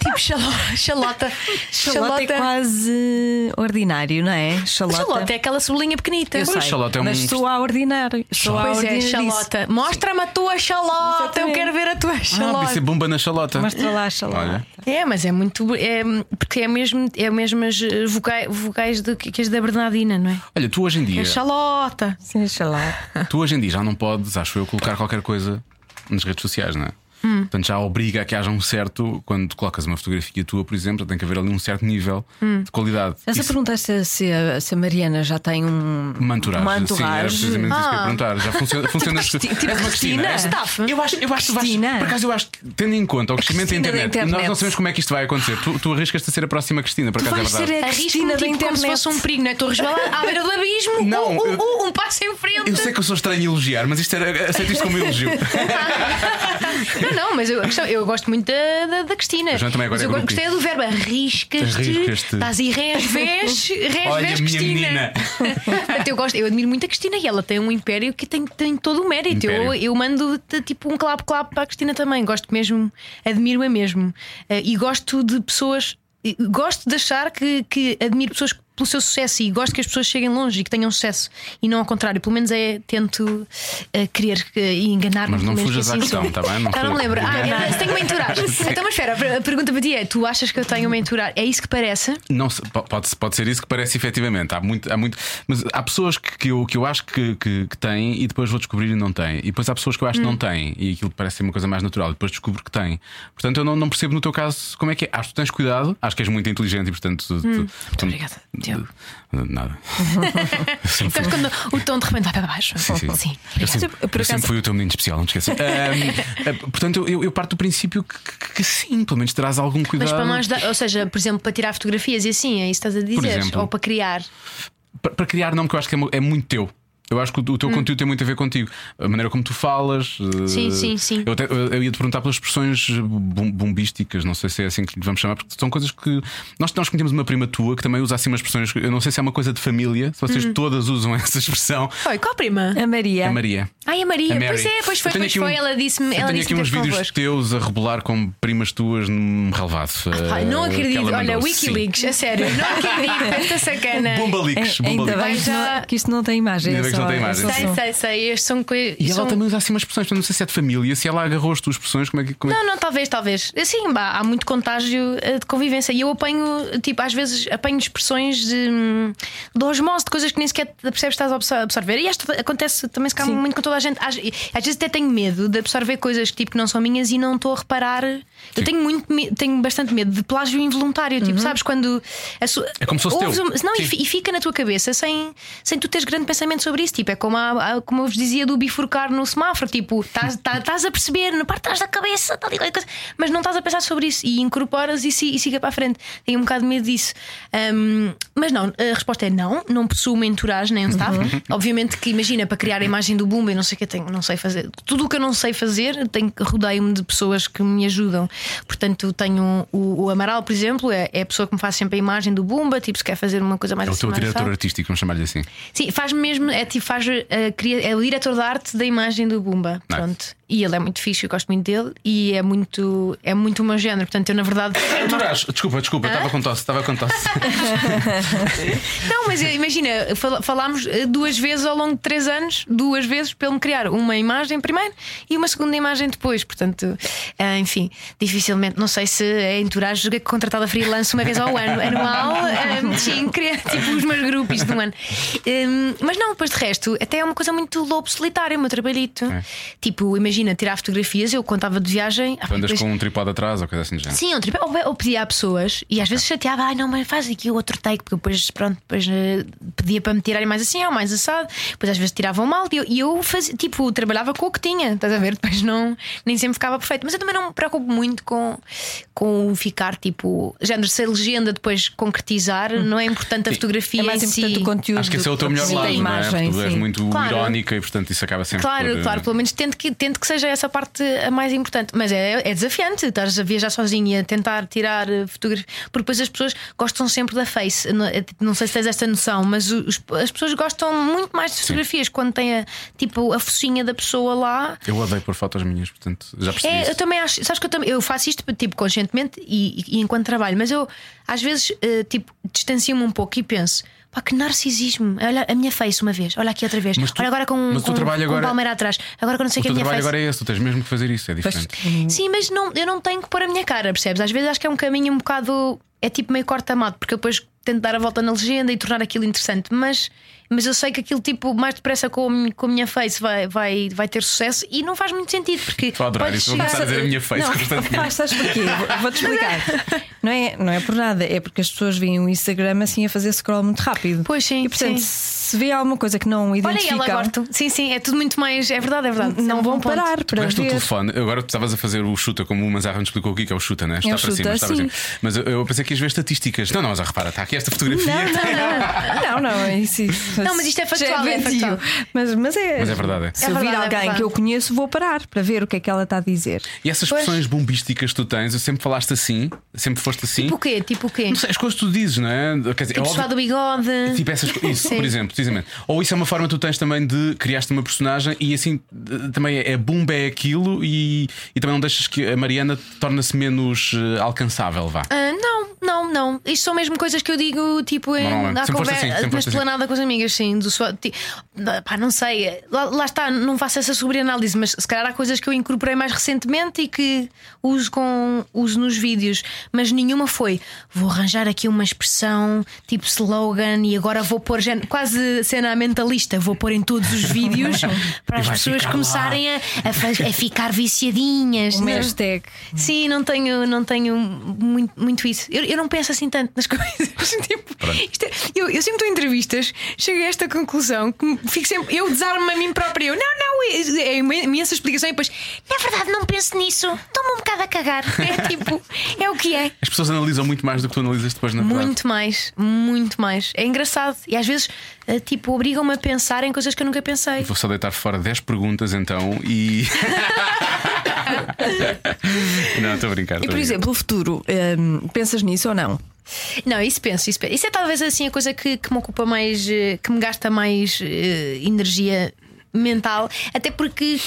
Speaker 4: tipo xalo- xalota.
Speaker 1: Xalote é quase ordinário, não é? Xalota.
Speaker 4: Xalota é aquela cebolinha pequenita.
Speaker 1: Eu sei,
Speaker 2: Pois, xalote é um-
Speaker 1: mas sou a ordinário. Sou a
Speaker 4: Pois é,
Speaker 1: ordinário.
Speaker 4: xalota. Mostra-me a tua xalota. Eu
Speaker 1: Exatamente.
Speaker 4: quero ver a tua
Speaker 2: Ah,
Speaker 4: xalota.
Speaker 2: podia
Speaker 1: é
Speaker 2: ser bomba na xalota.
Speaker 1: Mostra lá a xalota.
Speaker 2: Olha.
Speaker 4: É, mas é muito. É, porque é mesmo, é mesmo as eh, vocais, vocais do, que que as da Bernardina, não é?
Speaker 2: Olha, tu hoje em dia,
Speaker 4: É xalota.
Speaker 1: Sim, xalota.
Speaker 2: tu hoje em dia já não podes, acho eu, colocar qualquer coisa nas redes sociais, não é?
Speaker 1: Hum.
Speaker 2: Portanto, já obriga a que haja um certo, quando tu colocas uma fotografia tua, por exemplo, já tem que haver ali um certo nível
Speaker 1: Hum.
Speaker 2: de qualidade.
Speaker 1: Estás a
Speaker 2: Isso-
Speaker 1: perguntar se, se a, se a Mariana já tem um.
Speaker 2: Uma entourage.
Speaker 1: Uma
Speaker 2: Sim, era
Speaker 1: entourage.
Speaker 2: precisamente isso que eu ia perguntar. Já funciona, funciona
Speaker 1: Ah. Tipo Cristi- tipo
Speaker 2: És uma
Speaker 1: Cristina?
Speaker 2: és?
Speaker 1: Staff.
Speaker 2: Eu acho, eu acho que vais-
Speaker 1: Cristina?
Speaker 2: Por acaso, eu acho que, tendo em conta o crescimento da
Speaker 1: Cristina da
Speaker 2: internet,
Speaker 1: internet.
Speaker 2: nós não sabemos como é que isto vai acontecer. Tu, tu arriscas-te a ser a próxima Cristina, por acaso é
Speaker 1: vais
Speaker 2: verdade.
Speaker 1: ser a Cristina
Speaker 4: Arrisco-me
Speaker 1: da
Speaker 4: tipo, como se
Speaker 1: internet.
Speaker 4: fosse um perigo, não é? Estou resvalada à beira do abismo,
Speaker 2: Não,
Speaker 4: um, um-
Speaker 2: eu-
Speaker 4: um- um passo em frente.
Speaker 2: Eu sei que eu sou estranho em elogiar, mas isto era, aceito isto como elogio.
Speaker 4: Não, não, mas eu, a questão- eu gosto muito da, da, da Cristina.
Speaker 2: A Joana também agora
Speaker 4: mas eu
Speaker 2: é
Speaker 4: go-
Speaker 2: grupo.
Speaker 4: gostei do verbo arriscas-te,
Speaker 2: Arriscas-te.
Speaker 4: estás aí rés, vés, rés,
Speaker 2: Olha,
Speaker 4: vés,
Speaker 2: minha
Speaker 4: Cristina.
Speaker 2: menina.
Speaker 4: Portanto, eu, gosto, eu admiro muito a Cristina e ela tem um império que tem, tem todo o mérito. Eu,
Speaker 2: Império.
Speaker 4: eu mando t- tipo um clap-clap para a Cristina também. Gosto mesmo, admiro-a mesmo. Eh, e gosto de pessoas, e gosto de achar que, que admiro pessoas. pelo seu sucesso e gosto que as pessoas cheguem longe e que tenham sucesso e não ao contrário. Pelo menos é tento eh, querer que- e enganar-me.
Speaker 2: Mas não
Speaker 4: pelo menos
Speaker 2: fujas
Speaker 4: que
Speaker 2: à
Speaker 4: assim
Speaker 2: questão,
Speaker 4: sou.
Speaker 2: tá bem? Não
Speaker 4: Eu não me
Speaker 2: fujas.
Speaker 4: lembro. Ah, era- tenho uma entourage. Então, mas espera, a pergunta para ti é: tu achas que eu tenho uma entourage? É isso que parece?
Speaker 2: Não, se- po- pode, pode ser isso que parece efetivamente. Há muito, há muito, mas há pessoas que, que eu, que eu acho que, que, que têm e depois vou descobrir e não têm. E depois há pessoas que eu
Speaker 4: Hum.
Speaker 2: acho que não têm e aquilo parece ser uma coisa mais natural. E depois descubro que têm. Portanto, eu não, não percebo no teu caso como é que é. Acho que tu tens cuidado, acho que és muito inteligente e portanto. tu- tu- tu-
Speaker 4: Hum.
Speaker 2: Uh,
Speaker 4: obrigada, Diogo.
Speaker 2: Nada.
Speaker 4: Sabes quando o tom de repente vai para baixo?
Speaker 2: Sim, sim. Eu
Speaker 4: Oh, Obrigada.
Speaker 2: sempre, eu sempre fui o teu menino especial, não te esqueças. Ahm, eh, portanto, eu, eu parto do princípio que, que- que sim, pelo menos terás algum
Speaker 4: Mas
Speaker 2: cuidado.
Speaker 4: para mais, ou seja, por exemplo, para tirar fotografias e assim, é isso que estás a dizer?
Speaker 2: exemplo.
Speaker 4: Ou para criar?
Speaker 2: Pa- para criar, não, porque eu acho que é, mu- é muito teu. Eu acho que o, o teu conteúdo tem muito a ver contigo. A maneira como tu falas. eh,
Speaker 4: Hum. Sim, sim, sim.
Speaker 2: Eu, até- eu- eu ia te perguntar pelas expressões bum- bombísticas, não sei se é assim que lhe vamos chamar, porque são coisas que. Nós, nós conhecemos uma prima tua que também usa assim umas expressões. que Eu não sei se é uma coisa de família, se
Speaker 4: Hum.
Speaker 2: vocês todas usam essa expressão.
Speaker 4: Oi, qual a prima?
Speaker 1: É.
Speaker 5: A Maria.
Speaker 2: A Maria.
Speaker 4: Ai, a Maria.
Speaker 2: A Mary.
Speaker 4: É. pois é, pois foi,
Speaker 2: Eu tenho
Speaker 4: pois
Speaker 2: aqui
Speaker 4: foi.
Speaker 2: um-
Speaker 4: Ela disse-me,
Speaker 2: Eu
Speaker 4: ela
Speaker 2: tenho
Speaker 4: disse
Speaker 2: aqui
Speaker 4: que
Speaker 2: uns
Speaker 4: teve
Speaker 2: vídeos
Speaker 4: convosco.
Speaker 2: teus a rebelar com primas tuas num relvado.
Speaker 4: Ai, não
Speaker 2: eh, que
Speaker 4: acredito.
Speaker 2: ela
Speaker 4: Olha,
Speaker 2: mandou. Sim.
Speaker 4: Wikileaks, né? É, a sério. Não acredito. Esta sacana.
Speaker 2: Bomba leaks, bomba
Speaker 1: Ainda
Speaker 2: leaks.
Speaker 1: bem que,
Speaker 4: Vai já-
Speaker 1: não, que isto não tem imagem.
Speaker 2: Ainda
Speaker 1: é
Speaker 2: bem que
Speaker 1: só-
Speaker 2: não tem
Speaker 1: é
Speaker 2: imagem.
Speaker 1: só
Speaker 4: Sei,
Speaker 1: som.
Speaker 4: sei, sei. Estes são coisas.
Speaker 2: E ela
Speaker 4: são-
Speaker 2: também usa assim umas expressões, portanto, não sei se é de família, se ela agarrou as tuas expressões, como é que. Como é que-
Speaker 4: Não, não, talvez, talvez. Sim, bah, há muito contágio eh, de convivência. E eu apanho, tipo, às vezes apanho expressões de, hum, de osmose, de coisas que nem sequer te percebes que estás a absor- absorver. E isto acontece também se calhar muito com toda a gente. Às, e às vezes até tenho medo de absorver coisas que, tipo, que não são minhas e não estou a reparar. Eu tenho muito me- tenho bastante medo de plágio involuntário. Tipo, sabes, quando. a su-
Speaker 2: Uhum. É como se fosse
Speaker 4: ouves
Speaker 2: teu.
Speaker 4: um- Não, e,
Speaker 2: Sim.
Speaker 4: fi- e fica na tua cabeça sem, sem tu teres grande pensamento sobre isso. Tipo, é como, a- a- como eu vos dizia do bifurcar no semáforo. Tipo, estás tá- estás a perceber na parte de trás da cabeça, tal e qual coisa, mas não estás a pensar sobre isso e incorporas e, si- e siga para a frente. Tenho um bocado de medo disso. Ahm, mas não, a resposta é não. Não possuo uma entourage nem um staff. Obviamente que imagina para criar a imagem do Bumba, eu não sei o que eu tenho, não sei fazer. Tudo o que eu não sei fazer, eu tenho que- rodeio-me de pessoas que me ajudam. Portanto, tenho o, o Amaral, por exemplo, é, é a pessoa que me faz sempre a imagem do Bumba, tipo, se quer fazer uma coisa mais
Speaker 2: É o teu
Speaker 4: assim, mais
Speaker 2: diretor
Speaker 4: assado.
Speaker 2: artístico, vamos chamar-lhe assim.
Speaker 4: Sim, faz mesmo, é tipo, faz, eh, cria- é o diretor de arte da imagem do Bumba.
Speaker 2: Nice.
Speaker 4: Pronto. E ele é muito fixe, eu gosto muito dele e é muito, é muito o meu género. Portanto, eu na verdade.
Speaker 2: Entourage, desculpa, desculpa, estava com tosse, estava com tosse.
Speaker 4: Não, mas eh, imagina, fal- falámos eh, duas vezes ao longo de três anos, duas vezes para ele me criar uma imagem primeiro e uma segunda imagem depois. Portanto, eh, enfim, dificilmente, não sei se é entourage contratada freelance uma vez ao ano, anual, eh, sim, criar tipo os meus grupos de um ano. Eh, Mas não, depois de resto, até é uma coisa muito lobo solitário, o meu trabalhito.
Speaker 2: É.
Speaker 4: Tipo, imagina tirar fotografias, eu contava de viagem. ah,
Speaker 2: Tu andas
Speaker 4: depois-
Speaker 2: com um tripode atrás ou coisa assim do género.
Speaker 4: Sim, eu, tipo, ou, ou pedia a pessoas e às vezes chateava, ai não, mas faz aqui o outro take, porque depois, pronto, depois eh, pedia para me tirarem mais assim ou mais assado, depois às vezes tiravam mal e eu, e eu fazia, tipo, trabalhava com o que tinha, estás a ver? Depois não, nem sempre ficava perfeito, mas eu também não me preocupo muito com, com o ficar, tipo, género, se a legenda depois concretizar, não é importante a fotografia
Speaker 1: É mais
Speaker 4: em
Speaker 1: importante
Speaker 4: si.
Speaker 1: o conteúdo.
Speaker 2: Acho que esse é o teu
Speaker 1: do
Speaker 2: melhor
Speaker 1: que
Speaker 2: lado,
Speaker 1: a
Speaker 2: não é? Porque
Speaker 1: imagem.
Speaker 2: tu és
Speaker 1: sim.
Speaker 2: muito
Speaker 4: Claro.
Speaker 2: irónica e portanto isso acaba sempre.
Speaker 4: Claro,
Speaker 2: por, eh,
Speaker 4: claro, pelo menos tento que, tento que seja essa parte a mais importante. Mas é, é desafiante, estás a viajar sozinho e a tentar tirar eh, fotografias. Porque depois as pessoas gostam sempre da face. Não, é, tipo, não sei se tens esta noção, mas os- as pessoas gostam muito mais de fotografias quando tem a, tipo, a focinha da pessoa lá.
Speaker 2: Eu odeio por fotos minhas, portanto já percebi.
Speaker 4: É,
Speaker 2: isso.
Speaker 4: eu também acho, sabes que eu, também, eu faço isto tipo, conscientemente e, e enquanto trabalho, mas eu às vezes eh, tipo, distancio-me um pouco e penso. Pá, que narcisismo. Olha a minha face uma vez, olha aqui outra vez.
Speaker 2: Mas tu-
Speaker 4: olha agora com,
Speaker 2: mas o teu
Speaker 4: com,
Speaker 2: trabalho
Speaker 4: com
Speaker 2: agora-
Speaker 4: palmeira atrás. Agora que eu não sei
Speaker 2: O
Speaker 4: que a
Speaker 2: teu
Speaker 4: minha
Speaker 2: trabalho
Speaker 4: face.
Speaker 2: agora é esse, tu tens mesmo que fazer isso, é diferente.
Speaker 4: Sim, mas não, eu não tenho que pôr a minha cara, percebes? Às vezes acho que é um caminho um bocado. É tipo meio corta-mato, porque eu depois tento dar a volta na legenda e tornar aquilo interessante, mas, mas eu sei que aquilo, tipo, mais depressa com, a mi- com a minha face vai, vai, vai ter sucesso e não faz muito sentido, porque.
Speaker 2: Estou a adorar
Speaker 4: podes
Speaker 2: isso, vou começar a
Speaker 4: chegar-
Speaker 2: dizer a minha face
Speaker 1: Não,
Speaker 2: constantemente.
Speaker 1: faz, sabes porquê? Vou- Vou-te explicar. Não é, não é por nada, é porque as pessoas veem o Instagram assim a fazer scroll muito rápido.
Speaker 4: Pois sim,
Speaker 1: E portanto,
Speaker 4: sim.
Speaker 1: se vê alguma coisa que não
Speaker 4: Olha,
Speaker 1: identificam,
Speaker 4: ela gosto. Sim, sim, é tudo muito mais. É verdade, é verdade.
Speaker 1: não
Speaker 4: É um
Speaker 1: vão
Speaker 4: bom ponto.
Speaker 1: parar para
Speaker 2: Pegaste o
Speaker 1: ver.
Speaker 2: telefone, agora tu estavas a fazer o chuta, como o Manzarra nos explicou aqui, que é o chuta, né? Está
Speaker 1: É o
Speaker 2: para
Speaker 1: chuta,
Speaker 2: cima, está para
Speaker 1: sim.
Speaker 2: cima. Mas eu, eu pensei que ias ver estatísticas. Não, não, mas ah, repara, está aqui esta fotografia.
Speaker 1: Não, não, não, não, não, é isso, isso.
Speaker 4: Não, mas isto é
Speaker 1: Já
Speaker 4: factual, é
Speaker 1: doentio.
Speaker 4: factual.
Speaker 1: Mas, mas é.
Speaker 2: Mas é verdade, é.
Speaker 1: Se
Speaker 4: É
Speaker 1: eu vir
Speaker 4: verdade, é
Speaker 1: alguém
Speaker 4: verdade.
Speaker 1: que eu conheço, vou parar para ver o que é que ela está a dizer.
Speaker 2: E essas
Speaker 4: Pois.
Speaker 2: expressões bombísticas que tu tens, eu sempre falaste assim, sempre foste assim.
Speaker 4: Tipo o quê? Tipo o quê?
Speaker 2: Não sei, as coisas que tu dizes, não é? Quer dizer, é
Speaker 4: Tipo
Speaker 2: óbvio-
Speaker 4: só do bigode.
Speaker 2: Tipo essas co- isso,
Speaker 4: Sim.
Speaker 2: por exemplo, precisamente. Ou isso é uma forma que tu tens também de criaste uma personagem e assim eh, também é, é bumba é aquilo e, e também não deixas que a Mariana torna-se menos eh, alcançável, vá.
Speaker 4: Ah, não, não, Não, não. Isto são mesmo coisas que eu digo, tipo, em,
Speaker 2: Normalmente. Sempre
Speaker 4: à
Speaker 2: foste
Speaker 4: conversa,
Speaker 2: assim, sempre
Speaker 4: na
Speaker 2: foste assim.
Speaker 4: esplanada com os amigos, sim. Do sua, ti- pá, não sei. Lá, lá está, não faço essa sobreanálise, mas se calhar há coisas que eu incorporei mais recentemente e que uso, com, uso nos vídeos, mas nenhuma foi. Vou arranjar aqui uma expressão tipo slogan e agora vou pôr gen- quase cena mentalista, vou pôr em todos os vídeos para
Speaker 2: E
Speaker 4: as
Speaker 2: vai
Speaker 4: pessoas
Speaker 2: ficar lá.
Speaker 4: começarem a, a fa- a ficar viciadinhas. né?
Speaker 1: Uma
Speaker 4: não?
Speaker 1: hashtag.
Speaker 4: Sim, não tenho, não tenho muito, muito isso. Eu, eu não penso assim tanto nas coisas. tipo, isto é- eu, eu sempre estou em entrevistas, chego a esta conclusão que fico sempre. Eu desarmo a mim própria. Eu, não, não, é, é imen- imensa explicação e depois.
Speaker 6: Na verdade, não penso nisso. Estou-me um bocado a cagar.
Speaker 4: É tipo, é o que é.
Speaker 2: As pessoas analisam muito mais do que tu analisas depois na verdade.
Speaker 4: Muito mais, muito mais. É engraçado. E às vezes, eh, tipo, obrigam-me a pensar em coisas que eu nunca pensei.
Speaker 2: Vou só deitar fora 10 perguntas então e. não, estou a brincar.
Speaker 1: E por
Speaker 2: estou a
Speaker 4: é.
Speaker 2: brincar.
Speaker 1: exemplo, o futuro, hum, pensas nisso ou não?
Speaker 4: Não, isso penso, isso penso. Isso é talvez assim a coisa que, que me ocupa mais, eh, que me gasta mais eh, energia mental, até porque.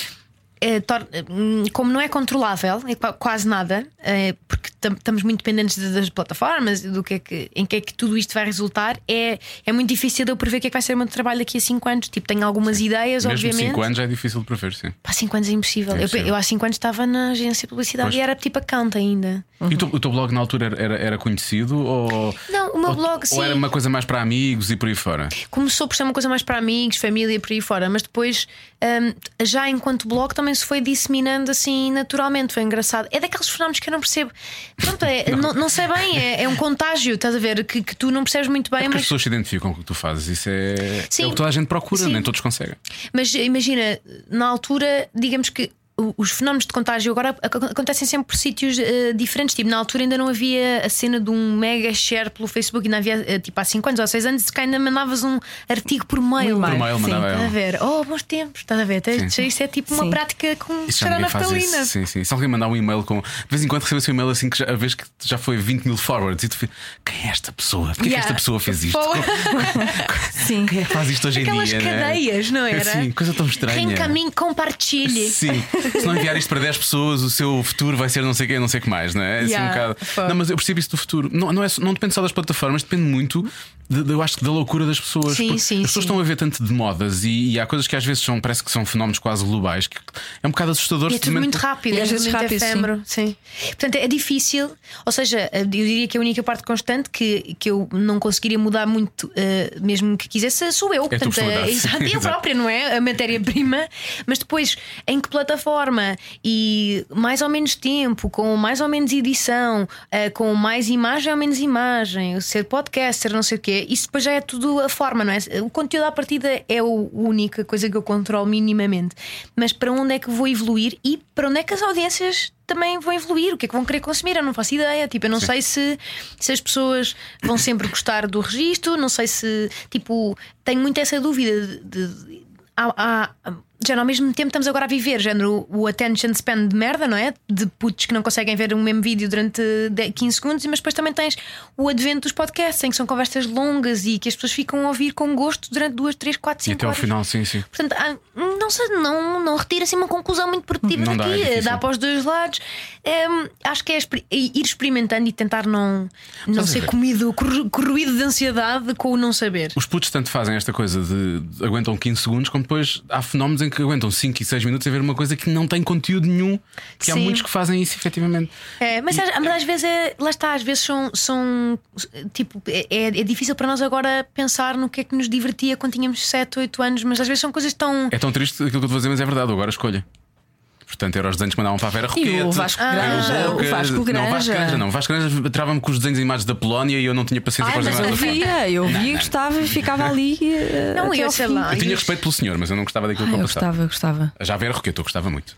Speaker 4: eh, tor- hum, Como não é controlável, é qua- quase nada, eh, porque tam- estamos muito dependentes de- das plataformas, do que é que, em que é que tudo isto vai resultar, é, é muito difícil de eu prever o que é que vai ser o meu trabalho daqui a 5 anos. Tipo, tenho algumas ideias,
Speaker 2: Mesmo
Speaker 4: obviamente.
Speaker 2: 5 anos já é difícil de prever, sim.
Speaker 4: Pá, 5 anos é impossível.
Speaker 2: É
Speaker 4: Eu-
Speaker 2: impossível.
Speaker 4: Eu, há 5 anos estava na agência de publicidade
Speaker 2: Pois.
Speaker 4: e era tipo a canta ainda.
Speaker 2: E o teu, o teu blog na altura era, era, era conhecido? Ou,
Speaker 4: Não, o meu
Speaker 2: ou,
Speaker 4: blog,
Speaker 2: Ou era
Speaker 4: sim. É
Speaker 2: uma coisa mais para amigos e por aí fora?
Speaker 4: começou por ser uma coisa mais para amigos, família e por aí fora, mas depois, hum, já enquanto blog, também se foi disseminando assim naturalmente. Foi engraçado. É daqueles fenómenos que eu não percebo. Pronto, é- não. não sei bem, é, é um contágio, estás a ver? Que, É que tu não percebes muito bem,
Speaker 2: Porque as
Speaker 4: mas,
Speaker 2: pessoas se identificam com o que tu fazes. Isso é,
Speaker 4: Sim.
Speaker 2: é o que toda a gente procura,
Speaker 4: Sim.
Speaker 2: nem todos conseguem.
Speaker 4: mas imagina, na altura, digamos que. o- Os fenómenos de contágio agora ac- acontecem sempre por sítios eh, diferentes. Tipo, na altura ainda não havia a cena de um mega share pelo Facebook, ainda havia eh, tipo há 5 anos ou 6 anos, se cá ainda mandavas um artigo por mail.
Speaker 1: Por
Speaker 2: Por mail
Speaker 1: sim,
Speaker 2: mandava
Speaker 4: Estás a
Speaker 2: ela.
Speaker 4: ver? Oh, bons tempos, estás a ver? Tens- Isso é tipo uma
Speaker 1: Sim.
Speaker 4: prática com
Speaker 2: Isso já
Speaker 4: cheira a
Speaker 2: ninguém faz
Speaker 4: naftalina.
Speaker 2: isso. Sim, sim. Se alguém mandar um e-mail com. De vez em quando recebes um e-mail assim que já, a vez que já foi 20 mil forwards e tu fica, quem é esta pessoa? Porquê é que
Speaker 4: Yeah.
Speaker 2: esta pessoa fez isto?
Speaker 4: Pô,
Speaker 1: Sim.
Speaker 2: Quem é que faz isto hoje
Speaker 4: Aquelas
Speaker 2: em dia? né?
Speaker 4: cadeias, não era?
Speaker 2: Sim, coisa tão estranha.
Speaker 4: Reencaminhe, compartilhe.
Speaker 2: Sim, se não enviar isto para 10 pessoas, o seu futuro vai ser não sei quem, não sei o que mais, não é? É assim
Speaker 4: Yeah,
Speaker 2: um bocado.
Speaker 4: fuck.
Speaker 2: Não, mas eu percebo isso do futuro. Não, não, é, só- não depende só das plataformas, depende muito, de- de- eu acho que da loucura das pessoas.
Speaker 4: Sim,
Speaker 2: Porque
Speaker 4: sim,
Speaker 2: as pessoas
Speaker 4: sim.
Speaker 2: estão a ver tanto de modas e, e há coisas que às vezes são, parece que são fenómenos quase globais, que é um bocado assustador.
Speaker 4: E é tudo
Speaker 2: simplesmente-
Speaker 4: muito rápido,
Speaker 1: E
Speaker 4: é
Speaker 1: às
Speaker 4: tudo
Speaker 1: vezes
Speaker 4: muito
Speaker 1: rápido, sim.
Speaker 4: efêmero. Sim. Portanto, é difícil. Ou seja, eu diria que a única parte constante que, que eu não conseguiria mudar muito, eh, mesmo que quisesse, sou eu.
Speaker 2: tua
Speaker 4: Portanto, eh,
Speaker 2: personalidade.
Speaker 4: exato, eu
Speaker 2: Exato.
Speaker 4: própria, não é? A matéria-prima. Mas depois, em que plataforma e mais ou menos tempo, com mais ou menos edição, eh, com mais imagem ou menos imagem, ser podcaster, não sei o quê, isso depois já é tudo a forma, não é? O conteúdo à partida é o- a única coisa que eu controlo minimamente. Mas para onde é que vou evoluir e para onde é que as audiências também vão evoluir? O que é que vão querer consumir? Eu não faço ideia. Tipo, eu não sei se, se as pessoas vão sempre gostar do registro, não sei se. Tipo, tenho muito essa dúvida de- de há, há, já ao mesmo tempo estamos agora a viver género, o attention span de merda, não é? De putos que não conseguem ver o mesmo vídeo durante de- 15 segundos, mas depois também tens o advento dos podcasts, em que são conversas longas e que as pessoas ficam a ouvir com gosto durante 2, 3, 4,
Speaker 2: E
Speaker 4: 5
Speaker 2: até ao
Speaker 4: horas.
Speaker 2: final, sim, sim.
Speaker 4: Portanto, há- não, sei, não, não retira assim uma conclusão muito produtiva
Speaker 2: Não dá, é
Speaker 4: daqui. Dá,
Speaker 2: difícil.
Speaker 4: para os dois lados. Hum, acho que é exper- ir experimentando e tentar não, não
Speaker 2: Estás a
Speaker 4: ser
Speaker 2: ver?
Speaker 4: comido, corro- corroído de ansiedade com o não saber.
Speaker 2: Os putos tanto fazem esta coisa de, de aguentam 15 segundos, como depois há fenómenos em que aguentam 5 e 6 minutos a ver uma coisa que não tem conteúdo nenhum. Que há
Speaker 4: Sim.
Speaker 2: muitos que fazem isso, efetivamente.
Speaker 4: É, mas, às, mas às vezes é, lá está, às vezes são, são tipo, é, é é difícil para nós agora pensar no que é que nos divertia quando tínhamos 7, 8 anos, mas às vezes são coisas tão.
Speaker 2: É tão triste aquilo que eu te vou dizer, mas é verdade, agora escolha. Portanto, era os desenhos que mandavam para a Vera Roquete.
Speaker 1: o Vasco
Speaker 2: era
Speaker 1: Granja, o
Speaker 2: Lucas.
Speaker 1: Vasco
Speaker 2: Não, o Vasco
Speaker 1: Granja.
Speaker 2: Granja não. O Vasco Granja trava-me com os desenhos animados da Polónia e eu não tinha paciência
Speaker 1: Ai,
Speaker 2: para os
Speaker 1: mas eu
Speaker 2: desenhos animados da Polónia.
Speaker 1: via, eu via e gostava e ficava ali. eh,
Speaker 4: Não,
Speaker 1: até
Speaker 4: eu
Speaker 1: ao
Speaker 4: sei
Speaker 1: fim.
Speaker 4: lá.
Speaker 2: Eu tinha respeito pelo senhor, mas eu não gostava daquilo
Speaker 1: Ai,
Speaker 2: que
Speaker 1: Ah, eu
Speaker 2: eu passava.
Speaker 1: gostava, eu gostava.
Speaker 2: Já a Vera Roquete, eu gostava muito.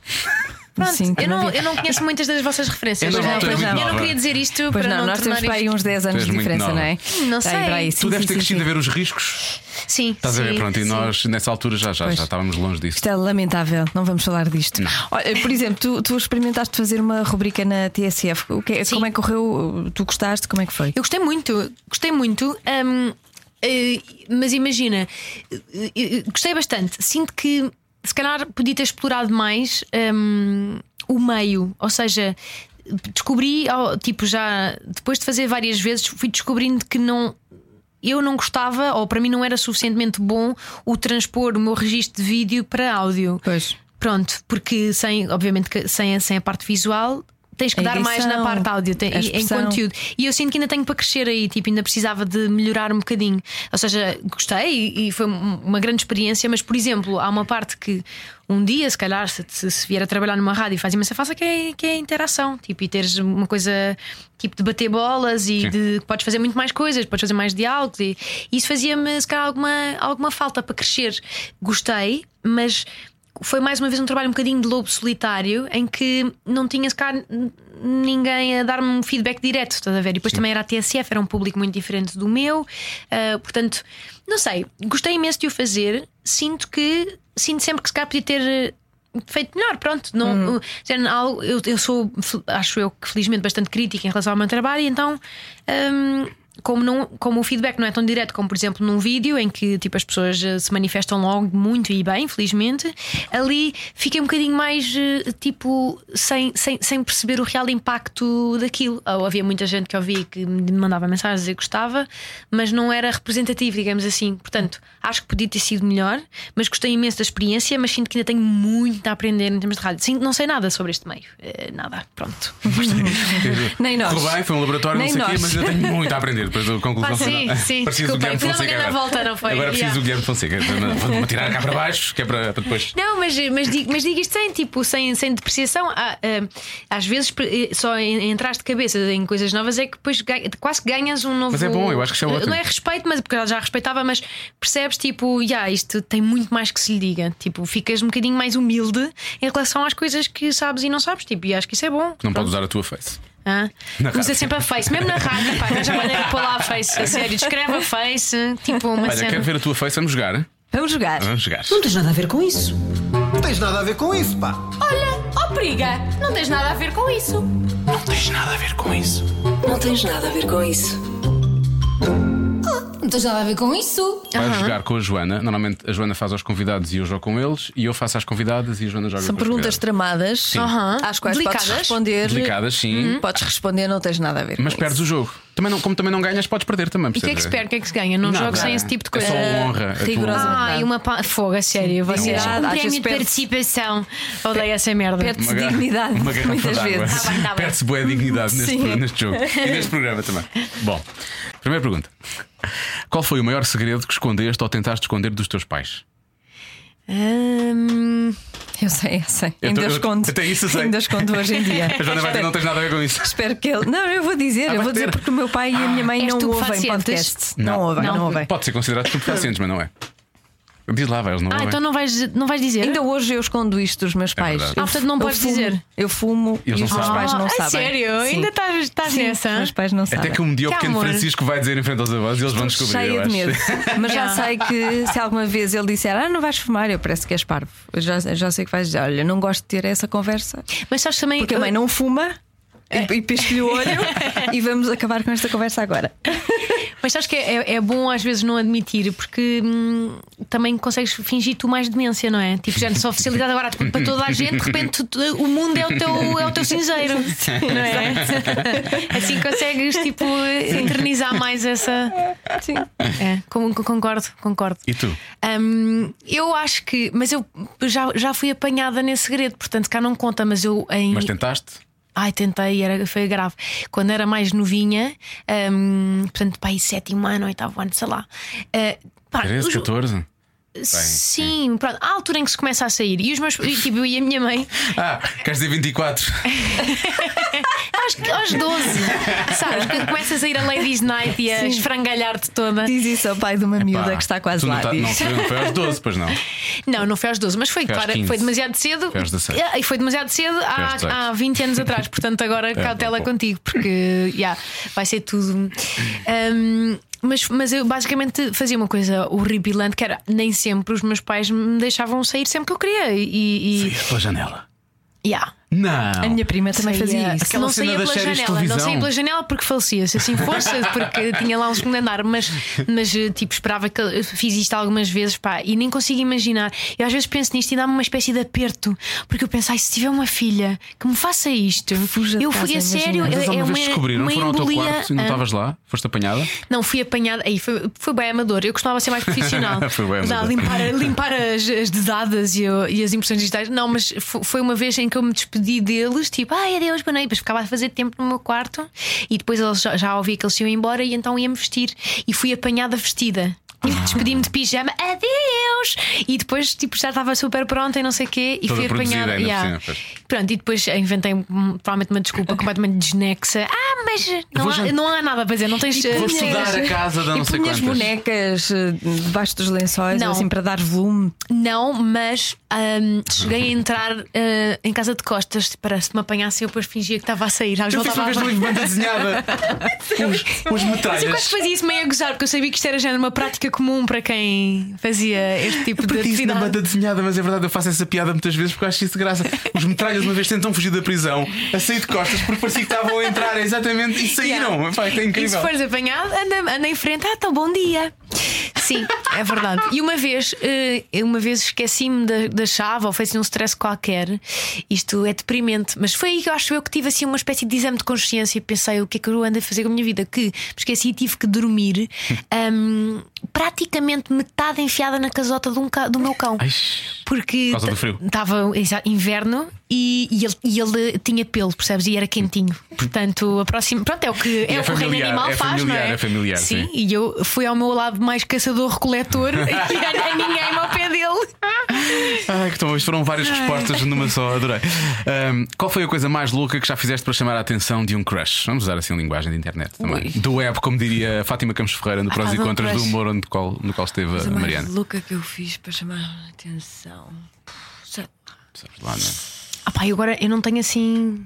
Speaker 4: Pronto,
Speaker 1: Sim,
Speaker 4: eu,
Speaker 1: também
Speaker 4: não,
Speaker 1: vi.
Speaker 4: eu não conheço muitas das vossas referências.
Speaker 2: É normal,
Speaker 4: não é?
Speaker 2: tu és
Speaker 4: eu,
Speaker 2: muito
Speaker 4: não
Speaker 2: nova.
Speaker 4: queria dizer isto
Speaker 1: Pois
Speaker 4: para
Speaker 1: não,
Speaker 4: não,
Speaker 1: nós temos
Speaker 4: tornar
Speaker 1: para aí um-
Speaker 4: isto-
Speaker 1: uns 10 anos de
Speaker 2: Tu és muito
Speaker 1: diferença,
Speaker 2: nova.
Speaker 1: não é?
Speaker 4: Não
Speaker 1: Para aí, para aí,
Speaker 4: sei.
Speaker 1: sim,
Speaker 2: tu deves
Speaker 1: sim,
Speaker 2: ter
Speaker 1: sim,
Speaker 2: crescido
Speaker 1: sim.
Speaker 2: a ver os riscos.
Speaker 4: Sim,
Speaker 2: Estás a ver,
Speaker 4: sim,
Speaker 2: pronto. E
Speaker 4: sim.
Speaker 2: nós, nessa altura, já, já, já estávamos longe disso.
Speaker 1: Isto é lamentável, não vamos falar disto. Olha, por exemplo, tu, tu experimentaste fazer uma rubrica na TSF. O que é-
Speaker 4: Sim.
Speaker 1: como é que correu? Tu gostaste? Como é que foi?
Speaker 4: Eu gostei muito, gostei muito. hum, eh, mas imagina, eh, eh, gostei bastante. Sinto que se calhar podia ter explorado mais hum, o meio, ou seja. descobri, ao- tipo, já depois de fazer várias vezes, fui descobrindo que não. Eu não gostava, ou para mim não era suficientemente bom o transpor o meu registro de vídeo para áudio.
Speaker 1: Pois.
Speaker 4: Pronto, porque sem, obviamente, que sem, a- sem a parte visual. Tens que
Speaker 1: A
Speaker 4: dar mais na
Speaker 1: edição,
Speaker 4: parte áudio, tem-
Speaker 1: a
Speaker 4: em- em
Speaker 1: expressão.
Speaker 4: conteúdo. E eu sinto que ainda tenho para crescer aí, tipo, ainda precisava de melhorar um bocadinho. Ou seja, gostei e, e foi um- uma grande experiência, mas, por exemplo, há uma parte que um dia, se calhar, se, se- se vier a trabalhar numa rádio e faz imensa falta, que é, que é a interação, tipo, e teres uma coisa tipo de bater bolas e de podes fazer muito mais coisas, podes fazer mais diálogos, e isso fazia-me, se calhar, alguma, alguma falta para crescer. Gostei, mas foi mais uma vez um trabalho um bocadinho de lobo solitário em que não tinha se calhar, n- ninguém a dar-me um feedback direto, estás a ver? E depois também era a TSF, era um público muito diferente do meu, ah, portanto, não sei, gostei imenso de o fazer. Sinto que sinto sempre que se calhar podia ter eh, feito melhor, pronto. Não, eh, quer dizer, algo- eu, eu sou, fel- acho eu que felizmente bastante crítica em relação ao meu trabalho, e então hum, como, não, como o feedback não é tão direto como, por exemplo, num vídeo em que tipo, as pessoas eh, se manifestam logo muito e bem, felizmente, ali fiquei um bocadinho mais eh, tipo sem, sem, sem perceber o real impacto daquilo. Ou havia muita gente que eu vi que me mandava mensagens a dizer que gostava, mas não era representativo, digamos assim. Portanto, acho que podia ter sido melhor, mas gostei imenso da experiência, mas sinto que ainda tenho muito a aprender em termos de rádio. Sinto, não sei nada sobre este meio. Eh, nada, pronto.
Speaker 1: Nem nós.
Speaker 2: Correu bem, foi um laboratório,
Speaker 1: Nem
Speaker 2: não sei o quê,
Speaker 1: nós. Ah,
Speaker 2: mas eu tenho muito a aprender. Depois da conclusão
Speaker 4: Pá, sim,
Speaker 2: final.
Speaker 4: sim,
Speaker 2: Preciso do Guilherme
Speaker 4: desculpem, fui dar uma
Speaker 2: Fonseca.
Speaker 4: grande
Speaker 2: agora.
Speaker 4: volta, não foi?
Speaker 2: Agora preciso
Speaker 4: Yeah.
Speaker 2: do Guilherme Fonseca. Vou-me tirar cá para baixo, que é para, para depois.
Speaker 4: Não, mas, mas, digo, mas digo isto sem, tipo, sem, sem depreciação. Ah, ah, às vezes pre- eh, só en- entrar de cabeça em coisas novas é que depois ganha- quase que ganhas um novo.
Speaker 2: Mas é bom, eu acho que isso é
Speaker 4: Eh,
Speaker 2: ótimo.
Speaker 4: Não é respeito, mas porque ela já respeitava, mas percebes, tipo, yeah, isto tem muito mais que se lhe diga. Tipo, ficas um bocadinho mais humilde em relação às coisas que sabes e não sabes. Tipo, e acho que isso é bom.
Speaker 2: Não
Speaker 4: Pronto.
Speaker 2: pode usar a tua face.
Speaker 4: Hã?
Speaker 2: Na
Speaker 4: Usa
Speaker 2: rádio.
Speaker 4: sempre a face, mesmo na rádio, pá, arranja maneira de pôr lá a face, a sério, escreve a face, tipo uma
Speaker 2: Olha,
Speaker 4: cena.
Speaker 2: quero ver a tua face, vamos jogar. hein?
Speaker 1: Vamos jogar.
Speaker 2: Vamos jogar.
Speaker 4: Uhum.
Speaker 3: Não tens nada a ver com isso.
Speaker 7: Não tens nada a ver com isso, pá.
Speaker 6: Olha, oh periga, não tens nada a ver com isso.
Speaker 3: Não tens nada a ver com isso.
Speaker 6: Não tens nada a ver com isso.
Speaker 2: Vais jogar com a Joana. Normalmente a Joana faz aos convidados e eu jogo com eles. E eu faço às convidadas e a Joana joga
Speaker 1: São
Speaker 2: com os
Speaker 1: perguntas
Speaker 2: convidados.
Speaker 1: tramadas
Speaker 4: Aham.
Speaker 1: às quais podes
Speaker 4: Delicadas.
Speaker 1: responder. Hum?
Speaker 2: Delicadas, sim.
Speaker 4: Uhum.
Speaker 1: Podes responder, não tens nada a ver.
Speaker 2: Mas
Speaker 1: com
Speaker 2: perdes
Speaker 1: isso.
Speaker 2: o jogo. Também não, como também não ganhas, podes perder também.
Speaker 4: E o que é que se perde? O que é que se ganha? Não
Speaker 2: Nada.
Speaker 4: jogo sem esse tipo de coisa.
Speaker 2: É só honra. É tua
Speaker 1: rigorosa.
Speaker 2: honra.
Speaker 4: Ah, e uma pa... fogo, a sério. Vocês
Speaker 1: honra.
Speaker 4: um
Speaker 1: é Às
Speaker 4: prémio
Speaker 1: vezes
Speaker 4: de
Speaker 1: perde-
Speaker 4: participação. Odeio essa merda.
Speaker 1: Perde-se
Speaker 2: Uma gar-
Speaker 1: dignidade,
Speaker 2: uma garrafa
Speaker 1: muitas
Speaker 2: d'água.
Speaker 1: vezes.
Speaker 4: Tá bem, tá bem.
Speaker 2: Perde-se boa dignidade neste,
Speaker 1: Sim.
Speaker 2: pro- neste jogo e neste programa também. Bom, primeira pergunta: Qual foi o maior segredo que escondeste ou tentaste esconder dos teus pais?
Speaker 4: Hum,
Speaker 1: Eu sei, eu sei.
Speaker 2: Eu
Speaker 1: ainda
Speaker 2: tô- eu-
Speaker 1: escondo.
Speaker 2: até isso eu sei.
Speaker 1: Ainda escondo hoje em dia.
Speaker 2: A Joana vai dizer, não tens nada a ver com isso.
Speaker 1: Espero que ele. Não, eu vou dizer, eu
Speaker 2: Ah, vai
Speaker 1: vou dizer
Speaker 2: ter.
Speaker 1: porque o meu pai e a minha mãe
Speaker 4: É
Speaker 1: não ouvem
Speaker 4: estupefacientes?
Speaker 1: podcast. Não, ouvem, não, ouvem.
Speaker 2: Pode ser considerado estupefacientes, mas não é. Diz lá, vai, eles não
Speaker 4: Ah,
Speaker 2: ouvem.
Speaker 4: então não vais, não vais dizer?
Speaker 1: é. Ainda hoje eu escondo isto dos meus pais.
Speaker 2: É verdade.
Speaker 1: Eu
Speaker 4: Ah, portanto, não
Speaker 1: fu- eu
Speaker 4: podes
Speaker 1: fumo-
Speaker 4: dizer.
Speaker 1: Eu fumo
Speaker 2: Eles
Speaker 1: e
Speaker 2: não
Speaker 1: os meus
Speaker 2: sabem.
Speaker 1: pais não
Speaker 4: a
Speaker 1: sabem.
Speaker 4: Ah, é sério?
Speaker 1: Sim.
Speaker 4: Ainda estás, estás
Speaker 1: Sim,
Speaker 4: nessa?
Speaker 1: Os meus pais não
Speaker 2: Até
Speaker 1: sabem.
Speaker 2: que um dia o
Speaker 4: Que
Speaker 2: pequeno
Speaker 4: amor.
Speaker 2: Francisco vai dizer em frente aos avós e eles vão descobrir. eu
Speaker 1: Cheia de
Speaker 2: acho.
Speaker 1: medo. Ah. Mas já
Speaker 4: Yeah.
Speaker 1: sei que se alguma vez ele disser, ah, não vais fumar, eu parece que és parvo. Eu já, eu já sei que vais dizer, olha, não gosto de ter essa conversa
Speaker 4: Mas sabes também. eh,
Speaker 1: porque a mãe não fuma. E, e pisco-lhe o olho e vamos acabar com esta conversa agora.
Speaker 4: Mas sabes que é, é bom às vezes não admitir, porque hum, também consegues fingir tu mais demência, não é? Tipo, já não sou oficialidade agora tipo, para toda a gente, de repente tu- tu- o mundo é o teu, é o teu cinzeiro. Não é? Assim consegues tipo, internizar mais essa.
Speaker 1: Sim.
Speaker 4: É, com- com- concordo, concordo.
Speaker 2: E tu?
Speaker 4: Hum, eu acho que. Mas eu já, já fui apanhada nesse segredo, portanto cá não conta, mas eu em.
Speaker 2: Mas tentaste?
Speaker 4: Ai, tentei, era, foi grave. Quando era mais novinha, hum, portanto, pai, sétimo ano, oitavo ano, sei lá. eh, pá,
Speaker 2: 13,
Speaker 4: os-
Speaker 2: 14?
Speaker 4: Sim, pronto, há a altura em que se começa a sair. E os meus. e, Tipo, eu e a minha mãe,
Speaker 2: Ah, queres dizer 24?
Speaker 4: aos, aos 12, sabes? Quando começas a ir a Ladies Night e a esfrangalhar-te toda.
Speaker 1: Diz isso ao pai de uma miúda
Speaker 2: Pá,
Speaker 1: que está quase
Speaker 2: tu não
Speaker 1: lá.
Speaker 2: tá-
Speaker 1: diz.
Speaker 2: não, foi- não foi aos 12, pois não.
Speaker 4: Não, não foi aos 12, mas foi,
Speaker 2: Foi aos
Speaker 4: claro,
Speaker 2: 15.
Speaker 4: foi demasiado cedo.
Speaker 2: Foi aos 16.
Speaker 4: Ah, E foi demasiado cedo
Speaker 2: aos 18.
Speaker 4: há, há 20 anos atrás. Portanto, agora cautela
Speaker 2: É, bom, bom.
Speaker 4: contigo, porque yeah, vai ser tudo. Ahm, mas, mas eu basicamente fazia uma coisa horripilante que era nem sempre os meus pais me deixavam sair sempre que eu queria. E, e
Speaker 2: Pela janela.
Speaker 4: yeah.
Speaker 2: Não.
Speaker 1: A minha prima também
Speaker 4: Saía-
Speaker 1: fazia isso.
Speaker 4: se não
Speaker 2: Aquela cena
Speaker 4: saía
Speaker 2: das
Speaker 4: pela
Speaker 2: séries
Speaker 4: janela,
Speaker 2: de
Speaker 4: não
Speaker 2: televisão.
Speaker 4: saía pela janela porque falecia, se assim fosse, porque tinha lá um segundo andar, mas, mas eh, tipo, esperava que eu fiz isto algumas vezes, pá, e nem consigo imaginar. Eu às vezes penso nisto e dá-me uma espécie de aperto, porque eu penso, ai, se tiver uma filha que me faça isto,
Speaker 5: Fuja de
Speaker 4: eu
Speaker 5: casa,
Speaker 4: fui a
Speaker 5: imagina.
Speaker 4: sério,
Speaker 5: Mas
Speaker 2: Mas
Speaker 4: é,
Speaker 2: alguma
Speaker 4: é uma,
Speaker 2: vez descobriram,
Speaker 4: uma
Speaker 2: foram ao teu
Speaker 4: embolia.
Speaker 2: quarto então, e não
Speaker 4: Ah,
Speaker 2: estavas lá? Foste apanhada?
Speaker 4: não, fui apanhada. Aí foi, foi bem amador. Eu costumava ser mais profissional.
Speaker 2: Foi bem
Speaker 4: Já,
Speaker 2: amador.
Speaker 4: limpar, limpar as, as dedadas e, eu- e as impressões digitais. Não, mas fo- foi uma vez em que eu me despedi deles, tipo, ai adeus, boa noite. Depois ficava a fazer tempo no meu quarto e depois eles já, já ouvi que eles iam embora e então ia-me vestir. E fui apanhada vestida. E
Speaker 2: Ah.
Speaker 4: Despedi-me de pijama, adeus! E depois tipo, já estava super pronta e não sei o quê. E
Speaker 2: Toda
Speaker 4: fui
Speaker 2: produzida
Speaker 4: apanhada.
Speaker 2: ainda por cima, pois.
Speaker 4: Pronto, e depois inventei hum, provavelmente uma desculpa completamente desnexa. Ah, mas não,
Speaker 2: Vou
Speaker 4: há,
Speaker 2: jan-
Speaker 4: não há nada para dizer, não tens.
Speaker 2: Vou
Speaker 4: eh,
Speaker 2: estudar a casa da
Speaker 1: E
Speaker 2: não sei
Speaker 1: punha as
Speaker 2: quantas.
Speaker 1: bonecas eh, debaixo dos lençóis,
Speaker 4: Não.
Speaker 1: assim, para dar volume.
Speaker 4: Não, mas ahm, cheguei a entrar ah, em casa de costas tipo, para se me apanhassem, eu depois fingia que estava a sair. Às
Speaker 2: Eu
Speaker 4: vezes
Speaker 2: fiz uma
Speaker 4: estava
Speaker 2: vez
Speaker 4: a-
Speaker 2: uma banda desenhada. uns, uns
Speaker 4: Mas eu quase
Speaker 2: metralhas.
Speaker 4: fazia isso meio a gozar, porque eu sabia que isto era género uma prática comum para quem fazia este tipo de
Speaker 2: Para É isso na
Speaker 4: atividade.
Speaker 2: banda desenhada, mas é verdade, eu faço essa piada muitas vezes porque eu acho isso de graça. Os metralhas uma vez tentam fugir da prisão a sair de costas porque parecia que estavam a entrar, exatamente, e saíram.
Speaker 4: Yeah.
Speaker 2: Pá, isto é
Speaker 4: E se
Speaker 2: incrível.
Speaker 4: fores apanhado, anda, anda em frente, ah, então bom dia. Sim, é verdade. E uma vez, eh, uma vez esqueci-me da, da chave ou foi assim um stress qualquer. Isto é deprimente, mas foi aí que eu acho eu que tive assim uma espécie de exame de consciência e pensei o que é que eu ando a fazer com a minha vida, que me esqueci e tive que dormir ahm, praticamente metade enfiada na casota de um ca- do meu cão.
Speaker 2: Ai,
Speaker 4: Porque
Speaker 2: Por causa do frio.
Speaker 4: estava inverno e, e ele, e ele tinha pelo, percebes? E era quentinho. Portanto, a próxima. Pronto, é o que, é
Speaker 2: é
Speaker 4: o que o reino
Speaker 2: familiar,
Speaker 4: animal
Speaker 2: é
Speaker 4: faz,
Speaker 2: familiar,
Speaker 4: não é?
Speaker 2: é familiar, sim.
Speaker 4: e eu fui ao meu lado mais caçador-coletor e ninguém ao pé dele.
Speaker 2: Ai, que bom, isto foram várias respostas numa só, adorei. Ahm, qual foi a coisa mais louca que já fizeste para chamar a atenção de um crush? Vamos usar assim linguagem de internet também. Do web, como diria a Fátima Campos Ferreira, no Prós e
Speaker 1: Ah, do
Speaker 2: Contras do
Speaker 1: crush.
Speaker 2: humor onde qual- no qual esteve a
Speaker 1: Coisa mais
Speaker 2: Mariana.
Speaker 1: louca que eu fiz para chamar a atenção. Sei
Speaker 2: Sabes lá, não é?
Speaker 4: Ah, pá, e agora eu não tenho assim.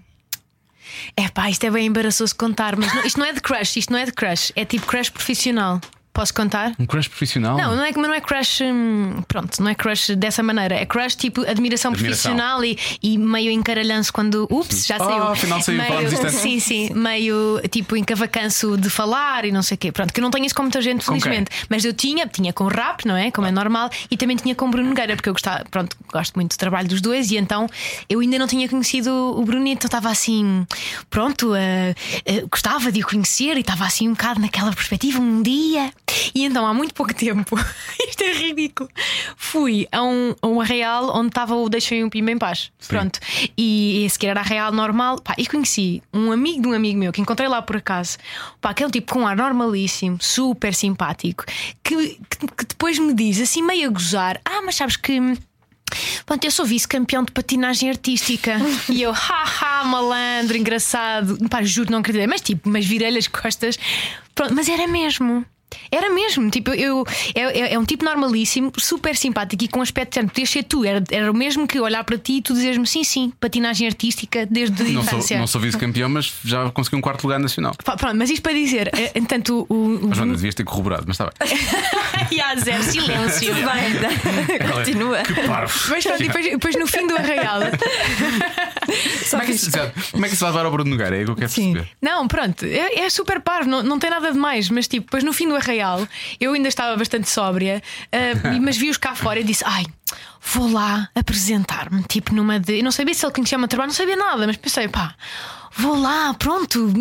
Speaker 4: É pá, isto é bem embaraçoso contar, mas não- isto não é de crush, isto não é de crush, é tipo crush profissional. Posso contar?
Speaker 2: Um crush profissional?
Speaker 4: Não, não é, mas não é crush. hum, Pronto, não é crush dessa maneira. É crush tipo admiração,
Speaker 2: Admiração.
Speaker 4: profissional e, e meio encaralhanço quando. Ups, já
Speaker 2: Ah,
Speaker 4: saiu.
Speaker 2: afinal saiu, falámos isto
Speaker 4: meio,
Speaker 2: antes.
Speaker 4: Sim, sim. Meio tipo encavacanço de falar e não sei o quê. Pronto, que eu não tenho isso com muita gente,
Speaker 2: Com quem?
Speaker 4: felizmente. Mas eu tinha, tinha com o rap, não é? Como é normal. E também tinha com o Bruno Nogueira, porque eu gostava, pronto, gosto muito do trabalho dos dois. E então eu ainda não tinha conhecido o Bruno, então estava assim, pronto, eh, eh, gostava de o conhecer e estava assim um bocado naquela perspectiva, um dia. E então há muito pouco tempo, isto é ridículo, fui a um, a um arraial onde estava o Deixem o Pima em Paz. Pronto. E esse que era arraial normal. Pá, e conheci um amigo de um amigo meu que encontrei lá por acaso. Pá, que é um tipo com um ar normalíssimo, super simpático, que, que, que depois me diz assim, meio a gozar: Ah, mas sabes que. Pronto, eu sou vice-campeão de patinagem artística. e eu, haha, malandro, engraçado. Pá, juro, não acreditei. Mas tipo, mas virei-lhe as costas. Pronto, mas era mesmo. Era mesmo, tipo, eu, é, é- é um tipo normalíssimo, super simpático e com aspecto de podias ser tu, era, era o mesmo que olhar para ti e tu dizeres-me sim, sim, patinagem artística desde a
Speaker 2: Não sou,
Speaker 4: infância.
Speaker 2: não sou vice-campeão, mas já consegui um quarto lugar nacional.
Speaker 4: Pá, Pronto, mas isto para dizer, eh, entanto, o, o,
Speaker 1: Uhum.
Speaker 2: Mas Joana, devias ter corroborado, mas está bem.
Speaker 4: e há zero silêncio.
Speaker 1: bem, continua.
Speaker 2: é? Que parvo.
Speaker 4: Mas pronto, e depois, depois no fim do arraial,
Speaker 2: Como é que isso, como é que isso vai dar ao Bruno Nogueira? É o que eu quero
Speaker 1: Sim.
Speaker 2: perceber.
Speaker 4: Não, pronto, é, é super parvo, não, não tem nada de mais, mas tipo, depois no fim do arraial, eu ainda estava bastante sóbria, ah, e- mas vi-os cá fora e disse: ai, vou lá apresentar-me, tipo numa de. Eu não sabia se ele conhecia o meu trabalho, não sabia nada, mas pensei, pá. Vou lá, pronto,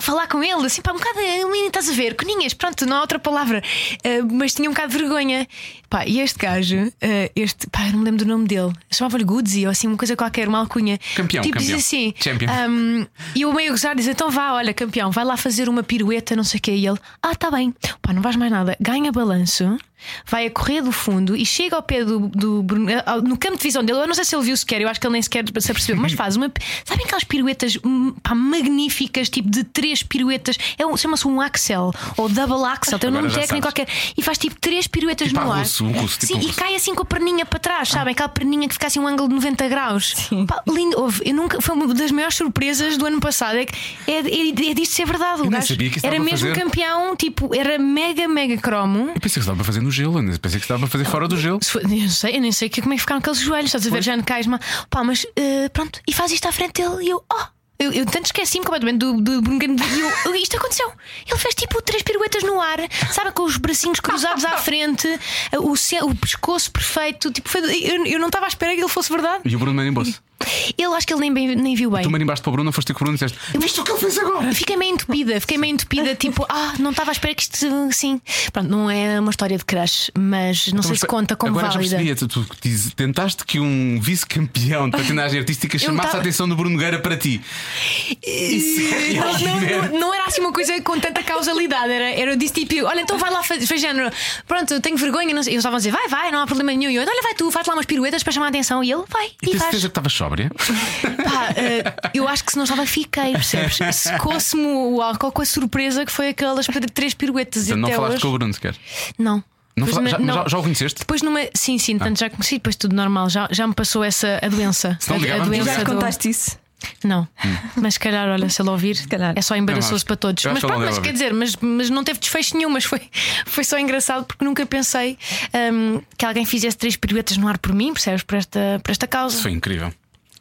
Speaker 4: falar com ele, assim, pá, um bocado, eh, menino, estás a ver, coninhas, pronto, não há outra palavra, Ah, mas tinha um bocado de vergonha. Pá, e este gajo, ah, este, pá, eu não me lembro do nome dele, chamava-lhe Goodsy ou assim, uma coisa qualquer, uma alcunha.
Speaker 2: Campeão,
Speaker 4: tipo,
Speaker 2: campeão.
Speaker 4: Diz assim,
Speaker 2: Champion.
Speaker 4: ah, Hum, e o meio a gozar diz: então vá, olha, campeão, vai lá fazer uma pirueta, não sei o quê. E ele: ah, tá bem, pá, não vais mais nada. Ganha balanço, vai a correr do fundo e chega ao pé do, do Bruno, eh, ao- no campo de visão dele. Eu não sei se ele viu sequer, eu acho que ele nem sequer se apercebeu, mas faz uma. Sabem aquelas piruetas hum, pá, magníficas, tipo de três piruetas. É um- Chama-se um axel ou double axel, tem um
Speaker 2: Agora
Speaker 4: nome
Speaker 2: já
Speaker 4: técnico
Speaker 2: sabes.
Speaker 4: qualquer. E faz tipo três piruetas
Speaker 2: Tipo
Speaker 4: no
Speaker 2: a
Speaker 4: ar.
Speaker 2: russo, um russo, tipo
Speaker 4: Sim,
Speaker 2: um
Speaker 4: e
Speaker 2: russo.
Speaker 4: cai assim com a perninha para trás, sabem? Aquela perninha que fica assim um ângulo de 90 graus. Pá, lindo, houve. Eu nunca, foi uma das maiores surpresas do ano passado. É, que é, é, é disto ser verdade. O
Speaker 2: nem
Speaker 4: gajo
Speaker 2: sabia que isso
Speaker 4: era
Speaker 2: dava para
Speaker 4: mesmo
Speaker 2: fazer.
Speaker 4: campeão, tipo, era mega, mega cromo.
Speaker 2: Eu pensei que se dava para fazer no gelo, eu pensei que se dava para fazer fora do gelo.
Speaker 4: Se foi- eu não sei, eu nem sei que- como é que ficaram aqueles joelhos, estás a ver, Jane Kaisma. Pá, mas eh, pronto, e faz isto à frente dele e eu, oh! Eu, eu tanto esqueci-me completamente do, do Brungan e eu- eu- isto aconteceu. Ele fez tipo três piruetas no ar, sabe, com os bracinhos cruzados à frente, eh, o, ce- o pescoço perfeito. Tipo, foi- eu, eu não estava à espera que ele fosse verdade.
Speaker 2: E o Bruno Marimbou-se.
Speaker 4: Ele acho que ele nem, bem- nem viu bem.
Speaker 2: Tu marimbaste para o Bruno, foste com o Bruno e disseste: Viste o que ele fez agora?
Speaker 4: Eu Fiquei meio entupida, fiquei meio entupida, tipo, ah, não estava à espera que isto. Sim. Pronto, não é uma história de crush, mas não sei se conta como
Speaker 2: Então, Agora já
Speaker 4: válida.
Speaker 2: percebi, é, tu, tu diz- tentaste que um vice-campeão de patinagem artística chamasse
Speaker 4: tava-
Speaker 2: a atenção do Bruno Nogueira para ti.
Speaker 4: Não, não, não, não era assim uma coisa com tanta causalidade. Era, era eu disse tipo, olha, então vai lá fazer faz género. Pronto, eu tenho vergonha. Não sei. Eles estavam a dizer, vai, vai, não há problema nenhum. E eu, olha, vai tu, faz lá umas piruetas para chamar a atenção. E ele, vai,
Speaker 2: E tens
Speaker 4: e, faz.
Speaker 2: certeza que estavas sóbria?
Speaker 4: Pá, eh, eu acho que se não estava, fiquei, percebes? Secou-se-me o álcool com a surpresa que foi aquelas três piruetas. e
Speaker 2: Tu Então não
Speaker 4: até
Speaker 2: falaste
Speaker 4: hoje-
Speaker 2: com o Bruno sequer.
Speaker 4: Não.
Speaker 2: Não
Speaker 4: Depois
Speaker 2: fala- já,
Speaker 4: na-
Speaker 2: mas já, já Ah. o conheceste?
Speaker 4: Depois numa. Sim, sim, tanto já conheci, depois tudo normal. Já, já me passou essa a doença.
Speaker 2: Se não
Speaker 4: A- a,
Speaker 2: ligávamos,
Speaker 4: doença
Speaker 1: Já
Speaker 4: do-
Speaker 1: contaste isso?
Speaker 4: Não, mas se calhar, olha, se ele ouvir,
Speaker 1: calhar.
Speaker 4: é só
Speaker 2: Eu
Speaker 4: embaraçoso
Speaker 2: Hum. acho-
Speaker 4: para todos.
Speaker 2: eu acho
Speaker 4: Mas
Speaker 2: que ele
Speaker 4: pronto,
Speaker 2: não
Speaker 4: mas
Speaker 2: deve
Speaker 4: quer dizer, mas, mas não teve desfecho nenhum, mas foi, foi só engraçado porque nunca pensei hum, que alguém fizesse três piruetas no ar por mim, percebes? Por esta, por esta causa.
Speaker 2: Isso foi incrível.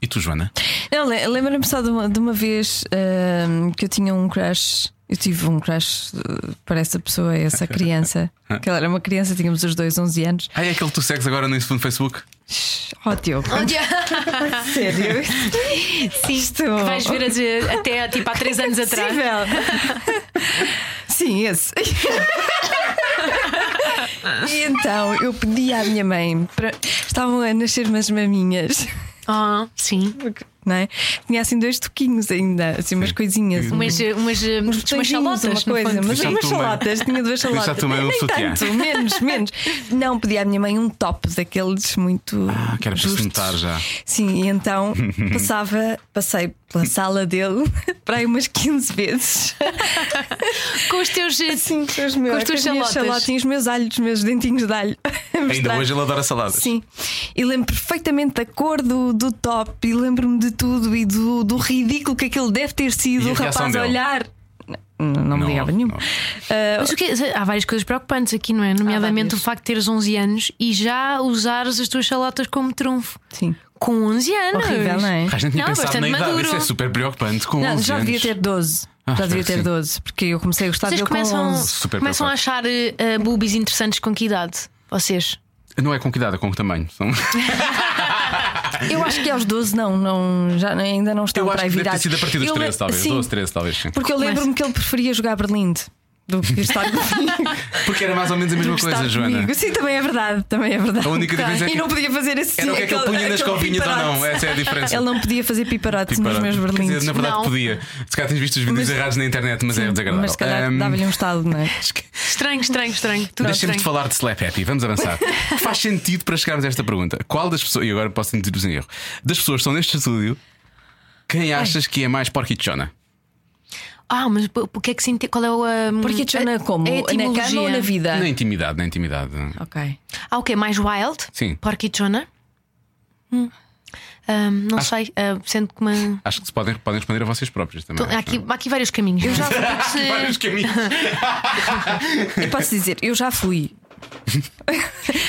Speaker 2: E tu, Joana?
Speaker 1: Não, le- lembro-me só de uma, de uma vez ahm, que eu tinha um crush. Eu tive um crush eh, para essa pessoa, essa criança. Que ela era uma criança, tínhamos os dois 11 anos.
Speaker 2: Ah, é aquele que tu segues agora no segundo Facebook?
Speaker 1: Oh, Diogo. Sério? Sim. Isto...
Speaker 4: Que vais ver a dizer, até tipo há três anos atrás.
Speaker 1: Possível. Sim, esse. e então eu pedi à minha mãe para. Estavam a nascer umas maminhas.
Speaker 4: Ah, sim.
Speaker 1: Não é? Tinha assim dois toquinhos ainda, assim umas coisinhas.
Speaker 4: Umas, umas, umas,
Speaker 1: Uns
Speaker 4: chalotas,
Speaker 1: uma
Speaker 4: no
Speaker 1: coisa,
Speaker 4: fundo.
Speaker 1: mas
Speaker 2: Deixaste
Speaker 1: umas
Speaker 2: tu uma-
Speaker 1: chalotas, tinha duas
Speaker 2: Deixaste
Speaker 1: chalotas.
Speaker 2: uma
Speaker 1: Nem
Speaker 2: um sutiã.
Speaker 1: tanto, menos, menos. Não, pedi à minha mãe um top daqueles muito.
Speaker 2: Ah, que era para se
Speaker 1: justos.
Speaker 2: notar já.
Speaker 1: Sim, e então passava, passei pela sala dele para aí umas 15 vezes.
Speaker 4: Com os teus. eh,
Speaker 1: Sim, com os meus
Speaker 4: Com as tuas
Speaker 1: com as minhas
Speaker 4: chalotas.
Speaker 1: chalotinhas, os meus alhos, os meus dentinhos de alho.
Speaker 2: Ainda
Speaker 1: Mostrar.
Speaker 2: hoje ele adora saladas.
Speaker 1: Sim, e lembro perfeitamente da cor do, do top e lembro-me de tudo e do, do ridículo que aquilo deve ter sido
Speaker 2: E a
Speaker 1: o
Speaker 2: reação
Speaker 1: rapaz a
Speaker 2: dele?
Speaker 1: olhar. Não, não, me
Speaker 2: Não,
Speaker 1: ligava
Speaker 2: não.
Speaker 1: nenhum. Ah,
Speaker 4: Mas o que- há várias coisas preocupantes aqui, não é? Nomeadamente o
Speaker 1: várias.
Speaker 4: facto de teres 11 anos e já usares as tuas chalotas como trunfo.
Speaker 1: sim.
Speaker 4: Com 11 anos.
Speaker 1: Horrível, não é?
Speaker 2: Ah, A gente tinha
Speaker 4: Não,
Speaker 2: pensado na
Speaker 4: bastante
Speaker 2: idade,
Speaker 4: maduro.
Speaker 2: isso é super preocupante. Com
Speaker 1: Não,
Speaker 2: 11
Speaker 1: já
Speaker 2: anos.
Speaker 1: devia ter 12.
Speaker 2: Ah,
Speaker 1: já
Speaker 2: espero
Speaker 1: devia
Speaker 2: que
Speaker 1: ter
Speaker 2: sim.
Speaker 1: 12, porque eu comecei a gostar
Speaker 4: Vocês
Speaker 1: dele com
Speaker 4: começam,
Speaker 1: 11.
Speaker 2: Super
Speaker 4: começam a achar eh, eh, boobies interessantes com que idade? Vocês?
Speaker 2: Não é com que idade, é com que tamanho. São-
Speaker 1: Eu acho que aos 12 não, não já ainda não estão
Speaker 2: Eu
Speaker 1: para
Speaker 2: acho que deve
Speaker 1: virar.
Speaker 2: ter sido a partir dos
Speaker 1: Eu le-
Speaker 2: 13, talvez.
Speaker 1: Sim,
Speaker 2: 12, 13, talvez. Sim.
Speaker 1: Porque eu lembro-me que ele preferia jogar Berlinde do que estar comigo.
Speaker 2: Porque era mais ou menos a mesma
Speaker 1: de
Speaker 2: coisa,
Speaker 1: estar
Speaker 2: Joana.
Speaker 1: comigo. Sim, também é verdade, também é verdade.
Speaker 2: A única diferença é
Speaker 1: e
Speaker 2: que-
Speaker 1: não podia fazer assim.
Speaker 2: Era o que é que ele
Speaker 1: aquele-
Speaker 2: punha nas
Speaker 1: aquele
Speaker 2: covinhas ou não,
Speaker 1: piparote.
Speaker 2: essa é a diferença.
Speaker 1: Ele não podia fazer piparote
Speaker 2: Tipo,
Speaker 1: nos
Speaker 2: era-
Speaker 1: meus
Speaker 2: quer dizer,
Speaker 1: berlindes.
Speaker 2: Na verdade
Speaker 4: Não.
Speaker 2: podia. Se calhar tens visto os vídeos errados na internet, mas é desagradável.
Speaker 1: Mas se calhar
Speaker 2: Ahm,
Speaker 1: dava-lhe um estado, não é?
Speaker 4: Estranho, estranho, estranho. Tudo
Speaker 2: Deixemos de
Speaker 4: estranho.
Speaker 2: falar de Slap Happy, vamos avançar. Faz sentido para chegarmos a esta pergunta. Qual das pessoas, e agora posso sentir-vos em erro, das pessoas que estão neste estúdio, quem achas que é mais porquichona?
Speaker 4: Ah, mas po- o que é que se entende? Qual é o. ah,
Speaker 1: Porque Tiana, como?
Speaker 4: a
Speaker 1: na cama ou
Speaker 4: etimologia?
Speaker 1: Hum, é na vida?
Speaker 2: Na intimidade, na intimidade.
Speaker 1: Ok.
Speaker 4: Ah, o quê? Mais wild?
Speaker 2: Sim.
Speaker 4: Porquichona? Hum. Ah, não sei, ah, sendo que uma.
Speaker 2: Acho que se podem, podem responder a vocês próprios também.
Speaker 4: Tô- Há aqui, há aqui vários caminhos. Eu já
Speaker 2: Há Vários caminhos.
Speaker 1: Eu posso dizer, eu já fui.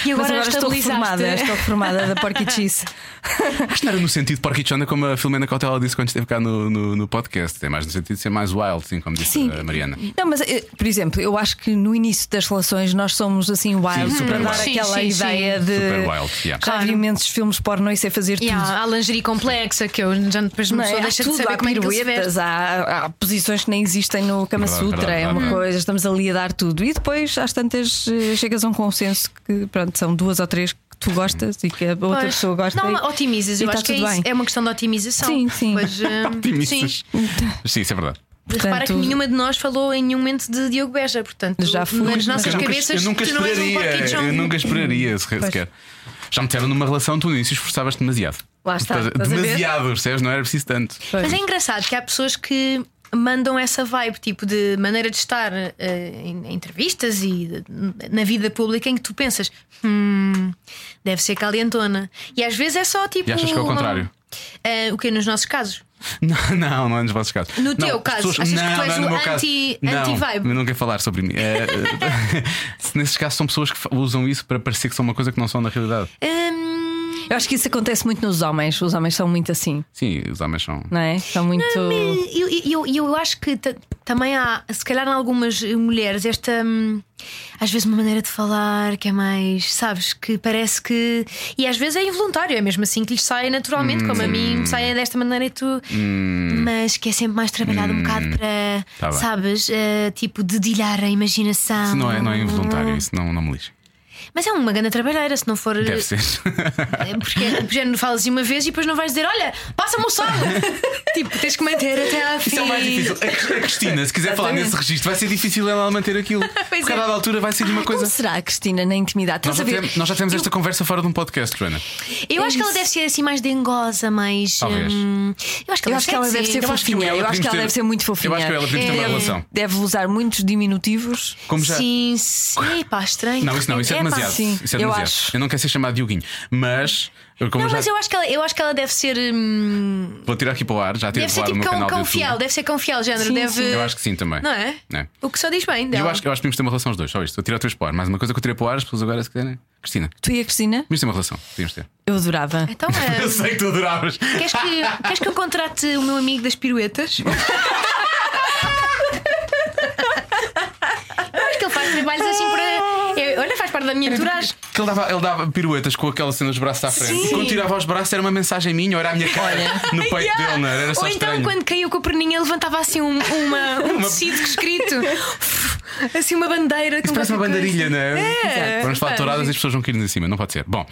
Speaker 4: E agora,
Speaker 1: mas agora estou
Speaker 4: estabilizaste.
Speaker 1: reformada, estou reformada da porquichice.
Speaker 2: Acho que não era no sentido porquichona como a Filomena Cautela disse quando esteve cá no, no, no podcast. É mais no sentido de ser mais wild, sim, como disse
Speaker 1: Sim.
Speaker 2: a Mariana.
Speaker 1: Não, mas eh, por exemplo, eu acho que no início das relações nós somos assim wild
Speaker 2: super
Speaker 1: para dar
Speaker 2: wild.
Speaker 1: aquela
Speaker 4: Sim, sim, sim.
Speaker 1: ideia de
Speaker 2: Super wild, yeah.
Speaker 1: já
Speaker 4: Claro.
Speaker 1: vi imensos filmes pornô e sei fazer
Speaker 4: E
Speaker 1: tudo.
Speaker 4: há a lingerie complexa que eu já depois uma
Speaker 1: Não é?
Speaker 4: pessoa
Speaker 1: Há
Speaker 4: deixa
Speaker 1: tudo,
Speaker 4: de saber
Speaker 1: há
Speaker 4: como é que ele se veste.
Speaker 1: piruetas, há, há posições que nem existem no Kama
Speaker 2: Verdade,
Speaker 1: Sutra,
Speaker 2: verdade,
Speaker 1: é uma
Speaker 2: verdade.
Speaker 1: coisa, estamos ali a dar tudo. E depois, às tantas, eh, chegas a um consenso que pronto, são duas ou três que tu gostas e que a outra
Speaker 4: Pois.
Speaker 1: pessoa gosta.
Speaker 4: Não,
Speaker 1: e-
Speaker 4: otimizas,
Speaker 1: e
Speaker 4: eu
Speaker 1: está
Speaker 4: acho que é,
Speaker 1: tudo bem.
Speaker 4: isso. é uma questão de otimização.
Speaker 1: Sim, sim.
Speaker 4: Pois, hum,
Speaker 2: Otimistas.
Speaker 4: sim.
Speaker 2: Sim, isso é verdade.
Speaker 4: Repara que
Speaker 1: Portanto-
Speaker 4: nenhuma de nós falou em nenhum momento de Diogo Beja, portanto,
Speaker 1: Já fui,
Speaker 4: nas
Speaker 1: mas
Speaker 4: nossas
Speaker 2: eu nunca,
Speaker 4: cabeças,
Speaker 2: eu nunca
Speaker 4: tu não és um
Speaker 2: esperaria.
Speaker 4: porquichão.
Speaker 2: eu nunca esperaria se- sequer. Já me disseram numa relação, tu no início esforçavas-te demasiado.
Speaker 1: Lá está.
Speaker 2: Estás a-
Speaker 1: Estás a ver?
Speaker 2: Demasiado, percebes? Não era preciso tanto.
Speaker 4: Mas é engraçado que há pessoas que mandam essa vibe, tipo, de maneira de estar eh, em, em entrevistas e de- na vida pública em que tu pensas, hum, deve ser calentona. E às vezes é só tipo.
Speaker 2: E achas que é o
Speaker 4: uma-
Speaker 2: contrário?
Speaker 4: Eh, o que nos nossos casos?
Speaker 2: Não, não, não é nos vossos casos.
Speaker 4: No
Speaker 2: Não,
Speaker 4: teu
Speaker 2: as
Speaker 4: caso,
Speaker 2: pessoas-
Speaker 4: achas que
Speaker 2: não,
Speaker 4: tu és
Speaker 2: não,
Speaker 4: o
Speaker 2: no meu caso-
Speaker 4: anti-
Speaker 2: não,
Speaker 4: anti-vibe?
Speaker 2: eu Não quero falar sobre mim. É, é, nesses casos, são pessoas que fa- usam isso para parecer que são uma coisa que não são na realidade.
Speaker 4: Hum,
Speaker 1: Eu acho que isso acontece muito nos homens. Os homens são muito assim,
Speaker 2: Sim, os homens são.
Speaker 1: não é? São muito.
Speaker 4: eu, eu, eu, eu acho que ta- também há, se calhar, em algumas eh, mulheres, esta hum, às vezes uma maneira de falar que é mais, sabes, que parece que. E às vezes é involuntário, é mesmo assim que lhes sai naturalmente, como a mim
Speaker 2: Hum.
Speaker 4: me sai desta maneira e tu. Mas que é sempre mais trabalhado um bocado para,
Speaker 2: Hum. Tá bem.
Speaker 4: sabes, eh, tipo, dedilhar a imaginação.
Speaker 2: Isso não é, não é involuntário, isso não, não me lixa.
Speaker 4: Mas é uma grande trabalheira, se não for.
Speaker 2: Deve ser.
Speaker 4: É Porque o género falas uma vez e depois não vais dizer, olha, passa-me o saco. tipo, tens que manter até à fim.
Speaker 2: Isso é o mais difícil. A a Cristina, se quiser falar nesse registro, vai ser difícil ela manter aquilo.
Speaker 4: Pois
Speaker 2: Porque a
Speaker 4: é.
Speaker 2: dada altura vai ser de uma
Speaker 1: Como
Speaker 2: coisa.
Speaker 1: será, Cristina, na intimidade?
Speaker 2: Nós
Speaker 1: Estás
Speaker 2: já,
Speaker 1: a ver?
Speaker 2: tivemos, nós já tivemos esta conversa fora de um podcast, Joana.
Speaker 4: Eu acho que ela deve ser assim mais dengosa, mais.
Speaker 2: É Talvez.
Speaker 4: hum, eu acho que
Speaker 1: Eu
Speaker 4: ela,
Speaker 1: acho que ela deve ser
Speaker 2: Eu acho que
Speaker 1: fofinha.
Speaker 2: ela
Speaker 1: Eu acho
Speaker 2: podemos
Speaker 1: que ela
Speaker 2: ter-
Speaker 1: deve ser muito
Speaker 2: eu acho que
Speaker 1: fofinha.
Speaker 2: ela podemos ter uma
Speaker 1: Deve-
Speaker 2: relação.
Speaker 1: Deve usar muitos diminutivos.
Speaker 2: Como já.
Speaker 4: Sim, sim, pá, estranho.
Speaker 2: Não, isso não, isso é
Speaker 4: pá.
Speaker 2: demasiado.
Speaker 1: sim,
Speaker 2: Isso é
Speaker 1: eu
Speaker 2: demasiado.
Speaker 1: acho.
Speaker 2: não quero ser chamado Dioguinho, mas. eu- Como eu
Speaker 4: Não,
Speaker 2: já
Speaker 4: mas eu acho que ela, eu acho que ela deve ser. hum,
Speaker 2: Vou tirar aqui para o ar, já tirei para
Speaker 4: deve ser
Speaker 2: o ar o
Speaker 4: tipo
Speaker 2: meu
Speaker 4: cão,
Speaker 2: canal
Speaker 4: cão
Speaker 2: de YouTube.
Speaker 4: fiel, deve ser cão fiel, género. deve.
Speaker 2: Eu acho que sim também.
Speaker 4: Não é?
Speaker 2: É.
Speaker 4: O que só diz bem
Speaker 2: E
Speaker 4: dela.
Speaker 2: Eu acho, eu acho que podemos ter uma relação os dois, só isto. Eu tirei outra vez para o ar, mais uma coisa que eu tirei para o ar, as pessoas agora se quiserem. Cristina,
Speaker 1: Tu e a Cristina?
Speaker 2: podemos ter uma relação, podíamos ter.
Speaker 1: Eu adorava.
Speaker 4: Então é.
Speaker 2: Eu sei que tu adoravas.
Speaker 4: Queres que, queres que eu contrate o meu amigo das piruetas? Eu acho que ele faz trabalhos assim para. eu- olha, faz parte da
Speaker 2: É
Speaker 4: minha entourage.
Speaker 2: Que ele dava, ele dava piruetas com aquela cena dos braços à frente. E quando tirava os braços era uma mensagem minha ou era a minha cara no peito
Speaker 4: Yeah.
Speaker 2: dele, não era? Era só
Speaker 4: Ou então,
Speaker 2: estranho.
Speaker 4: quando caiu com a perninha, levantava assim um, uma, um tecido escrito. assim, uma bandeira.
Speaker 2: Isso
Speaker 4: com
Speaker 2: parece uma
Speaker 4: qualquer
Speaker 2: bandeirilha, não
Speaker 4: É.
Speaker 2: é? Vamos falar de touradas e as pessoas vão cair em cima, não pode ser. Bom.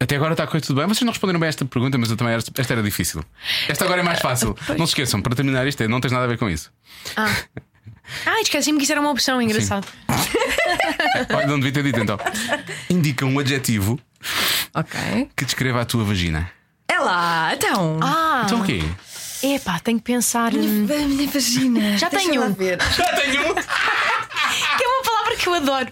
Speaker 2: Até agora está a correr tudo bem. Vocês não responderam bem a esta pergunta, mas eu também era- esta era difícil. Esta agora é mais fácil. Não se esqueçam, para terminar isto, é, não tens nada a ver com isso.
Speaker 4: coisa. Ah, esqueci-me que isso era uma opção, engraçado.
Speaker 2: Olha, não devia ter dito então. Indica um adjetivo
Speaker 1: Ok.
Speaker 2: que descreva a tua vagina.
Speaker 1: É lá, então.
Speaker 4: Ah,
Speaker 2: Então o quê?
Speaker 4: epá, tenho que pensar. hum,
Speaker 5: A minha vagina.
Speaker 4: Já
Speaker 5: Deixa
Speaker 4: tenho
Speaker 5: lá
Speaker 4: um.
Speaker 5: ver.
Speaker 2: Já tenho um!
Speaker 4: Que é uma palavra que eu adoro.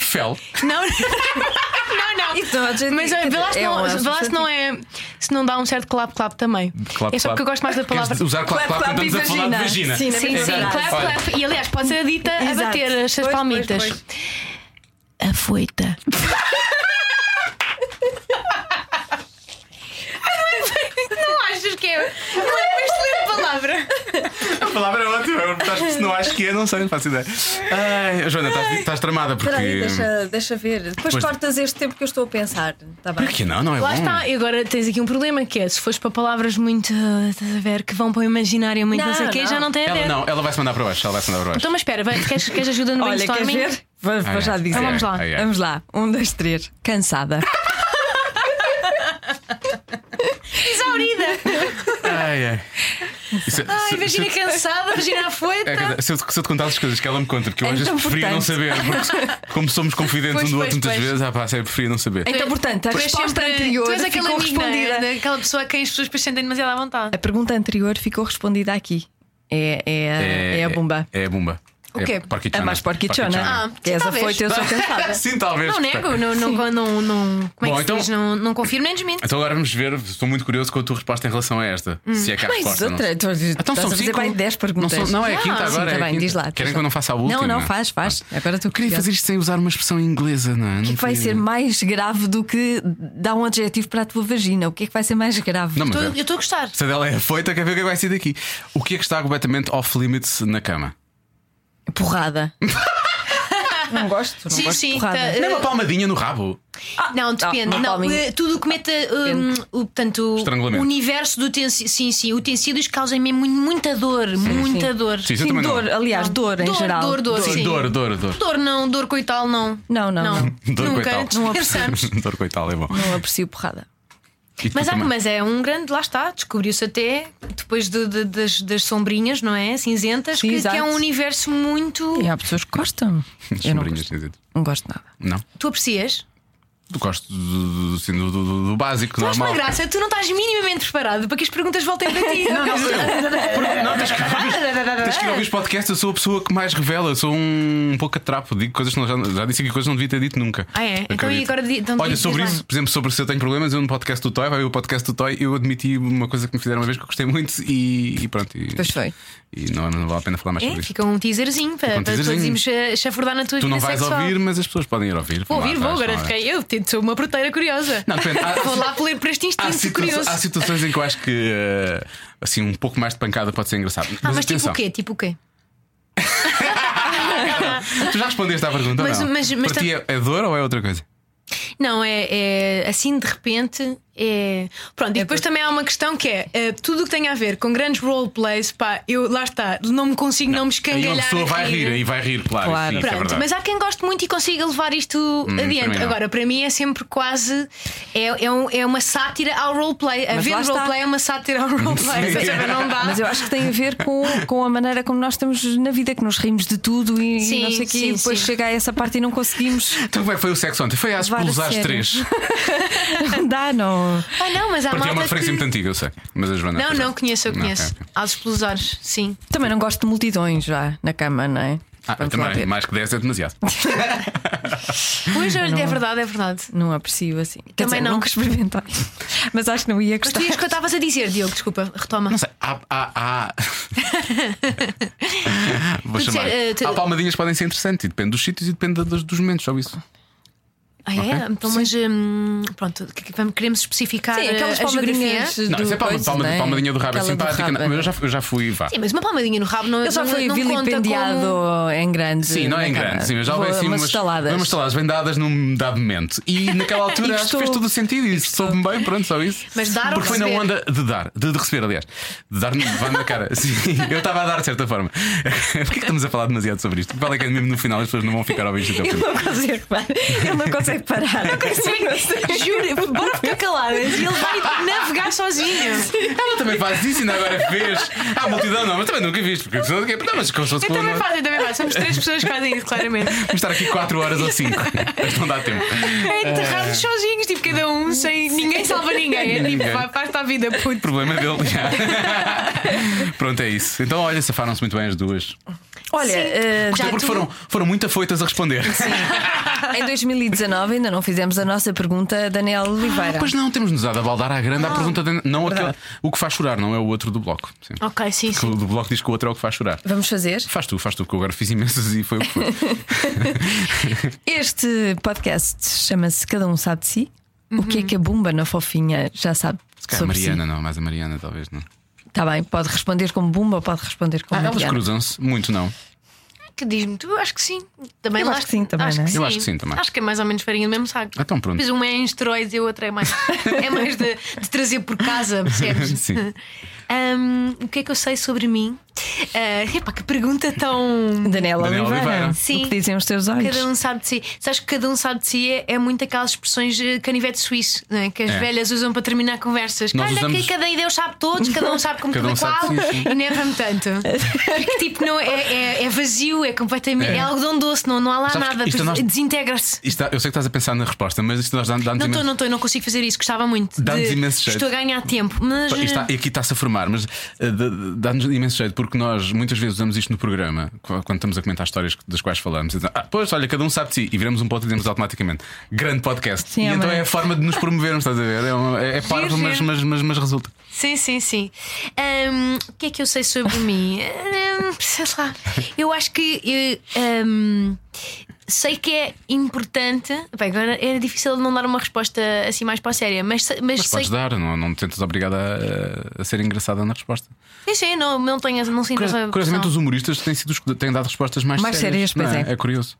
Speaker 2: Fel.
Speaker 4: Não, não, não.
Speaker 1: Isso não é adjetivo.
Speaker 4: Mas olha, vê lá se
Speaker 1: É um
Speaker 4: não, vê lá se não é. Se não dá um certo clap-clap também.
Speaker 2: Clap,
Speaker 4: é só
Speaker 2: clap.
Speaker 4: porque eu gosto mais da
Speaker 2: Queres
Speaker 4: palavra.
Speaker 2: Usar clap, clap,
Speaker 1: Clap,
Speaker 2: quando
Speaker 1: clap
Speaker 2: estamos a
Speaker 1: e
Speaker 2: falar de
Speaker 1: vagina.
Speaker 2: vagina.
Speaker 5: Sim, na
Speaker 4: Sim, sim,
Speaker 5: verdade.
Speaker 4: clap,
Speaker 2: Olha.
Speaker 4: clap. E aliás, pode ser dita a
Speaker 5: Exato.
Speaker 4: bater as suas
Speaker 5: Pois,
Speaker 4: palmitas.
Speaker 5: pois,
Speaker 4: A foita. Não achas que é? Não é uma excelente palavra.
Speaker 2: A palavra é ótima. Estás- Se não acho que é, não sei, não faço ideia. Ai, Joana, estás, estás tramada porque.
Speaker 5: Espera aí, deixa, deixa ver. Depois
Speaker 2: Pois-
Speaker 5: cortas este tempo que eu estou a pensar. Tá bem?
Speaker 2: Para que não? Não é
Speaker 4: Lá
Speaker 2: bom.
Speaker 4: está, e agora tens aqui um problema que é se fores para palavras muito. ah, estás a ver? Que vão para o imaginário muito não,
Speaker 5: Não,
Speaker 4: sei o quê,
Speaker 5: não.
Speaker 4: já não tem a ver.
Speaker 2: Ela, não, ela vai se mandar para baixo. Ela vai se mandar para baixo.
Speaker 4: Então, mas espera, vai, queres, queres ajuda no
Speaker 1: Olha, queres
Speaker 4: Um brainstorming? Então
Speaker 1: ver? Vou, vou
Speaker 2: Ai,
Speaker 1: já
Speaker 2: ai,
Speaker 1: dizer.
Speaker 2: ai,
Speaker 4: vamos lá.
Speaker 2: ai, ai.
Speaker 1: Vamos lá. Um, dois, três. Cansada.
Speaker 4: Exaurida!
Speaker 2: Ai, ai. Isso- é-
Speaker 4: Ai,
Speaker 2: se-
Speaker 4: vagina
Speaker 2: se-
Speaker 4: cansada, vagina afoita.
Speaker 2: é, quer dizer, se, eu, se eu te contasse as coisas que ela me conta, porque eu às vezes
Speaker 1: Então,
Speaker 2: preferia não
Speaker 1: portanto.
Speaker 2: saber, porque como somos confidentes
Speaker 4: Pois,
Speaker 2: um do outro
Speaker 4: pois,
Speaker 2: muitas
Speaker 4: pois.
Speaker 2: vezes, ah, pá, sério, preferia não saber.
Speaker 1: Então, portanto, a
Speaker 4: Tu és
Speaker 1: resposta
Speaker 4: sempre-
Speaker 1: anterior
Speaker 4: tu és aquela
Speaker 1: ficou
Speaker 4: amiga,
Speaker 1: respondida.
Speaker 4: né? Aquela pessoa a quem as pessoas depois sentem demasiado à vontade.
Speaker 2: É,
Speaker 1: A pergunta anterior ficou respondida aqui. É, é, a- é a bomba.
Speaker 2: É, Então, a bomba. O
Speaker 4: quê?
Speaker 1: A É mais Ah. porquichona. tá
Speaker 4: Ah,
Speaker 1: que és
Speaker 4: talvez.
Speaker 1: afoita, eu sou cansada.
Speaker 2: Sim, talvez.
Speaker 4: Não nego, não, não, não, não- como é
Speaker 2: Bom,
Speaker 4: que
Speaker 2: então-
Speaker 4: se diz? Não, não confirmo nem desminto.
Speaker 2: Então agora vamos ver, estou muito curioso com a tua resposta em relação a esta. Se é que há
Speaker 1: Mais
Speaker 2: resposta. não
Speaker 1: outra.
Speaker 2: sei.
Speaker 1: Então,
Speaker 2: Então
Speaker 1: estás
Speaker 2: são
Speaker 1: a fazer
Speaker 2: cinco.
Speaker 1: bem 10 perguntas.
Speaker 2: Não, são- não, é a quinta
Speaker 1: Ah,
Speaker 2: agora.
Speaker 1: Sim,
Speaker 2: é
Speaker 1: tá
Speaker 2: a
Speaker 1: bem,
Speaker 2: quinta.
Speaker 1: diz lá. diz
Speaker 2: Querem
Speaker 1: lá.
Speaker 2: que eu não faça a última? Ah.
Speaker 1: Não, não, faz, faz. Agora estou
Speaker 2: Queria
Speaker 1: curiosa.
Speaker 2: fazer isto sem usar uma expressão inglesa, não é?
Speaker 1: O que é que vai ser mais grave do que dar um adjetivo para a tua vagina? O que é que vai ser mais grave?
Speaker 2: Não, mas
Speaker 4: Tô-
Speaker 2: é-
Speaker 4: eu estou a gostar.
Speaker 2: se a dela é afoita, quer ver o que é que vai ser daqui. O que é que está completamente off-limits na cama?
Speaker 1: Porrada. não gosto, não
Speaker 4: Sim,
Speaker 1: gosto de
Speaker 4: sim.
Speaker 1: porrada.
Speaker 4: tá,
Speaker 2: Nem
Speaker 4: eh,
Speaker 2: uma palmadinha no rabo.
Speaker 4: não, depende.
Speaker 1: uma
Speaker 4: Não,
Speaker 1: palminha.
Speaker 4: eh, tudo o que meta hum, o, portanto, o
Speaker 2: Estrangulamento.
Speaker 4: universo do utensílio. Sim, sim. Utensílios causam mesmo muita dor. muita dor.
Speaker 2: Sim, eu
Speaker 1: Sim,
Speaker 2: também
Speaker 1: dor,
Speaker 2: não.
Speaker 1: aliás, dor, em
Speaker 4: Dor,
Speaker 1: geral.
Speaker 4: dor, dor,
Speaker 2: Sim,
Speaker 4: sim.
Speaker 2: dor, dor, dor.
Speaker 4: Dor não, dor coital não.
Speaker 1: Não, não, não.
Speaker 2: Dor
Speaker 4: Nunca,
Speaker 2: coital.
Speaker 4: não pensamos.
Speaker 2: Dor coital, é bom.
Speaker 1: Não aprecio porrada.
Speaker 2: E tu
Speaker 4: Mas, há-
Speaker 2: também?
Speaker 4: mas é um grande, lá está, descobriu-se até depois de- de- das, das sombrinhas, não é? Cinzentas,
Speaker 1: Sim,
Speaker 4: que,
Speaker 1: exato. É.
Speaker 4: que é um universo muito.
Speaker 1: E há pessoas que gostam. Eu não
Speaker 2: Sombrinhas,
Speaker 1: gosto.
Speaker 2: quer dizer.
Speaker 1: Não gosto nada.
Speaker 2: Não?
Speaker 4: Tu aprecias?
Speaker 2: Gosto do, do- assim, do- do- do básico,
Speaker 4: Tu achas
Speaker 2: normal.
Speaker 4: uma graça, tu não estás minimamente preparado para que as perguntas voltem para ti.
Speaker 2: Não, tens que, tens que ouvir os podcasts. Eu sou a pessoa que mais revela. Eu sou um pouco atrapo. Digo coisas que não, já, já disse aqui coisas que não devia ter dito nunca.
Speaker 4: Ah, é? Então, e
Speaker 2: Acredito.
Speaker 4: agora di- então
Speaker 2: Olha,
Speaker 4: diz-
Speaker 2: sobre
Speaker 4: diz
Speaker 2: isso,
Speaker 4: lá.
Speaker 2: por exemplo, sobre se eu tenho problemas, eu no podcast do Toy, vai ver o podcast do Toy, eu admiti uma coisa que me fizeram uma vez que eu gostei muito e, e pronto. E,
Speaker 1: Pois foi.
Speaker 2: E não, não vale a pena falar mais sobre
Speaker 4: É,
Speaker 2: isso.
Speaker 4: fica um teaserzinho para,
Speaker 2: um
Speaker 4: para todos
Speaker 2: teaserzinho.
Speaker 4: irmos eh, chafurdar na tua
Speaker 2: Tu
Speaker 4: vida
Speaker 2: não vais
Speaker 4: sexual.
Speaker 2: ouvir, mas as pessoas podem ir ouvir.
Speaker 4: Vou
Speaker 2: Vão lá
Speaker 4: ouvir, vou,
Speaker 2: atrás,
Speaker 4: agora
Speaker 2: não é?
Speaker 4: fiquei. Eu tento ser uma proteira curiosa.
Speaker 2: Não, depende. Há-
Speaker 4: Vou lá por, por este
Speaker 2: Há,
Speaker 4: instinto
Speaker 2: situa-
Speaker 4: curioso.
Speaker 2: há situações em que eu acho que eh, assim, um pouco mais de pancada pode ser engraçado.
Speaker 4: Ah, mas tipo
Speaker 2: atenção,
Speaker 4: o quê? Tipo o quê?
Speaker 2: tu já respondeste à pergunta? ou
Speaker 4: Mas-
Speaker 2: não?
Speaker 4: mas- mas tá-
Speaker 2: Para ti é, é dor ou é outra coisa?
Speaker 4: Não, é, é assim de repente. É... Pronto, e depois também há uma questão que é eh, tudo o que tem a ver com grandes roleplays, pá, eu lá está, não me consigo não, me
Speaker 2: Aí
Speaker 4: escangalhar.
Speaker 2: uma pessoa
Speaker 4: a
Speaker 2: vai
Speaker 4: rir.
Speaker 2: rir, aí vai rir, claro.
Speaker 1: Claro.
Speaker 2: sim, isso é
Speaker 4: Pronto,
Speaker 2: verdade. Hum,
Speaker 4: mas há quem goste muito e consiga levar isto adiante.
Speaker 2: para mim não.
Speaker 4: Agora, para mim é sempre quase. É, é, um- é uma sátira ao roleplay. A
Speaker 1: Mas
Speaker 4: ver
Speaker 1: lá está.
Speaker 4: roleplay é uma sátira ao roleplay.
Speaker 2: Sim.
Speaker 4: Ou seja, não dá.
Speaker 1: Mas eu acho que tem a ver com, com a maneira como nós estamos na vida, que nos rimos de tudo e
Speaker 4: Sim,
Speaker 1: não sei o quê,
Speaker 4: sim,
Speaker 1: e depois
Speaker 4: sim.
Speaker 1: chega a essa parte e não conseguimos
Speaker 2: Então como é que foi o sexo ontem? Foi às
Speaker 1: Levar a
Speaker 2: pulos às
Speaker 1: sério.
Speaker 2: três.
Speaker 1: andar, não.
Speaker 4: Ah, não, mas há
Speaker 2: Para ti é uma
Speaker 4: malta
Speaker 2: referência
Speaker 4: que...
Speaker 2: muito antiga, eu sei. Mas a Joana.
Speaker 4: Não,
Speaker 2: pois é.
Speaker 4: não, conheço, eu
Speaker 2: Não,
Speaker 4: conheço.
Speaker 2: ok, ok.
Speaker 4: Aos explosores, sim.
Speaker 1: Também não gosto de multidões já na cama, não é?
Speaker 2: Ah, eu
Speaker 1: Vamos lá
Speaker 2: também,
Speaker 1: ver.
Speaker 2: mais que 10 é demasiado.
Speaker 4: Hoje olha, é verdade, é verdade.
Speaker 1: Não aprecio assim. Quer
Speaker 4: Também
Speaker 1: dizer,
Speaker 4: não.
Speaker 1: Nunca experimentei. Mas acho que não ia
Speaker 4: Mas
Speaker 1: gostar.
Speaker 4: tu ias que eu estavas a dizer, Diogo, desculpa, retoma.
Speaker 2: Não sei. Há. há, há... Vou
Speaker 4: Tu
Speaker 2: chamar.
Speaker 4: disser, eh, tu-
Speaker 2: Há palmadinhas que podem ser interessantes e depende dos sítios e depende dos, dos momentos, só isso.
Speaker 4: Ah, é? Então, mas hum, pronto, que- que- vamos- queremos especificar eh,
Speaker 1: Sim, aquelas
Speaker 4: a, a geografia.
Speaker 1: palmadinhas
Speaker 2: Não,
Speaker 1: do
Speaker 2: isso é palma,
Speaker 1: coisa,
Speaker 2: palma-
Speaker 1: não é?
Speaker 2: palmadinha do rabo, é
Speaker 1: Aquela do
Speaker 2: simpática.
Speaker 1: rabo.
Speaker 2: não, mas eu já, eu já fui, vá.
Speaker 4: Sim, mas uma palmadinha no rabo não
Speaker 1: Eu já
Speaker 4: não-
Speaker 1: fui
Speaker 4: não conta
Speaker 1: vilipendiado
Speaker 4: como-
Speaker 1: em grande.
Speaker 2: Sim, não é em
Speaker 1: na cama.
Speaker 2: grande. Sim, mas já
Speaker 1: Vou
Speaker 2: houve
Speaker 1: a
Speaker 2: assim
Speaker 1: umas estaladas.
Speaker 2: Umas estaladas bem dadas num dado momento. E naquela altura
Speaker 1: E
Speaker 2: acho que fez
Speaker 1: gostou.
Speaker 2: todo o sentido e soube-me bem, pronto, só isso.
Speaker 4: Mas dar ou
Speaker 2: Porque foi na
Speaker 4: receber?
Speaker 2: onda de dar, de, de receber, aliás. De dar vá na cara. Sim, eu estava a dar de certa forma. Porquê que estamos a falar demasiado sobre isto? Fala que é mesmo no final as pessoas não vão ficar a ouvir isto até ao
Speaker 1: Ele
Speaker 2: fim.
Speaker 1: não consegue parar. Ele não consegue parar.
Speaker 4: Juro, bora ficar caladas e ele vai navegar sozinho.
Speaker 2: Ela também faz isso, ainda agora fez. Ah, multidão não, mas também nunca viste. Porque a pessoa quer. Não, mas como se fosse
Speaker 4: Eu
Speaker 2: com-
Speaker 4: também faço, eu também faço. Somos três pessoas que fazem isso, claramente.
Speaker 2: Vamos estar aqui 4 horas ou 5. Mas não dá tempo.
Speaker 4: É enterrados sozinhos, tipo cada um, sem ninguém salva ninguém. É
Speaker 2: Ninguém.
Speaker 4: tipo, vai, faz-te a vida, puto.
Speaker 2: Problema dele. já. Pronto, é isso. Então, olha, safaram-se muito bem as duas.
Speaker 1: Olha, eh,
Speaker 2: Até porque foram, foram muito afoitas a responder.
Speaker 1: em 2019 ainda não fizemos a nossa pergunta a Daniel Oliveira.
Speaker 2: Ah, Pois não, temos-nos dado a baldar à grande à pergunta. de- não aquele, o que faz chorar, não é o outro do bloco. Sim.
Speaker 4: Ok, sim,
Speaker 2: Que O do bloco diz que o outro é o que faz chorar.
Speaker 1: Vamos fazer?
Speaker 2: Faz tu, faz tu, porque eu agora fiz imensas e foi o que foi.
Speaker 1: Este podcast chama-se Cada Um Sabe de Si. O que é
Speaker 4: Uhum.
Speaker 1: que a Bumba na Fofinha já sabe
Speaker 2: Cá, a
Speaker 1: sobre
Speaker 2: Mariana, não, mais a Mariana, talvez não.
Speaker 1: si? Tá bem, pode responder como Bumba ou pode responder como
Speaker 2: Ah, elas
Speaker 1: Mariana.
Speaker 2: cruzam-se, muito não.
Speaker 4: Que diz-me, tu acho que sim. Também
Speaker 1: Eu
Speaker 4: lá-
Speaker 1: acho que sim também, não é?
Speaker 2: Eu acho que sim também.
Speaker 4: Acho que é mais ou menos farinha do mesmo saco.
Speaker 2: Ah, Então pronto.
Speaker 4: Mas uma é em esteroides e a outra é mais, é mais de, de trazer por casa, percebes?
Speaker 2: Sim.
Speaker 4: Ahm, o que é que eu sei sobre mim? Ah, epá, que pergunta tão.
Speaker 1: Daniela Oliveira.
Speaker 2: Daniela Oliveira.
Speaker 4: Sim.
Speaker 1: O que dizem os teus olhos?
Speaker 4: Cada um sabe de si. Sabes que cada um sabe de si é, é muito aquelas expressões eh, canivete suíço, não é? que as
Speaker 2: É.
Speaker 4: velhas usam para terminar conversas.
Speaker 2: Nós
Speaker 4: Olha
Speaker 2: usamos-
Speaker 4: que cada ideia sabe todos, cada um sabe como
Speaker 2: Cada um
Speaker 4: cada
Speaker 2: sabe
Speaker 4: qual
Speaker 2: de si, sim.
Speaker 4: e neva-me tanto. Porque tipo, não, é, é, é vazio, é completamente.
Speaker 2: É.
Speaker 4: É, algodão doce, não, não há lá
Speaker 2: Sabes que
Speaker 4: nada,
Speaker 2: isto é nós-
Speaker 4: desintegra-se.
Speaker 2: Isto dá- eu sei que estás a pensar na resposta, mas isto nós dá- dá-nos
Speaker 4: Não estou,
Speaker 2: imenso-
Speaker 4: não estou, não consigo fazer isso, gostava muito.
Speaker 2: Dá-nos
Speaker 4: de-
Speaker 2: imenso jeito.
Speaker 4: Estou a ganhar tempo, mas.
Speaker 2: Isto tá- está-
Speaker 4: eh,
Speaker 2: e aqui está-se a formar, mas eh, dá- dá-nos imenso jeito, porque nós muitas vezes usamos isto no programa, qu- quando estamos a comentar histórias das quais falamos. Então, ah, pois, olha, cada um sabe de si, e viramos um ponto e dizemos automaticamente: grande podcast.
Speaker 1: Sim,
Speaker 2: e
Speaker 1: é
Speaker 2: então
Speaker 1: uma-
Speaker 2: é a forma de nos promovermos, estás a ver? É, uma, é, é parvo,
Speaker 4: Giro,
Speaker 2: mas,
Speaker 4: giro.
Speaker 2: mas, mas, mas resulta.
Speaker 4: Sim, sim, sim. Ahm, o que é que eu sei sobre mim? Ahm, sei lá. Eu acho que. eh, ahm, sei que é importante. Bem, agora era difícil de não dar uma resposta assim mais para a séria, mas, sei- mas,
Speaker 2: Mas
Speaker 4: sei.
Speaker 2: podes dar, não, não te sentes obrigada a, a ser engraçada na resposta.
Speaker 4: Sim, sim, não, não tenho, essa- não sinto
Speaker 2: Curios-
Speaker 4: essa.
Speaker 2: Curiosamente,
Speaker 4: pressão.
Speaker 2: os humoristas têm, sido, os que têm dado respostas mais,
Speaker 1: Mais sérias, pois
Speaker 2: não
Speaker 1: é.
Speaker 2: É curioso.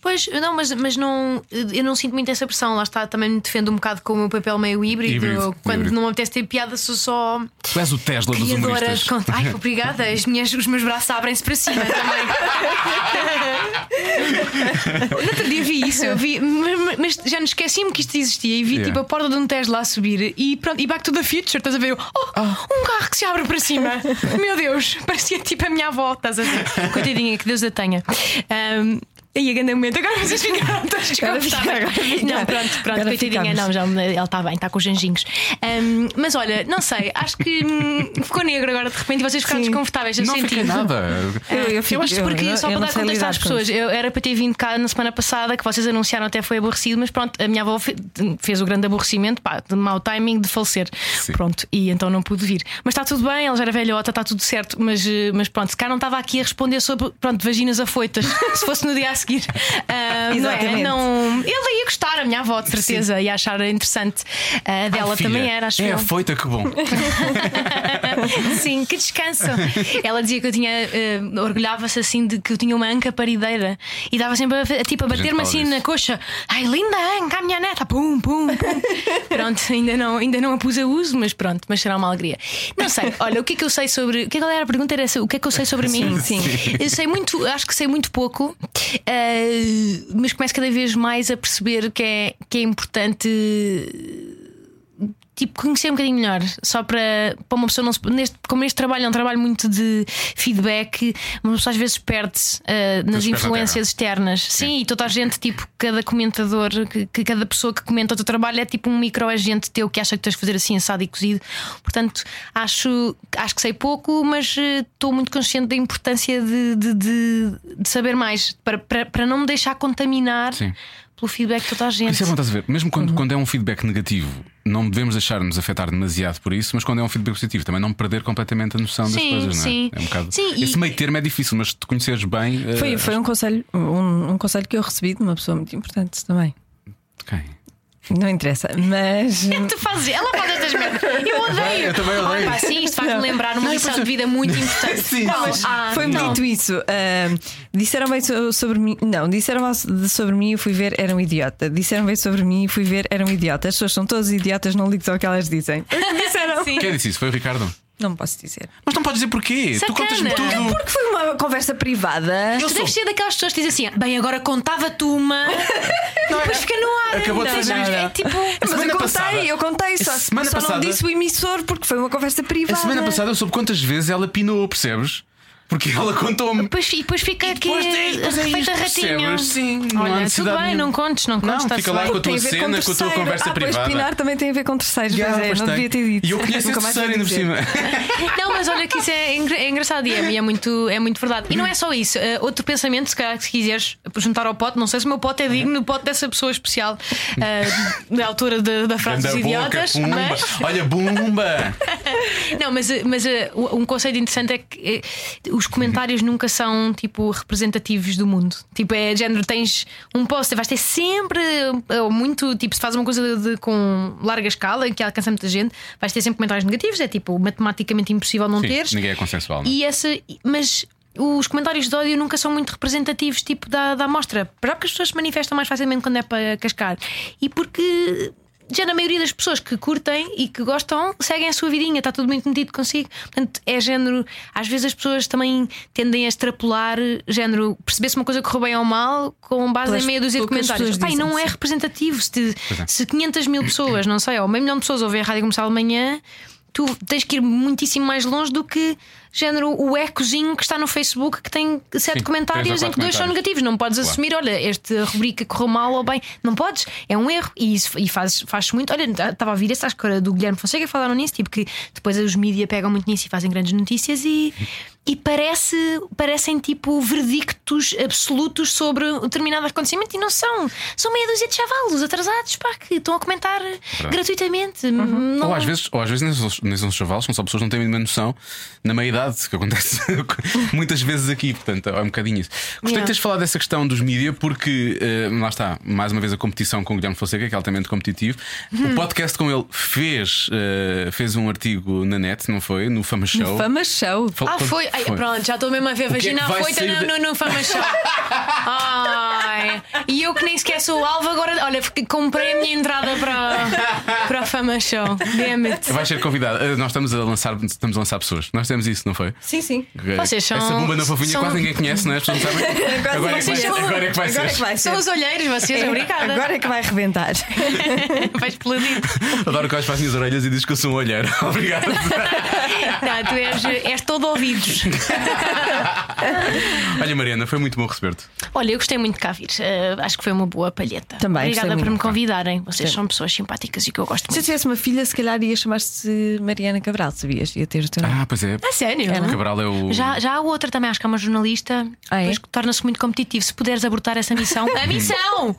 Speaker 4: Pois, não, mas, mas não, eu não sinto muito essa pressão. Lá está, também me defendo um bocado com o meu papel meio híbrido.
Speaker 2: Híbrido,
Speaker 4: quando
Speaker 2: híbrido.
Speaker 4: não me apetece ter piada, sou só.
Speaker 2: Tu és o Tesla dos
Speaker 4: Criadora
Speaker 2: humoristas.
Speaker 4: de conta. Ai, obrigada. As minhas, os meus braços abrem-se para cima também. No outro dia vi isso, eu vi, mas, mas já nos esqueci-me que isto existia e vi
Speaker 2: Yeah.
Speaker 4: tipo a porta de um Tesla a subir e pronto, e back to the future, estás a ver? Eu, Oh,
Speaker 2: Ah.
Speaker 4: um carro que se abre para cima. Meu Deus, parecia tipo a minha avó, estás a ver? Coitadinha, que Deus a tenha. Ahm,
Speaker 1: Aí a grande momento,
Speaker 4: Agora vocês ficaram todos desconfortáveis. Não, pronto, pronto,
Speaker 1: Agora
Speaker 4: coitadinha,
Speaker 1: ficamos.
Speaker 4: não, já, ela está bem, está com os anjinhos. Ahm, mas olha, não sei, acho que hum, ficou negro agora de repente e vocês ficaram
Speaker 1: Sim.
Speaker 4: desconfortáveis. eu
Speaker 2: Não
Speaker 4: senti.
Speaker 2: fiquei nada.
Speaker 1: Eu, eu fico-
Speaker 4: Eu acho que
Speaker 1: eu-
Speaker 4: porque,
Speaker 1: eu-
Speaker 4: só
Speaker 1: eu não
Speaker 4: para dar
Speaker 1: sei
Speaker 4: contexto
Speaker 1: lidar
Speaker 4: às
Speaker 1: com
Speaker 4: pessoas, eu era para ter vindo cá na semana passada, que vocês anunciaram até foi aborrecido, mas pronto, a minha avó fe- fez o grande aborrecimento, pá, de mau timing de falecer.
Speaker 2: Sim.
Speaker 4: Pronto, e então não pude vir. Mas está tudo bem, ela já era velhota, está tudo certo, mas, eh, mas pronto, se cá não estava aqui a responder sobre, pronto, vaginas afoitas, se fosse no dia a seguir. Ah, não é?
Speaker 1: Exatamente.
Speaker 4: Não, ele ia gostar, a minha avó, de certeza, ia achar interessante. Ah, A dela
Speaker 2: Ai, filha,
Speaker 4: também era, acho
Speaker 2: É
Speaker 4: eu.
Speaker 2: a foita, que bom.
Speaker 4: Sim, que descanso. Ela dizia que eu tinha. eh, Orgulhava-se assim de que eu tinha uma anca parideira e dava sempre a, a- tipo, a
Speaker 2: gente
Speaker 4: bater-me
Speaker 2: fala
Speaker 4: assim
Speaker 2: disso.
Speaker 4: na coxa. Ai, linda anca, a minha neta. Pum, pum, pum. Pronto, ainda não, ainda não a pus a uso, mas pronto, mas será uma alegria. Não sei, olha, o que é que eu sei sobre. O que é que era a pergunta? Era essa, o que é que eu sei sobre mim?
Speaker 1: Sim, sim.
Speaker 4: Eu sei muito, acho que sei muito pouco, eh, mas começo cada vez mais a perceber que é, que é importante tipo, conhecer um bocadinho melhor, só para, para uma pessoa não se. Neste, como este trabalho é um trabalho muito de feedback, uma pessoa às vezes perde-se ah, nas
Speaker 2: Perde-se
Speaker 4: influências externas. Sim, e toda a gente, tipo, cada comentador, que, que cada pessoa que comenta o teu trabalho é tipo um microagente teu que acha que tens de fazer assim assado e cozido. Portanto, acho, acho que sei pouco, mas eh, estou muito consciente da importância de, de, de- de saber mais, para, para, para não me deixar contaminar.
Speaker 2: Sim.
Speaker 4: Pelo feedback de toda a gente.
Speaker 2: Isso é bom, estás a ver? Mesmo quando, quando é um feedback negativo, não devemos deixar-nos afetar demasiado por isso, mas quando é um feedback positivo, também não perder completamente a noção das
Speaker 4: Sim,
Speaker 2: coisas,
Speaker 4: sim.
Speaker 2: não é? é um bocado...
Speaker 4: Sim, e-
Speaker 2: Esse meio termo é difícil, mas se te conheceres bem.
Speaker 1: Foi,
Speaker 2: eh,
Speaker 1: foi um, conselho, um, um conselho que eu recebi de uma pessoa muito importante também.
Speaker 2: quem? é
Speaker 1: Não interessa, mas.
Speaker 4: que tu fazes? Ela faz estas merdas. Eu odeio.
Speaker 2: Eu também odeio.
Speaker 4: Opa, sim, isto faz-me lembrar uma lição de vida muito importante.
Speaker 2: Sim,
Speaker 4: Qual?
Speaker 2: sim.
Speaker 4: Ah,
Speaker 1: Foi-me
Speaker 4: não.
Speaker 1: dito isso. Ahm, disseram bem so- sobre mim. Não, disseram mal de- sobre mim e fui ver, era um idiota. Disseram bem sobre mim e fui ver, era um idiota. As pessoas são todas idiotas, não ligues ao que elas dizem. disseram.
Speaker 2: Quem disse isso? Foi o Ricardo.
Speaker 1: Não posso dizer.
Speaker 2: Mas não podes dizer porquê. Tu
Speaker 4: Sacana.
Speaker 2: contas-me tudo.
Speaker 1: Porque foi uma conversa privada.
Speaker 4: Tu deves ser daquelas pessoas que dizem assim: bem, agora contava-te uma. e depois fica no ar.
Speaker 2: Acabou de
Speaker 4: Não,
Speaker 2: fazer
Speaker 4: não,
Speaker 2: isto.
Speaker 4: É tipo.
Speaker 1: Mas eu
Speaker 2: semana
Speaker 1: contei,
Speaker 2: passada-
Speaker 1: eu contei,
Speaker 2: a
Speaker 1: só, só
Speaker 2: semana
Speaker 1: não
Speaker 2: passada-
Speaker 1: disse o emissor porque foi uma conversa
Speaker 2: A
Speaker 1: privada.
Speaker 2: semana passada eu soube quantas vezes ela pinou, percebes? Porque ela contou-me.
Speaker 4: Depois, e depois fica aqui
Speaker 2: depois é- depois é
Speaker 4: feita
Speaker 2: isto,
Speaker 4: ratinho.
Speaker 2: percebes? Sim, não há
Speaker 4: Olha, tudo
Speaker 2: necessidade
Speaker 4: bem,
Speaker 2: nenhuma.
Speaker 4: não contes, não contes,
Speaker 2: Não,
Speaker 4: está
Speaker 2: fica lá
Speaker 4: bem.
Speaker 2: com a tua
Speaker 1: Tem a ver com
Speaker 2: cena, com a tua
Speaker 1: terceiro.
Speaker 2: conversa
Speaker 1: ah, Pois pinar
Speaker 2: privada.
Speaker 1: também tem a ver com terceiros,
Speaker 2: Ya,
Speaker 1: pois é,
Speaker 2: pois
Speaker 1: não
Speaker 2: tem.
Speaker 1: devia ter dito.
Speaker 2: E eu conheço
Speaker 1: Nunca
Speaker 2: esse
Speaker 1: mais vou
Speaker 2: terceiro ainda por
Speaker 1: dizer.
Speaker 2: cima.
Speaker 4: Não, mas olha que isso é, engra- é engraçado e é, e é muito, é muito verdade. E não é só isso. eh, outro pensamento, se calhar, que se quiseres juntar ao pote, não sei se o meu pote é digno do pote dessa pessoa especial, eh, da altura da, da frase dos
Speaker 2: Ganda boca,
Speaker 4: idiotas.
Speaker 2: pumba.
Speaker 4: mas-
Speaker 2: Olha, bumba!
Speaker 4: não, mas, eh, mas eh, um conceito interessante é que eh, os comentários nunca são tipo representativos do mundo. Tipo, é de género, tens um post, vais ter sempre eh, ou muito, tipo, se faz uma coisa de- com larga escala, que alcança muita gente, vais ter sempre comentários negativos, é tipo matematicamente impossível não
Speaker 2: Sim,
Speaker 4: teres.
Speaker 2: ninguém é consensual, não é?
Speaker 4: E essa, mas os comentários de ódio nunca são muito representativos tipo da, da amostra. Para já porque as pessoas se manifestam mais facilmente quando é para cascar. E porque já na maioria das pessoas que curtem e que gostam seguem a sua vidinha, está tudo muito metido consigo. Portanto, é género. Às vezes as pessoas também tendem a extrapolar género, perceber se uma coisa correu bem ou mal com base
Speaker 1: Pelas-
Speaker 4: em meia dúzia de
Speaker 1: pelo que as
Speaker 4: comentários.
Speaker 1: pessoas
Speaker 4: Pai,
Speaker 1: dizem,
Speaker 4: não é
Speaker 1: sim.
Speaker 4: representativo se, te-
Speaker 2: é.
Speaker 4: se 500 mil pessoas, não sei, ou meio milhão de pessoas ouvem a rádio comercial amanhã, tu tens que ir muitíssimo mais longe do que género o ecozinho que está no Facebook que tem sete
Speaker 2: Sim,
Speaker 4: comentários
Speaker 2: três ou
Speaker 4: em que dois
Speaker 2: quatro
Speaker 4: são
Speaker 2: comentários.
Speaker 4: negativos. Não podes
Speaker 2: Claro.
Speaker 4: assumir, olha, esta rubrica correu mal ou bem. Não podes, é um erro e isso e faz, faz muito. Olha, estava a ouvir essa escolha do Guilherme Fonseca falaram nisso, tipo que depois os mídias pegam muito nisso e fazem grandes notícias e. E parece, parecem tipo verdictos absolutos sobre um determinado acontecimento e não são. São meia dúzia de chavalos atrasados, pá, que estão a comentar gratuitamente. Não-
Speaker 2: Ou às vezes, ou às vezes nem são- nem são chavalos, são só pessoas que não têm a mínima noção na meia idade, que acontece muitas vezes aqui, portanto, é um bocadinho isso. Gostei de teres falado dessa questão dos mídia, porque eh, lá está, mais uma vez a competição com o Guilherme Fonseca, que é altamente competitivo.
Speaker 4: Hum.
Speaker 2: O podcast com ele fez, eh, fez um artigo na net, não foi? No Fama Show.
Speaker 1: Fama show.
Speaker 2: Fal-
Speaker 4: Ah,
Speaker 2: quando-
Speaker 4: foi. Ai, Pronto, já estou mesmo a ver. tá,
Speaker 2: que é que
Speaker 4: Vagina à
Speaker 2: vai
Speaker 4: foita
Speaker 2: sair
Speaker 4: no,
Speaker 2: da-
Speaker 4: no, no Fama Show. Ai, e eu que nem sequer sou alvo, agora, olha, fiquei- comprei a minha entrada para, para o fama show. Damn it.
Speaker 2: Vais ser convidado. Ah, Nós estamos a, lançar, estamos a lançar pessoas. Nós temos isso, não foi?
Speaker 4: Sim, sim.
Speaker 2: Ok.
Speaker 4: Vocês são.
Speaker 2: Essa bomba na fofinha
Speaker 4: são-
Speaker 2: quase ninguém conhece, não é? As pessoas não sabem. agora, é que
Speaker 4: vocês
Speaker 2: vai,
Speaker 4: são-
Speaker 2: agora é que vai
Speaker 5: Agora é
Speaker 2: ser.
Speaker 5: que vai ser.
Speaker 4: São os olheiros, vocês, obrigada.
Speaker 5: Agora é que vai arrebentar.
Speaker 4: Vai explodir.
Speaker 2: Adoro que elas fazem as orelhas e diz que eu sou um olheiro. Obrigado.
Speaker 4: Não, Tá, tu és, és todo ouvidos.
Speaker 2: Olha, Mariana, foi muito bom receber-te.
Speaker 4: Olha, eu gostei muito de cá vir. Eh, acho que foi uma boa palheta.
Speaker 1: Também,
Speaker 4: Obrigada
Speaker 1: gostei
Speaker 4: por me
Speaker 1: muito.
Speaker 4: convidarem. Vocês são pessoas simpáticas e que eu gosto
Speaker 1: Se eu
Speaker 4: muito.
Speaker 1: tivesse uma filha, se calhar ia chamar-se Mariana Cabral, sabias? Ia ter o teu nome.
Speaker 2: Ah, pois é.
Speaker 4: Ah, sério?
Speaker 2: Cabral é o.
Speaker 4: Já, já há outra também, acho que é uma jornalista.
Speaker 1: Ah, é?
Speaker 4: Depois que torna-se muito competitivo. Se puderes abortar essa missão. A missão!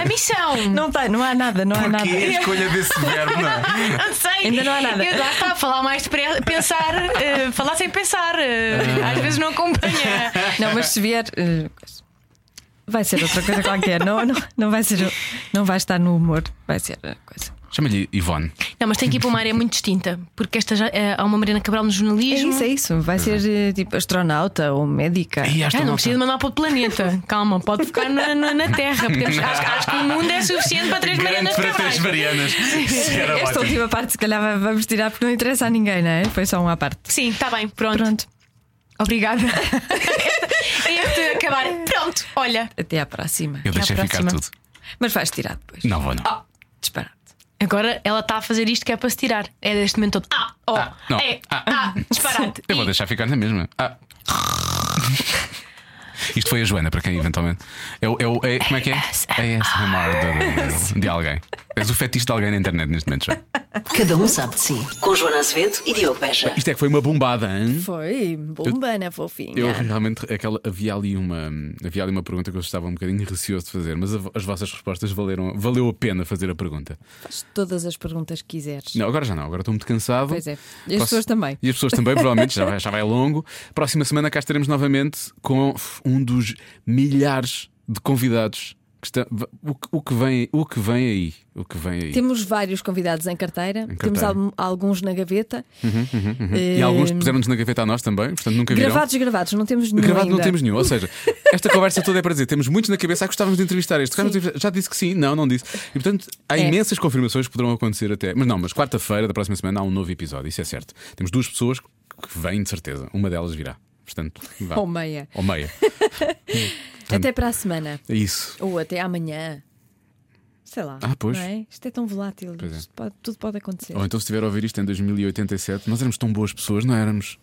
Speaker 4: A missão!
Speaker 1: Não tem, não há nada, não há
Speaker 2: Porquê
Speaker 1: nada.
Speaker 2: é a escolha desse verbo, não é?
Speaker 4: Não sei.
Speaker 1: Ainda não há nada.
Speaker 4: Eu lá está, falar mais depressa, pensar, eh, falar sem pensar. eh, às vezes não acompanha.
Speaker 1: Não, mas se vier. eh, vai ser outra coisa qualquer. Não, não, não, vai ser, não vai estar no humor. Vai ser eh, coisa.
Speaker 2: Chama-lhe Ivone.
Speaker 4: Não, mas tem que ir para uma área muito distinta, porque esta já, eh, há uma Mariana Cabral no
Speaker 1: É
Speaker 4: jornalismo.
Speaker 1: isso, é isso. Vai
Speaker 2: Uhum.
Speaker 1: ser eh, tipo astronauta ou médica.
Speaker 2: E
Speaker 4: Ah, não
Speaker 2: astronauta.
Speaker 4: precisa de mandar para o planeta. Calma, pode ficar na, na- na Terra. Porque acho, acho- acho que o mundo é suficiente para três
Speaker 2: Grande
Speaker 4: Marianas
Speaker 2: para três
Speaker 4: Cabrais.
Speaker 2: Marianas. Isso era
Speaker 1: Esta
Speaker 2: é ótimo.
Speaker 1: última parte, se calhar, vai- vamos tirar porque não interessa a ninguém, não é? Foi só uma à parte.
Speaker 4: Sim, está bem, pronto.
Speaker 1: Pronto,
Speaker 4: Obrigada. este acabar. Pronto, olha.
Speaker 1: até à próxima.
Speaker 2: Eu deixei
Speaker 4: à
Speaker 2: ficar
Speaker 4: próxima.
Speaker 2: tudo.
Speaker 1: Mas vais tirar depois.
Speaker 2: Não vou, não.
Speaker 1: Disparado.
Speaker 4: Agora ela está a fazer isto que é para se tirar. É deste momento todo. Ah, oh,
Speaker 2: Ah, não.
Speaker 4: é,
Speaker 2: Ah.
Speaker 4: ah, disparate.
Speaker 2: Eu vou deixar ficar na mesma. Ah. Isto foi a Joana, para quem eventualmente. É, o- é, o- é- como é que é? É ASMR de, de alguém. És o fetiche de alguém na internet neste momento, Joana.
Speaker 3: Cada um sabe de si. Com Joana Azevedo e Diogo Beja.
Speaker 2: Isto é que foi uma bombada, hein?
Speaker 5: Foi bombana, fofinha.
Speaker 2: Eu realmente aquela, havia, ali uma, havia ali uma pergunta que eu estava um bocadinho receoso de fazer, mas a vo- as vossas respostas valeram, valeu a pena fazer a pergunta.
Speaker 5: Faz todas as perguntas que quiseres.
Speaker 2: Não, agora já não, agora estou muito cansado.
Speaker 5: Pois é. E as pessoas também.
Speaker 2: E as pessoas também, provavelmente, já vai, já vai longo. Próxima semana cá estaremos novamente com um dos milhares de convidados. Que estão, o, que- o que vem, o que vem aí? O que vem aí?
Speaker 5: Temos vários convidados em carteira, temos
Speaker 2: carteira.
Speaker 5: al- alguns na gaveta.
Speaker 2: E alguns puseram-nos na gaveta a nós também, portanto nunca viram.
Speaker 5: Gravados, gravados, não temos nenhum.
Speaker 2: Gravado não
Speaker 5: ainda.
Speaker 2: temos nenhum, ou seja, esta conversa toda é para dizer, temos muitos na cabeça, ah, gostávamos de entrevistar este, gostávamos de entrevistar- já disse que sim, não, não disse. E portanto, há
Speaker 5: É.
Speaker 2: imensas confirmações que poderão acontecer até. Mas não, mas quarta-feira da próxima semana há um novo episódio, isso é certo. Temos duas pessoas que vêm de certeza, uma delas virá. Portanto, vá.
Speaker 5: Ou meia.
Speaker 2: Ou meia.
Speaker 5: Até para a semana.
Speaker 2: É isso.
Speaker 5: Ou até amanhã. Sei lá.
Speaker 2: Ah, pois.
Speaker 5: não é? Isto é tão volátil.
Speaker 2: Pois é.
Speaker 5: Isto pode- tudo pode acontecer.
Speaker 2: Ou então, se estiver a ouvir isto em 2087, nós éramos tão boas pessoas, não éramos?